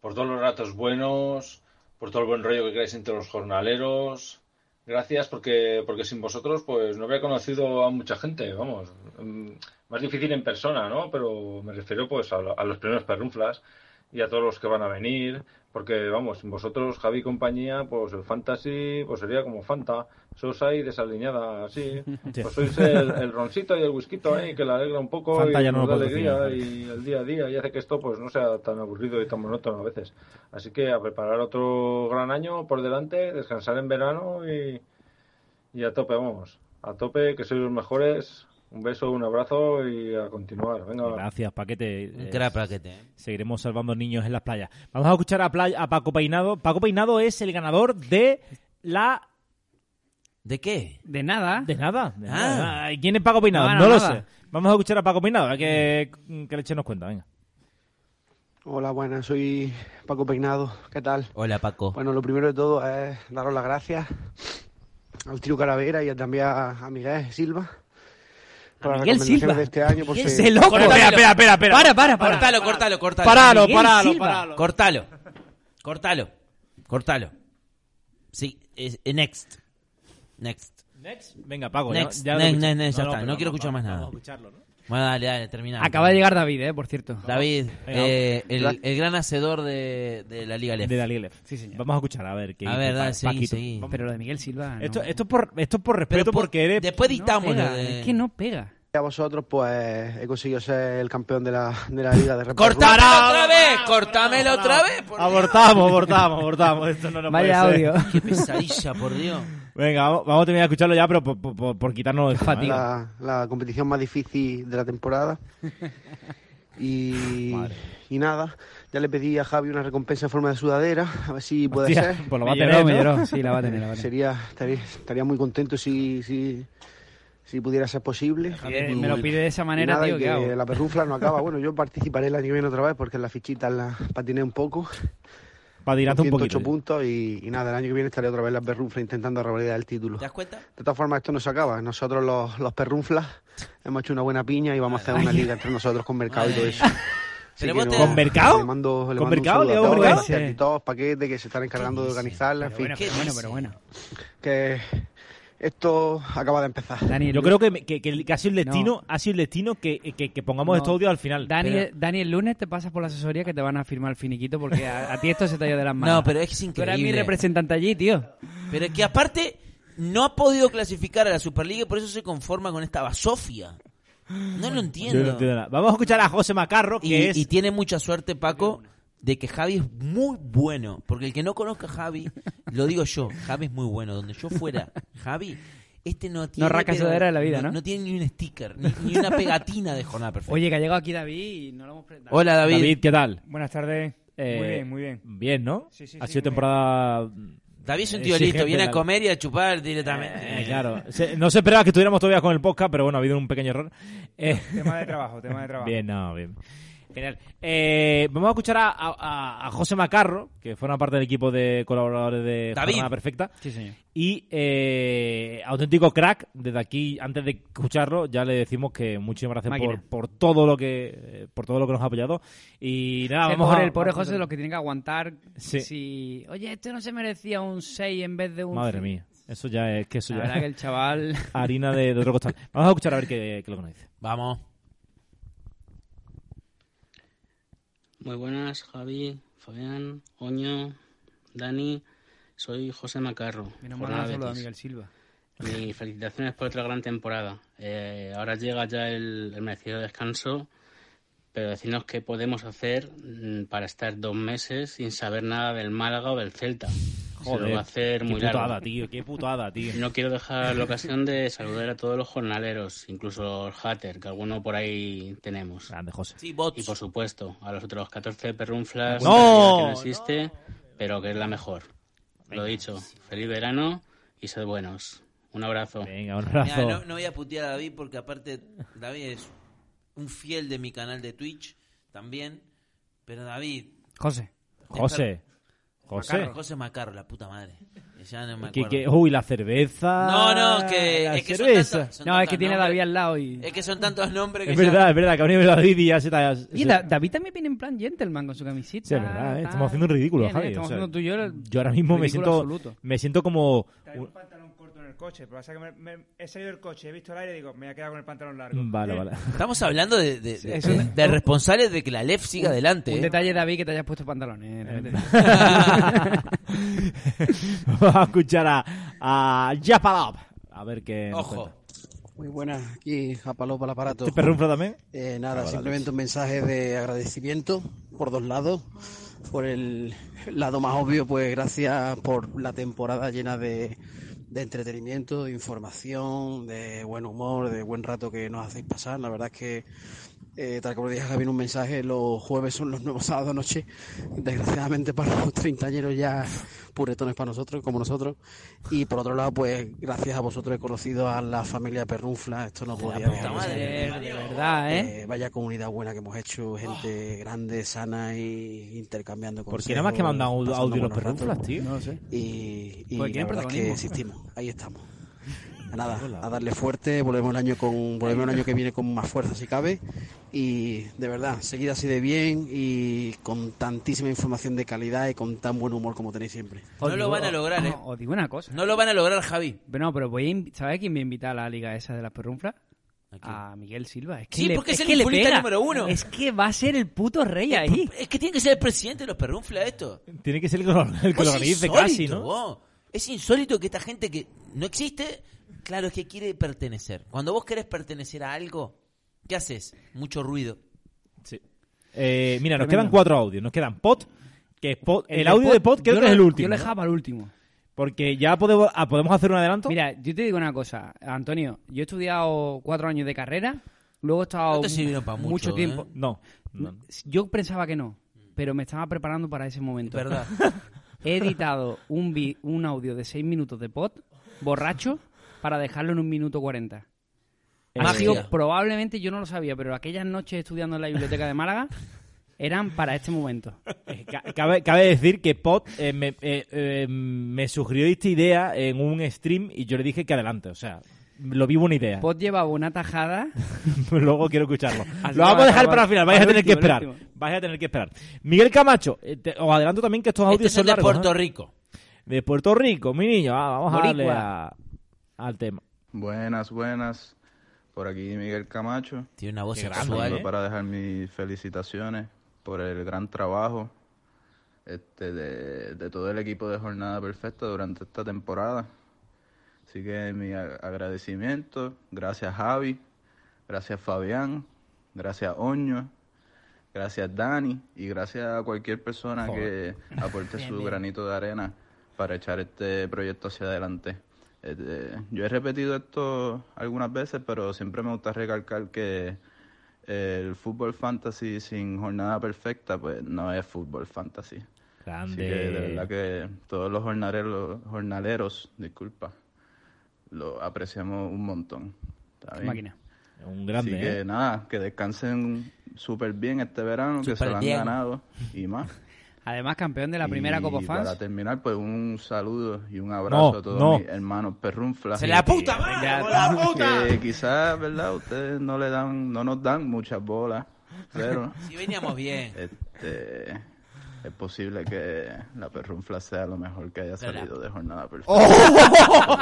Speaker 13: por todos los ratos buenos, por todo el buen rollo que creáis entre los jornaleros. Gracias porque, porque sin vosotros pues no habría conocido a mucha gente, vamos. Mm, Más difícil en persona, ¿no? Pero me refiero pues a, lo- a los primeros perrunflas y a todos los que van a venir, porque vamos, sin vosotros, Javi y compañía, pues el fantasy pues sería como Fanta, sosa y desalineada, así.
Speaker 3: Sí.
Speaker 13: Pues sois el, el roncito y el whisky ahí, que le alegra un poco
Speaker 3: Fanta
Speaker 13: y
Speaker 3: ya no
Speaker 13: nos
Speaker 3: lo
Speaker 13: da
Speaker 3: patrocina,
Speaker 13: alegría y el día a día y hace que esto pues no sea tan aburrido y tan monótono a veces. Así que a preparar otro gran año por delante, descansar en verano y, y a tope, vamos. A tope, que sois los mejores. Un beso, un abrazo y a continuar. Venga,
Speaker 3: Gracias, Paquete.
Speaker 4: Un
Speaker 3: Eh,
Speaker 4: crack, Paquete, ¿eh?
Speaker 3: Seguiremos salvando niños en las playas. Vamos a escuchar a, playa- a Paco Peinado. Paco Peinado es el ganador de la.
Speaker 4: ¿De qué?
Speaker 2: De nada.
Speaker 3: De nada. de
Speaker 4: Ah.
Speaker 3: nada. ¿Y ¿Quién es Paco Peinado?
Speaker 2: No,
Speaker 3: No,
Speaker 2: no,
Speaker 3: lo
Speaker 2: nada.
Speaker 3: sé. Vamos a escuchar a Paco Peinado, a ver qué, qué leche nos cuenta, venga.
Speaker 14: Hola, buenas, soy Paco Peinado, ¿qué tal?
Speaker 4: Hola, Paco.
Speaker 14: Bueno, lo primero de todo es daros las gracias al Tiro Caravera y también a, a Miguel Silva por las
Speaker 4: Miguel
Speaker 14: recomendaciones
Speaker 4: Silva.
Speaker 14: de este año. Por
Speaker 4: Miguel
Speaker 14: ser-
Speaker 4: ese loco. Cortalo. Espera, espera, espera, espera.
Speaker 2: Para, para, para.
Speaker 4: Cortalo, cortalo, cortalo.
Speaker 2: Paralo,
Speaker 4: Miguel
Speaker 2: paralo,
Speaker 4: Silva.
Speaker 2: paralo.
Speaker 4: Cortalo. Cortalo. Cortalo. Sí, es- eh, next. Next.
Speaker 3: Next. Venga, Paco.
Speaker 4: Next,
Speaker 3: ya, ya lo
Speaker 4: next,
Speaker 3: escuché.
Speaker 4: next, next, ya está.
Speaker 3: pero
Speaker 4: No quiero escuchar más nada.
Speaker 3: Vamos a escucharlo, ¿no?
Speaker 4: Bueno, dale, dale, termina.
Speaker 2: Acaba de llegar David, ¿eh? Por cierto.
Speaker 4: David,
Speaker 3: Venga,
Speaker 4: eh, el,
Speaker 2: Gracias.
Speaker 4: el gran hacedor de, de la Liga Lef.
Speaker 3: De la Liga Lef.
Speaker 2: Sí, señor.
Speaker 3: Vamos a escuchar, a ver. qué
Speaker 4: A
Speaker 3: dice
Speaker 4: ver, dale,
Speaker 3: Pa-
Speaker 4: seguí,
Speaker 3: Paquito.
Speaker 4: seguí.
Speaker 3: Vamos.
Speaker 2: Pero lo de Miguel Silva.
Speaker 3: Esto,
Speaker 2: no.
Speaker 3: esto es por, esto es por respeto,
Speaker 14: por-
Speaker 3: porque eres...
Speaker 4: Después
Speaker 2: No
Speaker 4: dictamos.
Speaker 2: pega,
Speaker 4: eh.
Speaker 2: Es que no pega.
Speaker 14: A vosotros, pues he conseguido ser el campeón de la, de la Liga de República.
Speaker 4: ¡Cortámelo otra vez! ¡Cortámelo otra vez! por Dios!
Speaker 3: Abortamos, abortamos, abortamos. Esto no nos
Speaker 2: Vaya
Speaker 3: puede ser.
Speaker 2: audio.
Speaker 4: ¡Qué pesadilla, por Dios!
Speaker 3: Venga, vamos, vamos a terminar de escucharlo ya, pero por, por- por- por quitarnos el tema, ¿eh?
Speaker 14: la, la competición más difícil de la temporada. Y, y nada, ya le pedí a Javi una recompensa en forma de sudadera, a ver si puede
Speaker 3: Hostia,
Speaker 14: ser.
Speaker 3: pues lo va a
Speaker 2: Me
Speaker 3: tener,
Speaker 2: lloró, me
Speaker 3: ¿no?
Speaker 2: lloró. Sí, la va a tener, la va a tener.
Speaker 14: Sería, estaría, estaría muy contento si, si, si pudiera ser posible.
Speaker 2: Eh, me lo pide de esa manera,
Speaker 14: Nada,
Speaker 2: tío,
Speaker 14: y
Speaker 2: ¿qué
Speaker 14: que
Speaker 2: hago?
Speaker 14: La perrufla no acaba. Bueno, yo participaré el año que viene otra vez porque en la fichita la patiné un poco.
Speaker 3: Para tirarte un
Speaker 14: 108
Speaker 3: poquito.
Speaker 14: puntos y, y nada, el año que viene estaré otra vez en la perrufla intentando revalidar el título.
Speaker 4: ¿Te das cuenta?
Speaker 14: De todas formas, esto no se acaba. Nosotros los, los perrunflas hemos hecho una buena piña y vamos a hacer una liga entre nosotros con mercado y todo eso. Así
Speaker 4: Pero
Speaker 14: que
Speaker 4: vos te-
Speaker 3: ¿Con mercado?
Speaker 14: Le mando, le
Speaker 3: ¿Con
Speaker 14: mando
Speaker 3: mercado?
Speaker 14: Un
Speaker 3: ¿Le
Speaker 14: saludo
Speaker 3: hago
Speaker 14: a
Speaker 3: mercado?
Speaker 14: todos, a todos, paquete, que se están encargando de
Speaker 4: dices?
Speaker 14: organizarla, en
Speaker 2: Pero
Speaker 14: fin.
Speaker 2: bueno, pero bueno, pero bueno.
Speaker 14: Que esto acaba de empezar.
Speaker 3: Yo creo que, que, que el- que ha sido el destino, ha sido el destino que, que- que pongamos
Speaker 2: No.
Speaker 3: estos audios al final.
Speaker 2: Dani,
Speaker 3: Pero-
Speaker 2: Dani, el lunes te pasas por la asesoría que te van a firmar el finiquito porque a, a ti esto se te ha ido de las manos.
Speaker 4: No, pero es
Speaker 2: Tú eras mi
Speaker 4: increíble.
Speaker 2: representante allí, tío.
Speaker 4: Pero es que aparte no ha podido clasificar a la Superliga y por eso se conforma con esta basofia. No lo entiendo.
Speaker 3: Yo no entiendo nada. Vamos a escuchar a José Macarro, que
Speaker 4: y,
Speaker 3: es...
Speaker 4: y tiene mucha suerte, Paco, de que Javi es muy bueno. Porque el que no conozca a Javi, lo digo yo, Javi es muy bueno. Donde yo fuera, Javi, este no tiene...
Speaker 2: rasca
Speaker 4: pero-
Speaker 2: sudadera de la vida, ¿no?
Speaker 4: No tiene ni un sticker, ni, ni una pegatina de jornada perfecta.
Speaker 2: Oye, que ha llegado aquí David y no lo hemos pre-
Speaker 4: Hola, David.
Speaker 3: David, ¿qué tal?
Speaker 15: Buenas tardes.
Speaker 3: Eh,
Speaker 15: muy bien, muy bien.
Speaker 3: Bien, ¿no?
Speaker 15: Sí, sí,
Speaker 3: ha
Speaker 15: sí, muy
Speaker 3: sido
Speaker 15: bien.
Speaker 3: temporada...
Speaker 4: David
Speaker 3: Eh,
Speaker 4: es un tío listo, viene a
Speaker 3: comer
Speaker 4: comer y a chupar directamente.
Speaker 3: Eh, claro, Se- no se esperaba que estuviéramos todavía con el podcast, pero bueno, ha habido un pequeño error. Eh,
Speaker 15: Tema de trabajo, tema de trabajo.
Speaker 3: Bien, no, bien. Genial. Eh, vamos a escuchar a, a- a José Macarro, que forma parte del equipo de colaboradores de
Speaker 4: David.
Speaker 3: Jornada Perfecta.
Speaker 2: Sí, señor.
Speaker 3: Y eh, auténtico crack, desde aquí, antes de escucharlo, ya le decimos que muchísimas gracias por,
Speaker 2: Máquina.
Speaker 3: por todo lo que eh, por todo lo que nos ha apoyado. Y nada,
Speaker 2: el
Speaker 3: vamos
Speaker 2: pobre,
Speaker 3: a-
Speaker 2: el pobre
Speaker 3: vamos a-
Speaker 2: José de los que tienen que aguantar
Speaker 3: Sí.
Speaker 2: si... Oye, este no se merecía un 6 en vez de un...
Speaker 3: Madre
Speaker 2: cinco".
Speaker 3: mía, eso ya es que eso
Speaker 2: La
Speaker 3: ya
Speaker 2: verdad que el chaval-
Speaker 3: harina de, de otro costal. Vamos a escuchar a ver qué, qué es lo que nos dice.
Speaker 4: Vamos.
Speaker 16: Muy buenas, Javi, Fabián, Oño, Dani. Soy José Macarro.
Speaker 2: Menos
Speaker 16: jornada
Speaker 2: mal solo de
Speaker 16: Betis.
Speaker 2: Miguel Silva.
Speaker 16: Mis felicitaciones por otra gran temporada. Eh, ahora llega ya el, el merecido descanso, pero decirnos qué podemos hacer mm, para estar dos meses sin saber nada del Málaga o del Celta. Se
Speaker 3: Joder,
Speaker 16: lo va a hacer
Speaker 3: qué
Speaker 16: muy
Speaker 3: putada,
Speaker 16: largo.
Speaker 3: tío, qué putada, tío.
Speaker 16: No quiero dejar la ocasión de saludar a todos los jornaleros, incluso el Hatter, que alguno por ahí tenemos.
Speaker 3: Grande, José.
Speaker 4: bots.
Speaker 16: Y por supuesto, a los otros 14 perrunflas
Speaker 3: ¡No!
Speaker 16: que no existe, pero que es la mejor. Lo dicho, feliz verano y sed buenos. Un abrazo.
Speaker 3: Venga, un
Speaker 4: Mira, no, no voy a putear a David porque aparte David es un fiel de mi canal de Twitch también. Pero David...
Speaker 2: José.
Speaker 3: José. José.
Speaker 4: Macarro, José Macarro, la puta madre. Ya no me
Speaker 3: Que-
Speaker 4: acuerdo.
Speaker 3: que- uy, la cerveza.
Speaker 4: No, no, que-
Speaker 3: la
Speaker 4: es que son
Speaker 3: cerveza.
Speaker 4: tantos- son No, es tantos que tiene nombres.
Speaker 2: David al lado y...
Speaker 4: Es que son tantos nombres que...
Speaker 3: Es
Speaker 4: ya-
Speaker 3: verdad, es verdad, que ha venido David y ya se está.
Speaker 2: Y
Speaker 3: se-
Speaker 2: Da- David también viene en plan gentleman con su camisita.
Speaker 3: Sí, es verdad, ¿eh?
Speaker 2: tal.
Speaker 3: estamos haciendo un ridículo,
Speaker 2: Bien, ¿eh?
Speaker 3: Javi.
Speaker 2: Estamos
Speaker 3: o sea,
Speaker 2: haciendo tú y yo el-
Speaker 3: yo ahora mismo me
Speaker 2: ridículo
Speaker 3: siento,
Speaker 2: absoluto.
Speaker 3: me siento como.
Speaker 15: Traigo un pantalón corto en el coche, pero pasa que me, me- he salido del coche, he visto el aire y digo, me voy a quedar con el pantalón largo.
Speaker 3: Vale, vale.
Speaker 4: Estamos hablando de, de, de-
Speaker 2: es un-
Speaker 4: de responsables de que la LEF siga
Speaker 2: Un-
Speaker 4: adelante.
Speaker 2: Un
Speaker 4: ¿eh?
Speaker 2: detalle, David, que te hayas puesto
Speaker 3: Eh.
Speaker 2: pantalones. también te digo.
Speaker 3: Vamos a escuchar a, a Yapalab. A ver qué. nos
Speaker 4: Ojo.
Speaker 3: cuenta.
Speaker 17: Muy buenas, aquí a Palopa el aparato.
Speaker 3: ¿Este perrunfla también?
Speaker 17: Eh,
Speaker 3: Ah,
Speaker 17: nada,
Speaker 3: vale.
Speaker 17: simplemente un mensaje de agradecimiento por dos lados. Por el lado más obvio, pues gracias por la temporada llena de, de entretenimiento, de información, de buen humor, de buen rato que nos hacéis pasar. La verdad es que, eh, tal como dije a Javier, un mensaje, los jueves son los nuevos sábados noche. Desgraciadamente para los treintañeros ya puretones para nosotros, como nosotros. Y por otro lado, pues gracias a vosotros he conocido a la familia Perrunfla. Esto no podía dejar de ser.
Speaker 2: de verdad, ¿eh?
Speaker 17: Eh, vaya comunidad buena que hemos hecho, gente grande, sana y intercambiando consejos.
Speaker 3: Ah. ¿Por qué nada más que mandan audio-
Speaker 17: pasando
Speaker 3: audio los
Speaker 17: buenos ratos.
Speaker 3: perrunflas, tío?
Speaker 2: No sé.
Speaker 17: Y, y
Speaker 2: Pues qué
Speaker 17: la verdad es que
Speaker 2: protagonismo.
Speaker 17: existimos, ahí estamos. Nada, a darle fuerte, volvemos el año con volvemos el año que viene con más fuerza si cabe y de verdad, seguid así de bien y con tantísima información de calidad y con tan buen humor como tenéis siempre.
Speaker 2: Os
Speaker 4: No lo
Speaker 2: digo-
Speaker 4: van a lograr, ¿eh?
Speaker 2: Os digo una cosa.
Speaker 4: No lo van a lograr, Javi.
Speaker 2: Pero no, pero voy a invi- ¿sabes quién me invita a la liga esa de las perrunflas? A Miguel Silva. Es que
Speaker 4: Sí,
Speaker 2: le-
Speaker 4: porque es el
Speaker 2: que le
Speaker 4: futbolista
Speaker 2: pega.
Speaker 4: número uno.
Speaker 2: Es que va a ser el puto rey ahí.
Speaker 4: Es que tiene que ser el presidente de los perrunflas esto.
Speaker 3: Tiene que ser el que lo, el que lo
Speaker 4: Es
Speaker 3: organice
Speaker 4: insólito, ¿eh?
Speaker 3: casi, ¿no?
Speaker 4: vos. Es insólito que esta gente que no existe, claro, es que quiere pertenecer. Cuando vos querés pertenecer a algo, ¿qué haces? Mucho ruido.
Speaker 3: Sí. Eh, mira, nos
Speaker 4: Tremendo.
Speaker 3: quedan cuatro audios. Nos quedan pot, que es pot- el,
Speaker 2: de
Speaker 3: audio
Speaker 2: pod-
Speaker 3: de pot creo
Speaker 2: yo
Speaker 3: que es
Speaker 2: lo-
Speaker 3: el último.
Speaker 2: Yo lo
Speaker 3: ¿no?
Speaker 2: dejaba para el último.
Speaker 3: Porque ya podemos, ah, podemos hacer un adelanto.
Speaker 2: Mira, yo te digo una cosa, Antonio. Yo he estudiado cuatro años de carrera, luego he estado
Speaker 4: No te sirvieron para mucho, ¿eh?
Speaker 2: tiempo. Mm,
Speaker 3: No,
Speaker 2: Yo pensaba que no, pero me estaba preparando para ese momento.
Speaker 4: Es verdad.
Speaker 2: He editado un, vi- un audio de seis minutos de pot, borracho, para dejarlo en un minuto cuarenta.
Speaker 3: Eh,
Speaker 2: Ha
Speaker 4: Magia.
Speaker 2: sido probablemente, yo no lo sabía, pero aquellas noches estudiando en la biblioteca de Málaga eran para este momento.
Speaker 3: Ca- Cabe, cabe decir que Pot eh, me, eh, eh, me sugirió esta idea en un stream y yo le dije que adelante, o sea, lo vi buena idea.
Speaker 2: Pot llevaba una tajada.
Speaker 3: Luego quiero escucharlo.
Speaker 2: Así
Speaker 3: lo
Speaker 2: que
Speaker 3: vamos a
Speaker 2: va,
Speaker 3: dejar
Speaker 2: va,
Speaker 3: para el final, vais a
Speaker 2: al
Speaker 3: tener que
Speaker 2: último, al
Speaker 3: esperar.
Speaker 2: último.
Speaker 3: Vais a tener que esperar. Miguel Camacho, eh, te- os adelanto también que estos audios
Speaker 4: Este es
Speaker 3: son
Speaker 4: el de
Speaker 3: largos,
Speaker 4: Puerto
Speaker 3: ¿eh?
Speaker 4: Rico.
Speaker 3: De Puerto Rico, mi niño, ah, vamos a darle
Speaker 4: Boricua.
Speaker 3: a... al tema.
Speaker 18: Buenas, buenas. Por aquí Miguel Camacho.
Speaker 4: Tiene una voz
Speaker 3: sexual, ¿eh?
Speaker 18: Para dejar mis felicitaciones por el gran trabajo este, de, de todo el equipo de Jornada Perfecta durante esta temporada. Así que mi a- agradecimiento. Gracias Javi. Gracias Fabián. Gracias Oño. Gracias Dani. Y gracias a cualquier persona
Speaker 3: Joder.
Speaker 18: que aporte
Speaker 3: Bien,
Speaker 18: su
Speaker 3: bien.
Speaker 18: granito de arena para echar este proyecto hacia adelante. Este, yo he repetido esto algunas veces, pero siempre me gusta recalcar que el fútbol fantasy sin jornada perfecta, pues no es fútbol fantasy. Así que de verdad que todos los jornaleros, jornaleros disculpa, lo apreciamos un montón. ¿Está bien?
Speaker 3: máquina. Un grande,
Speaker 18: Así que
Speaker 3: ¿eh?
Speaker 18: nada, que descansen súper bien este verano, que se
Speaker 2: Súper
Speaker 18: lo han
Speaker 2: bien.
Speaker 18: ganado y más.
Speaker 2: Además, campeón de la primera
Speaker 18: Y
Speaker 2: Copa
Speaker 18: Para
Speaker 2: Fans.
Speaker 18: terminar, pues un saludo y un abrazo
Speaker 2: No,
Speaker 18: a todos
Speaker 2: no.
Speaker 18: mis hermanos perrunflas.
Speaker 2: ¡Se la puta madre, por la puta!
Speaker 18: Que quizás, ¿verdad? Ustedes no le dan, no nos dan muchas bolas. Pero
Speaker 4: Si veníamos bien.
Speaker 12: Eh,
Speaker 18: Este, es posible que la perrunfla sea lo mejor que haya
Speaker 4: Pero la-
Speaker 18: salido de
Speaker 2: Oh.
Speaker 18: jornada perfecta.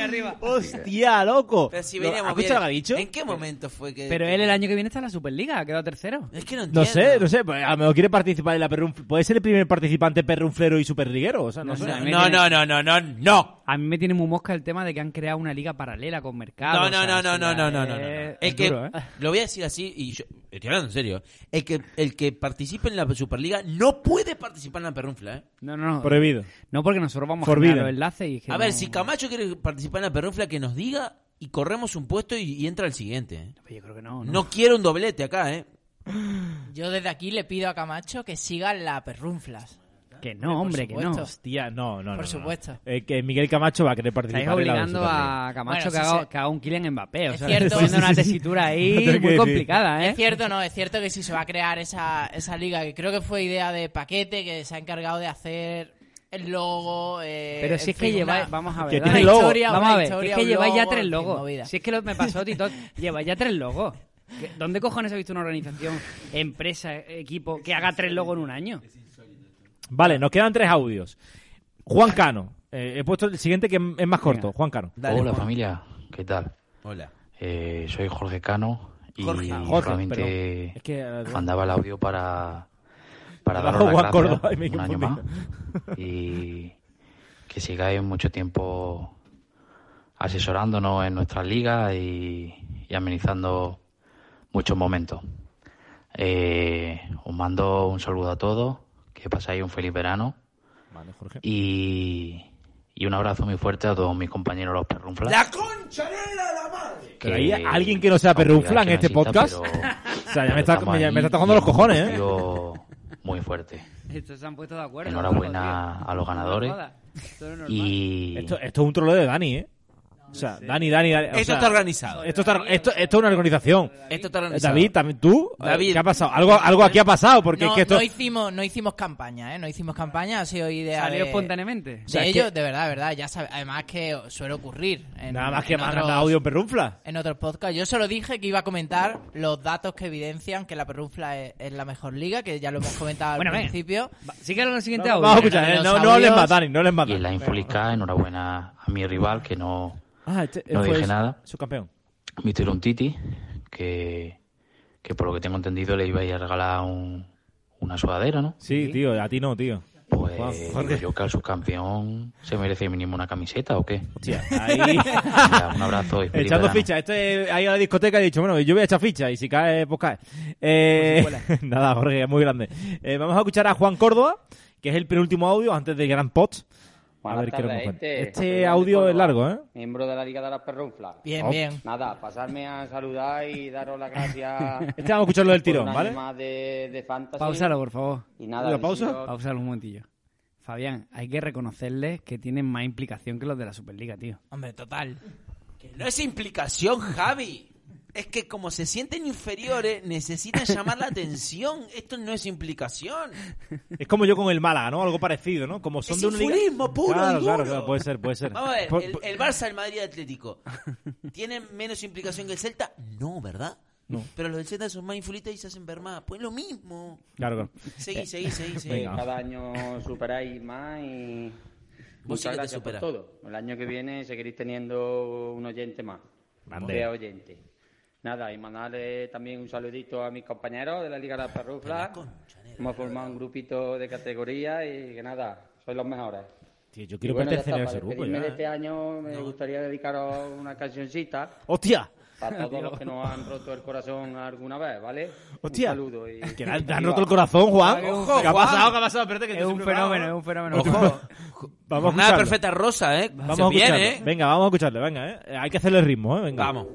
Speaker 4: arriba.
Speaker 3: ¡Hostia, loco!
Speaker 4: Pero si
Speaker 3: Lo-
Speaker 4: veníamos
Speaker 3: ¿Has escuchado lo
Speaker 4: bien.
Speaker 3: que ha dicho?
Speaker 4: ¿En qué momento fue que.?
Speaker 2: Pero él el año que viene está en la Superliga, ha quedado tercero.
Speaker 4: Es que no
Speaker 3: No sé, no sé, pues, a lo mejor quiere participar en la perrunflero. Puede ser el primer participante perrunflero y superliguero, o sea, no, sé.
Speaker 4: No, no, no, no, no, no.
Speaker 2: A mí me tiene muy mosca el tema de que han creado una liga paralela con mercado.
Speaker 4: No,
Speaker 2: o
Speaker 4: no,
Speaker 2: sea,
Speaker 4: no, no,
Speaker 2: eso
Speaker 4: no,
Speaker 2: ya
Speaker 4: no, no, no, no.
Speaker 2: es-
Speaker 4: El
Speaker 2: es
Speaker 4: que,
Speaker 2: duro, ¿eh?
Speaker 4: lo voy a decir así, y yo, estoy hablando en serio, el que, el que participe en la Superliga no puede participar en la perrunfla, ¿eh?
Speaker 2: No, no, no.
Speaker 3: Prohibido.
Speaker 2: No, porque nosotros vamos a
Speaker 3: Forbidden.
Speaker 2: generar los enlaces y es que
Speaker 4: A ver,
Speaker 2: no-
Speaker 4: si Camacho quiere participar en la perrunfla, que nos diga y corremos un puesto y, y entra el siguiente. ¿eh?
Speaker 2: Yo creo que no,
Speaker 4: No quiero un doblete acá, ¿eh?
Speaker 5: Yo desde aquí le pido a Camacho que siga la perrunflas.
Speaker 2: Que no, hombre, que no.
Speaker 5: supuesto.
Speaker 3: Hostia, no, no, no,
Speaker 5: Por
Speaker 3: no.
Speaker 5: supuesto.
Speaker 3: Eh, que Miguel Camacho va a querer participar
Speaker 2: Estáis
Speaker 3: en la
Speaker 2: obligando
Speaker 3: Superliga.
Speaker 2: a Camacho
Speaker 5: Bueno,
Speaker 2: que,
Speaker 5: sí,
Speaker 2: haga,
Speaker 5: sí.
Speaker 2: que haga un Kylian Mbappé. O sea,
Speaker 5: cierto.
Speaker 2: está poniendo una
Speaker 5: Sí, sí, sí.
Speaker 2: tesitura
Speaker 3: No
Speaker 2: ahí
Speaker 3: tengo que
Speaker 2: muy
Speaker 3: decir.
Speaker 2: complicada, ¿eh?
Speaker 5: Es cierto, no, es cierto que si se va a crear esa, esa liga, que creo que fue idea de Paquete, que se ha encargado de hacer el logo. eh,
Speaker 2: Pero si
Speaker 5: en
Speaker 2: es que
Speaker 5: fin,
Speaker 2: lleváis,
Speaker 5: una-
Speaker 2: vamos a ver,
Speaker 5: Que
Speaker 2: dale.
Speaker 5: tiene
Speaker 2: Una
Speaker 5: logo.
Speaker 2: historia, vamos a
Speaker 5: una
Speaker 2: ver,
Speaker 5: historia,
Speaker 2: es que
Speaker 5: un
Speaker 2: lleváis ya
Speaker 5: logo,
Speaker 2: tres
Speaker 5: en fin,
Speaker 2: logos.
Speaker 5: movida.
Speaker 2: Si es que lo, me pasó, Tito, lleváis ya tres logos. ¿Qué- ¿Dónde cojones ha visto una organización, empresa, equipo, que haga tres logos en un año?
Speaker 3: Vale, nos quedan tres audios. Juan Cano. Eh, he puesto el siguiente que es más corto. Juan Cano.
Speaker 19: Hola familia, ¿qué tal?
Speaker 4: Hola.
Speaker 19: Eh, soy Jorge Cano y
Speaker 3: Jorge, Jorge,
Speaker 19: solamente
Speaker 3: perdón. Es que, eh,
Speaker 19: mandaba el audio para, para
Speaker 3: Abajo
Speaker 19: daros
Speaker 3: Juan
Speaker 19: las gracias
Speaker 3: Córdoba, y me
Speaker 19: un año más
Speaker 3: confundí.
Speaker 19: y que sigáis mucho tiempo asesorándonos en nuestra liga y, y amenizando muchos momentos. Eh, os mando un saludo a todos, que pasáis un feliz verano.
Speaker 3: Vale, Jorge.
Speaker 19: Y, y un abrazo muy fuerte a todos mis compañeros los perrunflas.
Speaker 3: Pero hay alguien que no sea
Speaker 19: aunque
Speaker 3: perrunfla
Speaker 19: digáis
Speaker 3: en
Speaker 19: que
Speaker 3: este
Speaker 19: no exista,
Speaker 3: podcast.
Speaker 19: pero-
Speaker 3: O sea, ya
Speaker 19: pero
Speaker 3: me está,
Speaker 19: estamos
Speaker 3: me- ya
Speaker 19: ahí
Speaker 3: me está tocando los
Speaker 19: y hemos
Speaker 3: cojones, ¿eh?
Speaker 19: sido Muy fuerte.
Speaker 2: Estos se han puesto de acuerdo.
Speaker 19: Enhorabuena a los ganadores. Y
Speaker 3: Esto, esto es un troleo de Dani, ¿eh? O sea, Dani, Dani, Dani. o
Speaker 4: Esto
Speaker 3: sea,
Speaker 4: está organizado.
Speaker 3: Esto, está- esto, esto es una organización.
Speaker 4: Esto está
Speaker 3: Eh,
Speaker 4: organizado.
Speaker 3: David, también tú. eh,
Speaker 4: David.
Speaker 3: ¿Qué ha pasado? Algo, algo aquí ha pasado, porque
Speaker 5: no,
Speaker 3: es que esto.
Speaker 5: no hicimos, no hicimos campaña, ¿eh? No hicimos campaña, ha sido idea
Speaker 2: Salió
Speaker 5: de-
Speaker 2: espontáneamente.
Speaker 5: De
Speaker 2: O sea, es
Speaker 5: ellos,
Speaker 2: que-
Speaker 5: de verdad, de verdad. Ya sabe- además que suele ocurrir. en-
Speaker 3: Nada más que
Speaker 5: en
Speaker 3: más
Speaker 5: otros-
Speaker 3: audio en perrunfla.
Speaker 5: En otros podcasts. Yo solo dije que iba a comentar los datos que evidencian que la perrunfla es, es la mejor liga, que ya lo hemos comentado al
Speaker 2: Bueno, venga.
Speaker 5: principio.
Speaker 2: Sigue con el siguiente
Speaker 3: No,
Speaker 2: audio.
Speaker 3: vamos a escuchar, eh, no, no hables más, Dani, no hables más.
Speaker 19: y en la Infolica, enhorabuena a mi rival que no,
Speaker 3: Ah, este-
Speaker 19: no
Speaker 3: fue
Speaker 19: dije
Speaker 3: su-
Speaker 19: nada.
Speaker 3: Subcampeón.
Speaker 19: Mister Untiti, que, que por lo que tengo entendido le ibais a regalar un- una sudadera, ¿no?
Speaker 3: Sí, tío, a ti no, tío.
Speaker 19: Pues
Speaker 3: Juan,
Speaker 19: digo
Speaker 3: Jorge.
Speaker 19: yo que al subcampeón se merece mínimo una camiseta o qué.
Speaker 3: Hostia, ahí-
Speaker 19: Venga, un abrazo y feliz
Speaker 3: Echando
Speaker 19: verano.
Speaker 3: fichas. Esto es ahí a la discoteca y he dicho, bueno, yo voy a echar fichas y si cae, pues cae. Eh, nada, Jorge, es muy grande. Eh, vamos a escuchar a Juan Córdoba, que es el penúltimo audio antes de Gran Pot. A
Speaker 20: Buenas
Speaker 3: ver qué nos
Speaker 20: tardes,
Speaker 3: cuenta.
Speaker 20: Este,
Speaker 3: Este
Speaker 20: Fernando
Speaker 3: audio es
Speaker 20: Córdoba,
Speaker 3: largo, ¿eh?
Speaker 20: Miembro de la Liga de las Perrunflas.
Speaker 3: Bien, Op. bien.
Speaker 20: Nada, pasarme a saludar y daros las gracias.
Speaker 2: Este vamos a escucharlo del
Speaker 20: por
Speaker 2: tirón,
Speaker 20: un año
Speaker 2: ¿vale?
Speaker 20: más de, de fantasy.
Speaker 2: Pausalo, por favor.
Speaker 20: Y nada, ¿La pausa? deciros-
Speaker 2: Pausalo un momentillo. Fabián, hay que reconocerles que tienen más implicación que los de la Superliga, tío.
Speaker 5: Hombre, total.
Speaker 4: No es implicación, Javi. Es que como se sienten inferiores, necesitan llamar la atención. Esto no es implicación.
Speaker 3: Es como yo con el Málaga, ¿no? Algo parecido, ¿no? Como son
Speaker 4: Es
Speaker 3: de una liga...
Speaker 4: infurismo puro y
Speaker 3: Claro,
Speaker 4: duro.
Speaker 3: claro, claro, puede ser, puede ser.
Speaker 4: Vamos a ver,
Speaker 3: Por-
Speaker 4: el,
Speaker 3: por-
Speaker 4: el Barça, el Madrid, el Atlético. ¿Tienen menos implicación que el Celta? No, ¿verdad?
Speaker 3: No.
Speaker 4: Pero los del Celta son más infulitas y se hacen ver más. Pues lo mismo.
Speaker 3: Claro, claro.
Speaker 4: Seguí, seguí, seguí,
Speaker 20: Que
Speaker 4: seguí.
Speaker 20: Cada año superáis más y Muchas
Speaker 4: sí que te
Speaker 20: gracias por
Speaker 4: superas.
Speaker 20: todo. El año que viene seguiréis teniendo un oyente más.
Speaker 4: Grande.
Speaker 20: Tres oyentes. Nada, y mandarle también un saludito a mis compañeros de la Liga de la Perrufla. Hemos formado un grupito de categoría y que nada, sois los mejores.
Speaker 3: Tío, yo quiero
Speaker 20: Y bueno, ya
Speaker 3: pertenecer a
Speaker 20: está,
Speaker 3: ese
Speaker 20: para
Speaker 3: grupo.
Speaker 20: despedirme
Speaker 3: ya,
Speaker 20: de
Speaker 3: ¿eh?
Speaker 20: este año me gustaría dedicaros una cancioncita.
Speaker 3: ¡Hostia!
Speaker 20: Para todos
Speaker 3: Dios.
Speaker 20: los que nos han roto el corazón alguna vez, ¿ale?
Speaker 3: Hostia.
Speaker 20: Un saludo y...
Speaker 3: Que le han- le han roto el corazón, Juan.
Speaker 20: Ojo,
Speaker 3: ¿Qué ha
Speaker 20: Juan.
Speaker 3: pasado? ¿Qué ha pasado? Espérate que
Speaker 2: Es
Speaker 3: estoy
Speaker 2: un
Speaker 3: preparado,
Speaker 2: fenómeno,
Speaker 3: ¿eh?
Speaker 2: es un fenómeno.
Speaker 3: Ojo.
Speaker 2: Ojo.
Speaker 3: Vamos a
Speaker 4: Jornada
Speaker 3: escucharlo.
Speaker 4: perfecta rosa, ¿eh?
Speaker 3: Vamos
Speaker 4: Se
Speaker 3: a
Speaker 4: viene,
Speaker 3: escucharlo.
Speaker 4: ¿eh?
Speaker 3: Venga, vamos a escucharle, venga, ¿eh? Hay que hacerle ritmo, ¿eh? Venga.
Speaker 4: Vamos.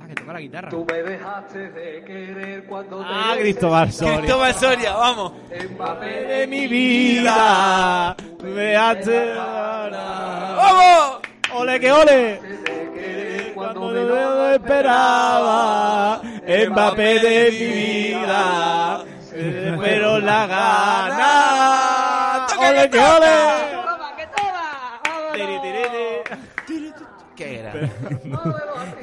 Speaker 2: Ah, que toca la guitarra.
Speaker 21: Tú me dejaste de querer cuando
Speaker 3: Ah,
Speaker 21: te
Speaker 3: Cristóbal Soria.
Speaker 4: Cristóbal Soria, vamos.
Speaker 21: empapé
Speaker 3: De mi vida, veate.
Speaker 4: ¡Vamos!
Speaker 3: ¡Ole, que ole!
Speaker 21: cuando
Speaker 3: No lo esperaba, Mbappé de mi vida, pero la gana. ¡Ole, que ole!
Speaker 4: ¿Qué era?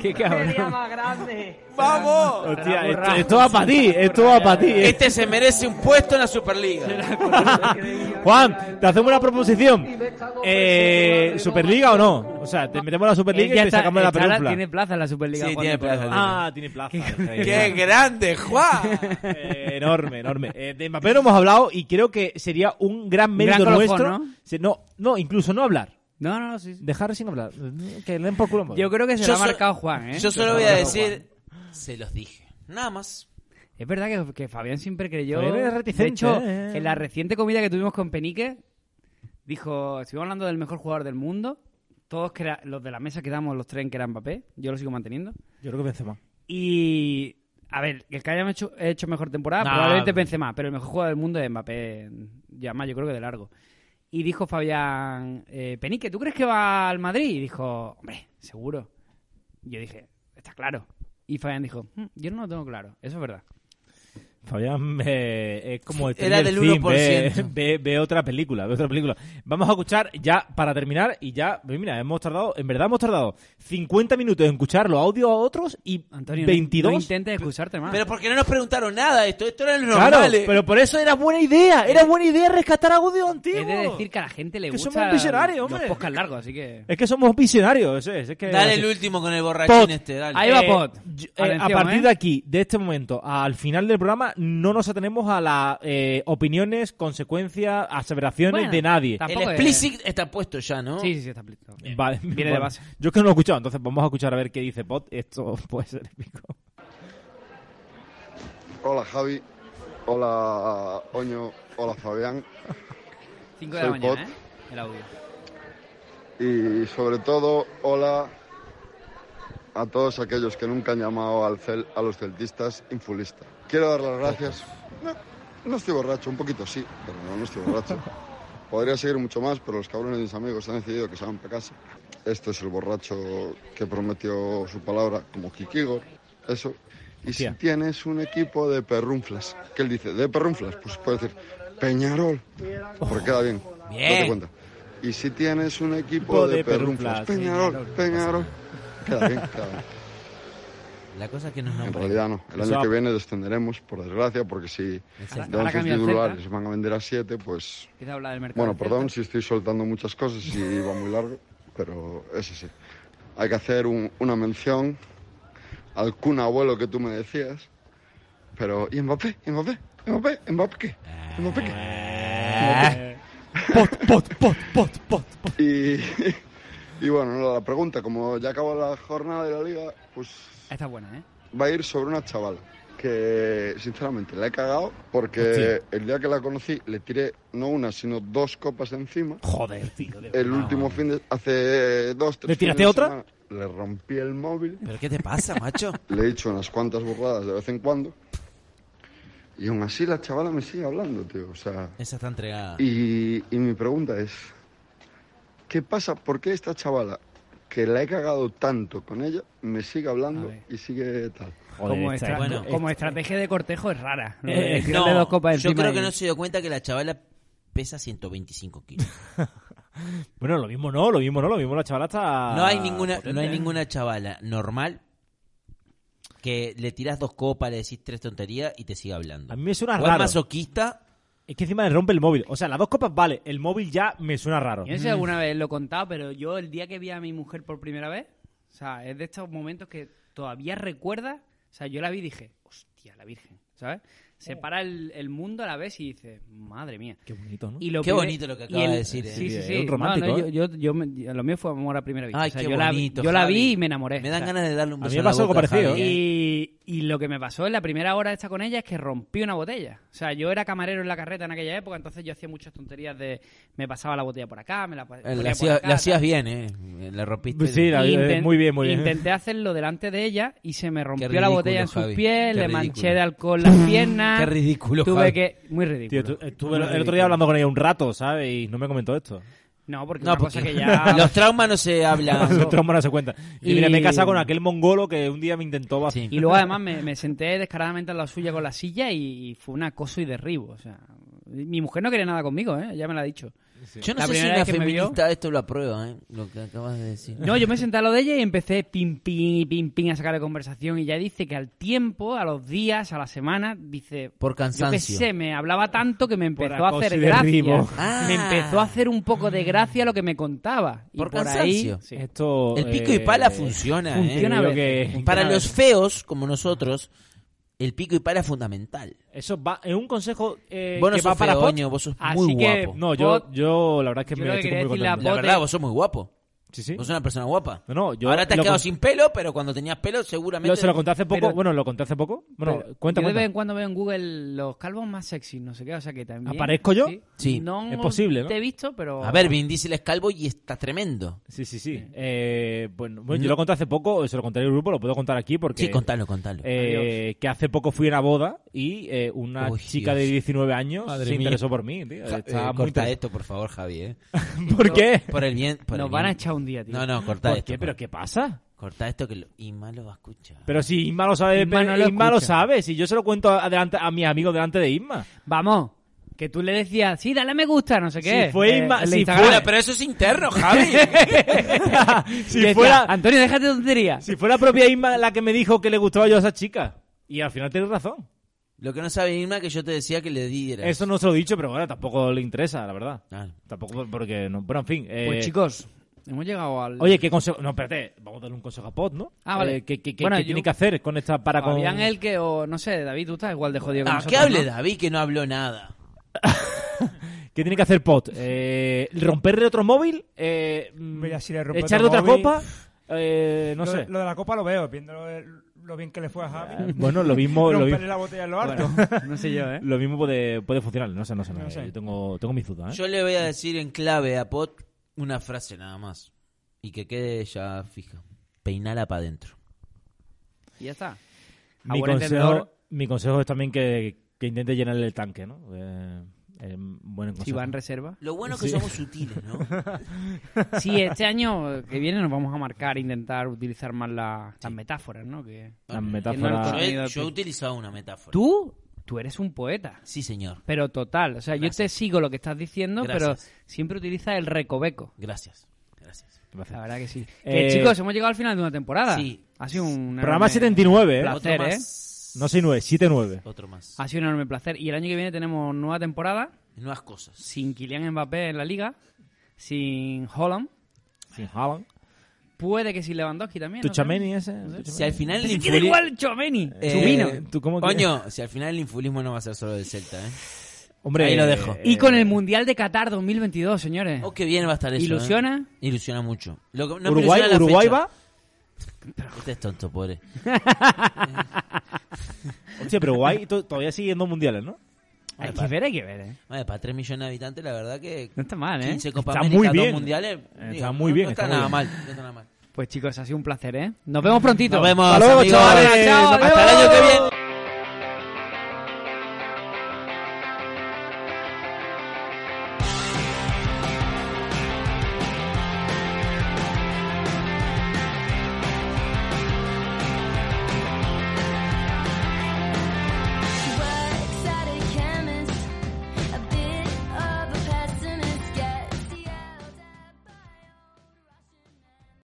Speaker 3: ¡Qué cabrón!
Speaker 22: más grande.
Speaker 4: ¡Vamos!
Speaker 3: Hostia, eh. esto, esto va para ti, esto va para ti. ¿eh?
Speaker 4: Este se merece un puesto en la Superliga.
Speaker 3: Juan, te hacemos una proposición. Eh, ¿Superliga o no? O sea, te metemos a la Superliga
Speaker 2: Él ya
Speaker 3: y te
Speaker 2: está-
Speaker 3: sacamos de la
Speaker 2: está la-
Speaker 3: película.
Speaker 2: tiene plaza en la Superliga,
Speaker 3: Sí,
Speaker 2: Juan
Speaker 3: tiene
Speaker 2: de Prada.
Speaker 3: plaza. Ah, tiene plaza.
Speaker 4: ¡Qué grande, Juan!
Speaker 3: Eh, enorme, enorme. Eh, de Mbappé no hemos hablado y creo que sería un gran mérito
Speaker 2: Gran colofón,
Speaker 3: nuestro.
Speaker 2: ¿no?
Speaker 3: Si- ¿no? no, incluso no hablar.
Speaker 2: No, no, sí.
Speaker 3: Dejar sin hablar. Que le den por culo.
Speaker 2: Yo creo que se
Speaker 4: Yo
Speaker 2: lo ha
Speaker 4: so-
Speaker 2: marcado Juan, ¿eh?
Speaker 4: Yo
Speaker 2: Se lo
Speaker 4: solo
Speaker 2: ha
Speaker 4: voy a
Speaker 2: marcado
Speaker 4: decir, se los dije. Nada más.
Speaker 2: Es verdad que, que Fabián siempre creyó.
Speaker 4: Fabián era
Speaker 2: de
Speaker 4: reticente,
Speaker 2: hecho,
Speaker 4: ¿eh?
Speaker 2: en la reciente comida que tuvimos con Penique, dijo: Estuvimos hablando del mejor jugador del mundo. Todos que era- los de la mesa quedamos los tres en que era Mbappé. Yo lo sigo manteniendo.
Speaker 3: Yo creo que Benzema.
Speaker 2: Y. A ver, el que haya hecho, hecho mejor temporada,
Speaker 3: Nah,
Speaker 2: probablemente
Speaker 3: hombre.
Speaker 2: Benzema, pero el mejor jugador del mundo es Mbappé. Y además, yo creo que de largo. Y dijo Fabián: eh, Penique, ¿tú crees que va al Madrid? Y dijo: Hombre, seguro. Yo dije: Está claro. Y Fabián dijo: "Mm, Yo no lo tengo claro. Eso es verdad.
Speaker 3: Fabián eh, es como el
Speaker 2: Era
Speaker 3: Stranger
Speaker 2: del
Speaker 3: Things, ve-
Speaker 2: 1%.
Speaker 3: Ve, ve otra película, ve otra película. Vamos a escuchar ya para terminar y ya, pues mira, hemos tardado, en verdad hemos tardado 50 minutos en escuchar los audios a otros y
Speaker 2: Antonio, no-
Speaker 3: 22.
Speaker 2: No intentes excusarte más.
Speaker 4: Pero porque no nos preguntaron nada, esto, esto era lo normal.
Speaker 3: Claro,
Speaker 4: eh.
Speaker 3: pero por eso era buena idea, era buena idea rescatar audios antiguos.
Speaker 2: Es de decir que a la gente le
Speaker 3: Que somos
Speaker 2: gusta
Speaker 3: visionarios,
Speaker 2: los
Speaker 3: hombre.
Speaker 2: podcasts largos, así que...
Speaker 3: Es que somos visionarios, eso es. es que
Speaker 4: Eh. Dale el último con el borrachín
Speaker 3: Pot.
Speaker 4: este, dale.
Speaker 2: Ahí va
Speaker 3: Eh,
Speaker 2: Pot.
Speaker 3: yo- eh, a
Speaker 2: Atención,
Speaker 3: partir
Speaker 2: ¿eh?
Speaker 3: de aquí, de este momento, al final del programa, no nos atenemos a las eh, opiniones, consecuencias, aseveraciones
Speaker 4: Bueno,
Speaker 3: de nadie.
Speaker 4: El explicit está puesto ya, ¿no?
Speaker 2: Sí, sí, sí, está puesto.
Speaker 3: Vale,
Speaker 2: Viene de
Speaker 3: bueno,
Speaker 2: base.
Speaker 3: Yo es que no lo he escuchado, entonces vamos a escuchar a ver qué dice Pot. Esto puede ser épico.
Speaker 23: Hola Javi, hola Oño, hola Fabián.
Speaker 2: 5 de la
Speaker 23: Soy
Speaker 2: mañana,
Speaker 23: Pot.
Speaker 2: ¿eh? El audio.
Speaker 23: Y sobre todo, hola a todos aquellos que nunca han llamado al cel, a los celtistas infulistas. Quiero dar las gracias. No, no estoy borracho, un poquito sí, pero no, no estoy borracho. Podría seguir mucho más, pero los cabrones de mis amigos han decidido que se van para casa. Esto es el borracho que prometió su palabra como Kikigo. Eso. Y si tienes un equipo de perrunflas, ¿qué él dice? De perrunflas, pues puede decir Peñarol. Porque queda bien.
Speaker 4: Bien.
Speaker 23: date cuenta. Y si tienes un equipo de,
Speaker 4: de
Speaker 23: perrunflas,
Speaker 4: perrunflas,
Speaker 23: Peñarol, Peñarol. Queda bien, queda bien.
Speaker 4: La cosa es que nos
Speaker 23: En
Speaker 4: nombran.
Speaker 23: realidad no. El
Speaker 4: Eso-
Speaker 23: año que viene descenderemos, por desgracia, porque si
Speaker 4: Celta.
Speaker 2: Ahora
Speaker 23: Down sus
Speaker 2: cambia el
Speaker 23: titulares van a vender a 7, pues...
Speaker 2: Empieza a hablar del mercado.
Speaker 23: Bueno, perdón si estoy soltando muchas cosas y va muy largo, pero eso sí. Hay que hacer un- una mención al Kun Abuelo que tú me decías, pero... ¿Y Mbappé? ¿Y Mbappé? ¿Y Mbappé? ¿Y Mbappé qué? ¿Y Mbappé qué? Pot, pot, pot, pot, pot, Y, y bueno, la pregunta, como ya acabó la jornada de la liga, pues
Speaker 2: Esta es buena, ¿eh?
Speaker 23: va a ir sobre una chavala que sinceramente la he cagado porque
Speaker 2: Hostia.
Speaker 23: el día que la conocí le tiré no una sino dos copas encima.
Speaker 3: Joder, tío.
Speaker 23: El último fin de hace eh, dos tres ¿Le fines tiraste de otra? semana, le rompí el móvil.
Speaker 4: ¿Pero qué te pasa, macho?
Speaker 23: Le he hecho unas cuantas burradas de vez en cuando. Y aún así la chavala me sigue hablando, tío, o sea,
Speaker 4: Esa está entregada.
Speaker 23: y, y mi pregunta es, ¿qué pasa? ¿Por qué esta chavala, que la he cagado tanto con ella, me sigue hablando y sigue tal?
Speaker 2: como, estra- como estrategia de cortejo es rara. Lo de
Speaker 23: Eh,
Speaker 2: tirarle
Speaker 23: no,
Speaker 2: dos copas
Speaker 4: Yo
Speaker 2: encima
Speaker 4: creo que
Speaker 2: y-
Speaker 4: no se dio cuenta que la chavala pesa 125 kilos.
Speaker 3: Bueno, lo mismo no, lo mismo no, lo mismo la chavala
Speaker 2: Ah,
Speaker 3: está.
Speaker 4: No hay ninguna,
Speaker 3: potente,
Speaker 4: no hay
Speaker 3: ¿eh?
Speaker 4: ninguna chavala normal que le tiras dos copas, le decís tres tonterías y te sigue hablando.
Speaker 3: A mí me suena
Speaker 4: O es
Speaker 3: raro.
Speaker 4: masoquista
Speaker 3: Es que encima le rompe el móvil. O sea, las dos copas vale, el móvil ya me suena raro.
Speaker 2: Yo no sé si alguna vez lo he contado, pero yo el día que vi a mi mujer por primera vez, o sea, es de estos momentos que todavía recuerda, o sea, yo la vi y dije, hostia, la Virgen, ¿sabes? Se para el, el mundo a la vez y dice, madre mía.
Speaker 3: Qué bonito, ¿no?
Speaker 2: Y lo
Speaker 4: Qué
Speaker 2: primer-
Speaker 4: bonito lo que
Speaker 2: y
Speaker 4: acaba
Speaker 2: el-
Speaker 4: de decir, eh.
Speaker 2: Sí, sí,
Speaker 4: Es
Speaker 2: sí.
Speaker 4: un
Speaker 2: No,
Speaker 4: romántico,
Speaker 2: no,
Speaker 4: ¿eh?
Speaker 2: yo, yo- yo me- lo mío fue amor a primera vista.
Speaker 4: Ay,
Speaker 2: O sea,
Speaker 4: qué
Speaker 2: yo la,
Speaker 4: bonito,
Speaker 2: yo la
Speaker 4: Javi.
Speaker 2: vi y me enamoré.
Speaker 4: Me dan
Speaker 2: O sea,
Speaker 4: ganas de darle un A mí beso me en la pasó algo boca, parecido, Javi, ¿eh?
Speaker 2: Y, y lo que me pasó en la primera hora esta con ella es que rompí una botella. O sea, yo era camarero en la carreta en aquella época, entonces yo hacía muchas tonterías de... Me pasaba la botella por acá, me la pa- ponía Eh,
Speaker 4: Le
Speaker 2: por
Speaker 4: Eh, hacías,
Speaker 2: acá,
Speaker 4: le
Speaker 2: tal.
Speaker 4: hacías bien, ¿eh? Le rompiste.
Speaker 3: Sí, la-
Speaker 2: Y
Speaker 3: eh, muy bien, muy bien.
Speaker 2: Intenté hacerlo delante de ella y se me rompió la
Speaker 4: ridículo,
Speaker 2: botella en sus
Speaker 4: Javi.
Speaker 2: pies,
Speaker 4: Qué
Speaker 2: le
Speaker 4: ridículo.
Speaker 2: manché de alcohol las piernas.
Speaker 4: Qué ridículo,
Speaker 2: Tuve
Speaker 4: Javi.
Speaker 2: que... Muy ridículo.
Speaker 3: Tío, tú- estuve el,
Speaker 2: Muy
Speaker 3: el otro día hablando con ella un rato, ¿sabes? Y no me comentó esto.
Speaker 2: No, porque
Speaker 4: No,
Speaker 2: una
Speaker 4: porque
Speaker 2: cosa que ya...
Speaker 4: los traumas no se hablan.
Speaker 3: Los traumas no se cuentan. Y, mira, me he
Speaker 2: Y-
Speaker 3: casado con aquel mongolo que un día me intentó vacilar.
Speaker 2: Y luego además me, me senté descaradamente en la suya con la silla y, y fue un acoso y derribo. O sea, mi mujer no quería nada conmigo, ¿eh? ya me lo ha dicho.
Speaker 4: Yo no
Speaker 2: La
Speaker 4: sé si
Speaker 2: primera
Speaker 4: una
Speaker 2: vez que me vio-
Speaker 4: feminista esto lo aprueba, ¿eh? Lo que acabas de decir.
Speaker 2: No, yo me senté a lo de ella y empecé pim, pim, pim, pim a sacar de conversación. Y ya dice que al tiempo, a los días, a la semana, dice.
Speaker 4: Por
Speaker 2: Yo qué
Speaker 4: cansancio.
Speaker 2: sé, me hablaba tanto que me empezó a
Speaker 4: acoso
Speaker 2: hacer
Speaker 4: y derribo.
Speaker 2: gracia.
Speaker 4: Ah.
Speaker 2: Me empezó a hacer un poco de gracia lo que me contaba. Y
Speaker 4: Por
Speaker 2: por,
Speaker 4: cansancio.
Speaker 2: ahí. sí.
Speaker 3: Esto,
Speaker 4: El pico y pala funciona, ¿eh?
Speaker 2: funciona a
Speaker 3: Yo
Speaker 2: veces.
Speaker 3: que-
Speaker 2: Funciona
Speaker 4: Para
Speaker 2: a
Speaker 4: los
Speaker 2: veces.
Speaker 4: feos, como nosotros, el pico y pala es fundamental.
Speaker 3: Eso va, es un consejo eh,
Speaker 4: Vos no
Speaker 3: que va
Speaker 4: sos
Speaker 3: para Pot.
Speaker 4: feoño, vos sos muy guapo.
Speaker 3: No, yo, yo la verdad es que
Speaker 2: yo
Speaker 3: me
Speaker 2: lo que
Speaker 3: estoy
Speaker 2: quería
Speaker 3: muy
Speaker 2: decirle a
Speaker 3: contento.
Speaker 4: La verdad, vos sos muy guapo.
Speaker 3: Sí, sí.
Speaker 4: Vos sos una persona guapa.
Speaker 3: No, no, yo-
Speaker 4: Ahora te has
Speaker 3: lo
Speaker 4: quedado
Speaker 3: con-
Speaker 4: sin pelo, pero cuando tenías pelo, seguramente.
Speaker 3: Lo- se lo conté hace poco.
Speaker 4: Pero-
Speaker 3: bueno, lo conté hace poco. Bueno,
Speaker 2: Pero
Speaker 3: cuenta,
Speaker 2: yo de
Speaker 3: cuenta.
Speaker 2: vez en cuando veo en Google los calvos más sexy, no sé qué, o sea que también...
Speaker 3: ¿Aparezco yo?
Speaker 4: Sí.
Speaker 2: No
Speaker 3: Es posible, ¿no?
Speaker 2: te he visto, pero...
Speaker 4: A ver, Vin Diesel es calvo y está tremendo.
Speaker 3: Sí, sí, sí. Eh, bueno, bueno, yo lo conté hace poco, se lo conté en el grupo, lo puedo contar aquí porque...
Speaker 4: Sí, contalo, contalo.
Speaker 3: eh, que hace poco fui a una boda y eh, una
Speaker 4: Uy,
Speaker 3: chica
Speaker 4: Dios.
Speaker 3: de 19 años
Speaker 4: Madre
Speaker 3: se
Speaker 4: mía.
Speaker 3: interesó por mí. tío.
Speaker 4: Ja-
Speaker 3: Está
Speaker 4: eh,
Speaker 3: muy
Speaker 4: corta
Speaker 3: interesante.
Speaker 4: esto, por favor, Javi. ¿eh?
Speaker 3: ¿Por qué?
Speaker 4: Por el bien. por el
Speaker 2: Nos van a
Speaker 4: bien.
Speaker 2: echar un día, tío.
Speaker 4: No, no, corta
Speaker 3: ¿Por
Speaker 4: esto.
Speaker 3: qué? ¿Pero qué pasa?
Speaker 4: Corta esto que lo... Inma lo va a escuchar.
Speaker 3: Pero si Isma lo sabe,
Speaker 2: Isma
Speaker 3: Isma,
Speaker 2: no lo
Speaker 3: lo
Speaker 2: escucha.
Speaker 3: sabe. Si yo se lo cuento adelante, a mis amigos delante de Isma.
Speaker 2: Vamos, que tú le decías, sí, dale me gusta, no sé qué.
Speaker 3: Si fue
Speaker 2: Eh,
Speaker 3: Inma-
Speaker 2: el de
Speaker 3: si
Speaker 2: Instagram.
Speaker 3: fuera-
Speaker 4: Pero eso es interno, Javi.
Speaker 3: si,
Speaker 2: Decía,
Speaker 3: fuera,
Speaker 2: Antonio, déjate de tonterías.
Speaker 3: si fuera propia Isma la que me dijo que le gustaba yo a esa chica. Y al final tienes razón.
Speaker 4: lo que no sabe Inma que yo te decía que le diera.
Speaker 3: Eso no se lo he dicho, pero bueno, tampoco le interesa, la verdad.
Speaker 4: Claro.
Speaker 3: Tampoco porque... No, bueno, en fin. eh,
Speaker 2: Ah. Pues chicos, hemos llegado al...
Speaker 3: Oye, ¿qué consejo? No, espérate. Vamos a darle un consejo a Pot, ¿no?
Speaker 2: Ah, vale.
Speaker 3: Eh, ¿Qué, qué- qué-
Speaker 2: Bueno,
Speaker 3: qué
Speaker 2: yo-
Speaker 3: tiene que hacer con esta... para con...
Speaker 2: Fabián el que, o no sé, David, tú estás igual de jodido que
Speaker 4: Ah, que
Speaker 2: nosotros,
Speaker 4: hable
Speaker 2: ¿no?
Speaker 4: David, que no habló nada.
Speaker 3: ¿Qué tiene que hacer Pot? Eh, ¿Romperle otro móvil? Eh,
Speaker 15: Mira, si le rompe otro
Speaker 3: ¿Echarle otra
Speaker 15: móvil-
Speaker 3: copa? Eh, no
Speaker 15: lo,
Speaker 3: sé.
Speaker 15: Lo de la copa lo veo, viendo lo, lo bien que le fue a Javi.
Speaker 3: Bueno, lo mismo- lo
Speaker 15: Romperle
Speaker 3: mismo.
Speaker 15: la botella en lo alto.
Speaker 2: No sé yo, ¿eh?
Speaker 3: Lo mismo puede, puede funcionar. No sé, no sé. no
Speaker 15: No
Speaker 3: sé.
Speaker 15: sé.
Speaker 3: Yo tengo, tengo mis dudas. ¿eh?
Speaker 4: Yo le voy a decir en clave a Pot una frase nada más. Y que quede ya fija. Peinala para adentro.
Speaker 2: Y ya está. A
Speaker 3: mi,
Speaker 2: buen
Speaker 3: consejo,
Speaker 2: entendedor,
Speaker 3: mi consejo es también que, que intente llenarle el tanque, ¿no? Eh, eh, buen consejo.
Speaker 2: si va en reserva.
Speaker 4: Lo bueno es que
Speaker 3: Sí.
Speaker 4: somos sutiles, ¿no?
Speaker 2: Sí, este año que viene nos vamos a marcar intentar utilizar más la- las metáforas, ¿no? Que,
Speaker 3: Las
Speaker 2: no,
Speaker 4: Yo
Speaker 3: metáforas...
Speaker 2: no,
Speaker 4: he, yo he utilizado una metáfora.
Speaker 2: Tú, tú eres un poeta.
Speaker 4: Sí, señor.
Speaker 2: Pero total, o sea, yo te sigo lo que estás diciendo,
Speaker 4: Gracias.
Speaker 2: pero siempre utiliza el recoveco.
Speaker 4: Gracias. Gracias.
Speaker 2: La verdad que sí.
Speaker 3: Eh,
Speaker 2: Que, chicos, hemos llegado al final de una temporada.
Speaker 4: Sí.
Speaker 2: Ha sido un
Speaker 3: Programa
Speaker 2: enorme
Speaker 3: 79, ¿eh?
Speaker 2: placer,
Speaker 4: Otro
Speaker 2: ¿eh?
Speaker 4: más.
Speaker 3: No 69, 79.
Speaker 4: Otro más.
Speaker 2: Ha sido un enorme placer. Y el año que viene tenemos nueva temporada
Speaker 4: Nuevas cosas.
Speaker 2: sin Kylian Mbappé en la liga, sin Holland,
Speaker 3: Sin Haaland.
Speaker 2: puede que sin Lewandowski también.
Speaker 3: Tu
Speaker 2: no sé.
Speaker 3: Chameni ese. tu Chameni.
Speaker 4: Si al final el
Speaker 2: Se queda
Speaker 4: infuli-
Speaker 2: igual Chomeni,
Speaker 4: Eh,
Speaker 2: Chumino.
Speaker 3: ¿Tú cómo quieres?
Speaker 4: Coño, si al final el infulismo no va a ser solo del Celta, ¿eh?
Speaker 3: Hombre,
Speaker 4: ahí lo dejo.
Speaker 2: Y
Speaker 3: eh,
Speaker 2: con el Mundial de Qatar 2022, señores.
Speaker 4: Oh, qué bien va a estar eso.
Speaker 2: ¿Ilusiona?
Speaker 4: ¿eh? Ilusiona mucho. Lo que- no me
Speaker 3: Uruguay,
Speaker 4: ilusiona la
Speaker 3: Uruguay
Speaker 4: fecha.
Speaker 3: va.
Speaker 4: Este es tonto, pobre.
Speaker 3: Hostia, pero Uruguay to- todavía sigue yendo a mundiales, ¿no?
Speaker 2: Hay que ver, hay que ver, ¿eh?
Speaker 4: Vale, para 3 millones de habitantes, la verdad que.
Speaker 2: No está mal, ¿eh?
Speaker 4: 15 Copa
Speaker 3: Está
Speaker 4: América,
Speaker 3: muy
Speaker 4: dos
Speaker 3: bien.
Speaker 4: mundiales.
Speaker 3: Está
Speaker 4: digo,
Speaker 3: muy
Speaker 4: no-
Speaker 3: bien,
Speaker 4: No
Speaker 3: está
Speaker 4: está,
Speaker 3: muy
Speaker 4: nada
Speaker 3: bien.
Speaker 4: mal. No está nada mal.
Speaker 2: Pues chicos, ha sido un placer, ¿eh? Nos vemos prontito.
Speaker 4: Nos vemos,
Speaker 3: Hasta luego,
Speaker 4: amigos.
Speaker 3: chavales.
Speaker 4: Hasta el año que viene.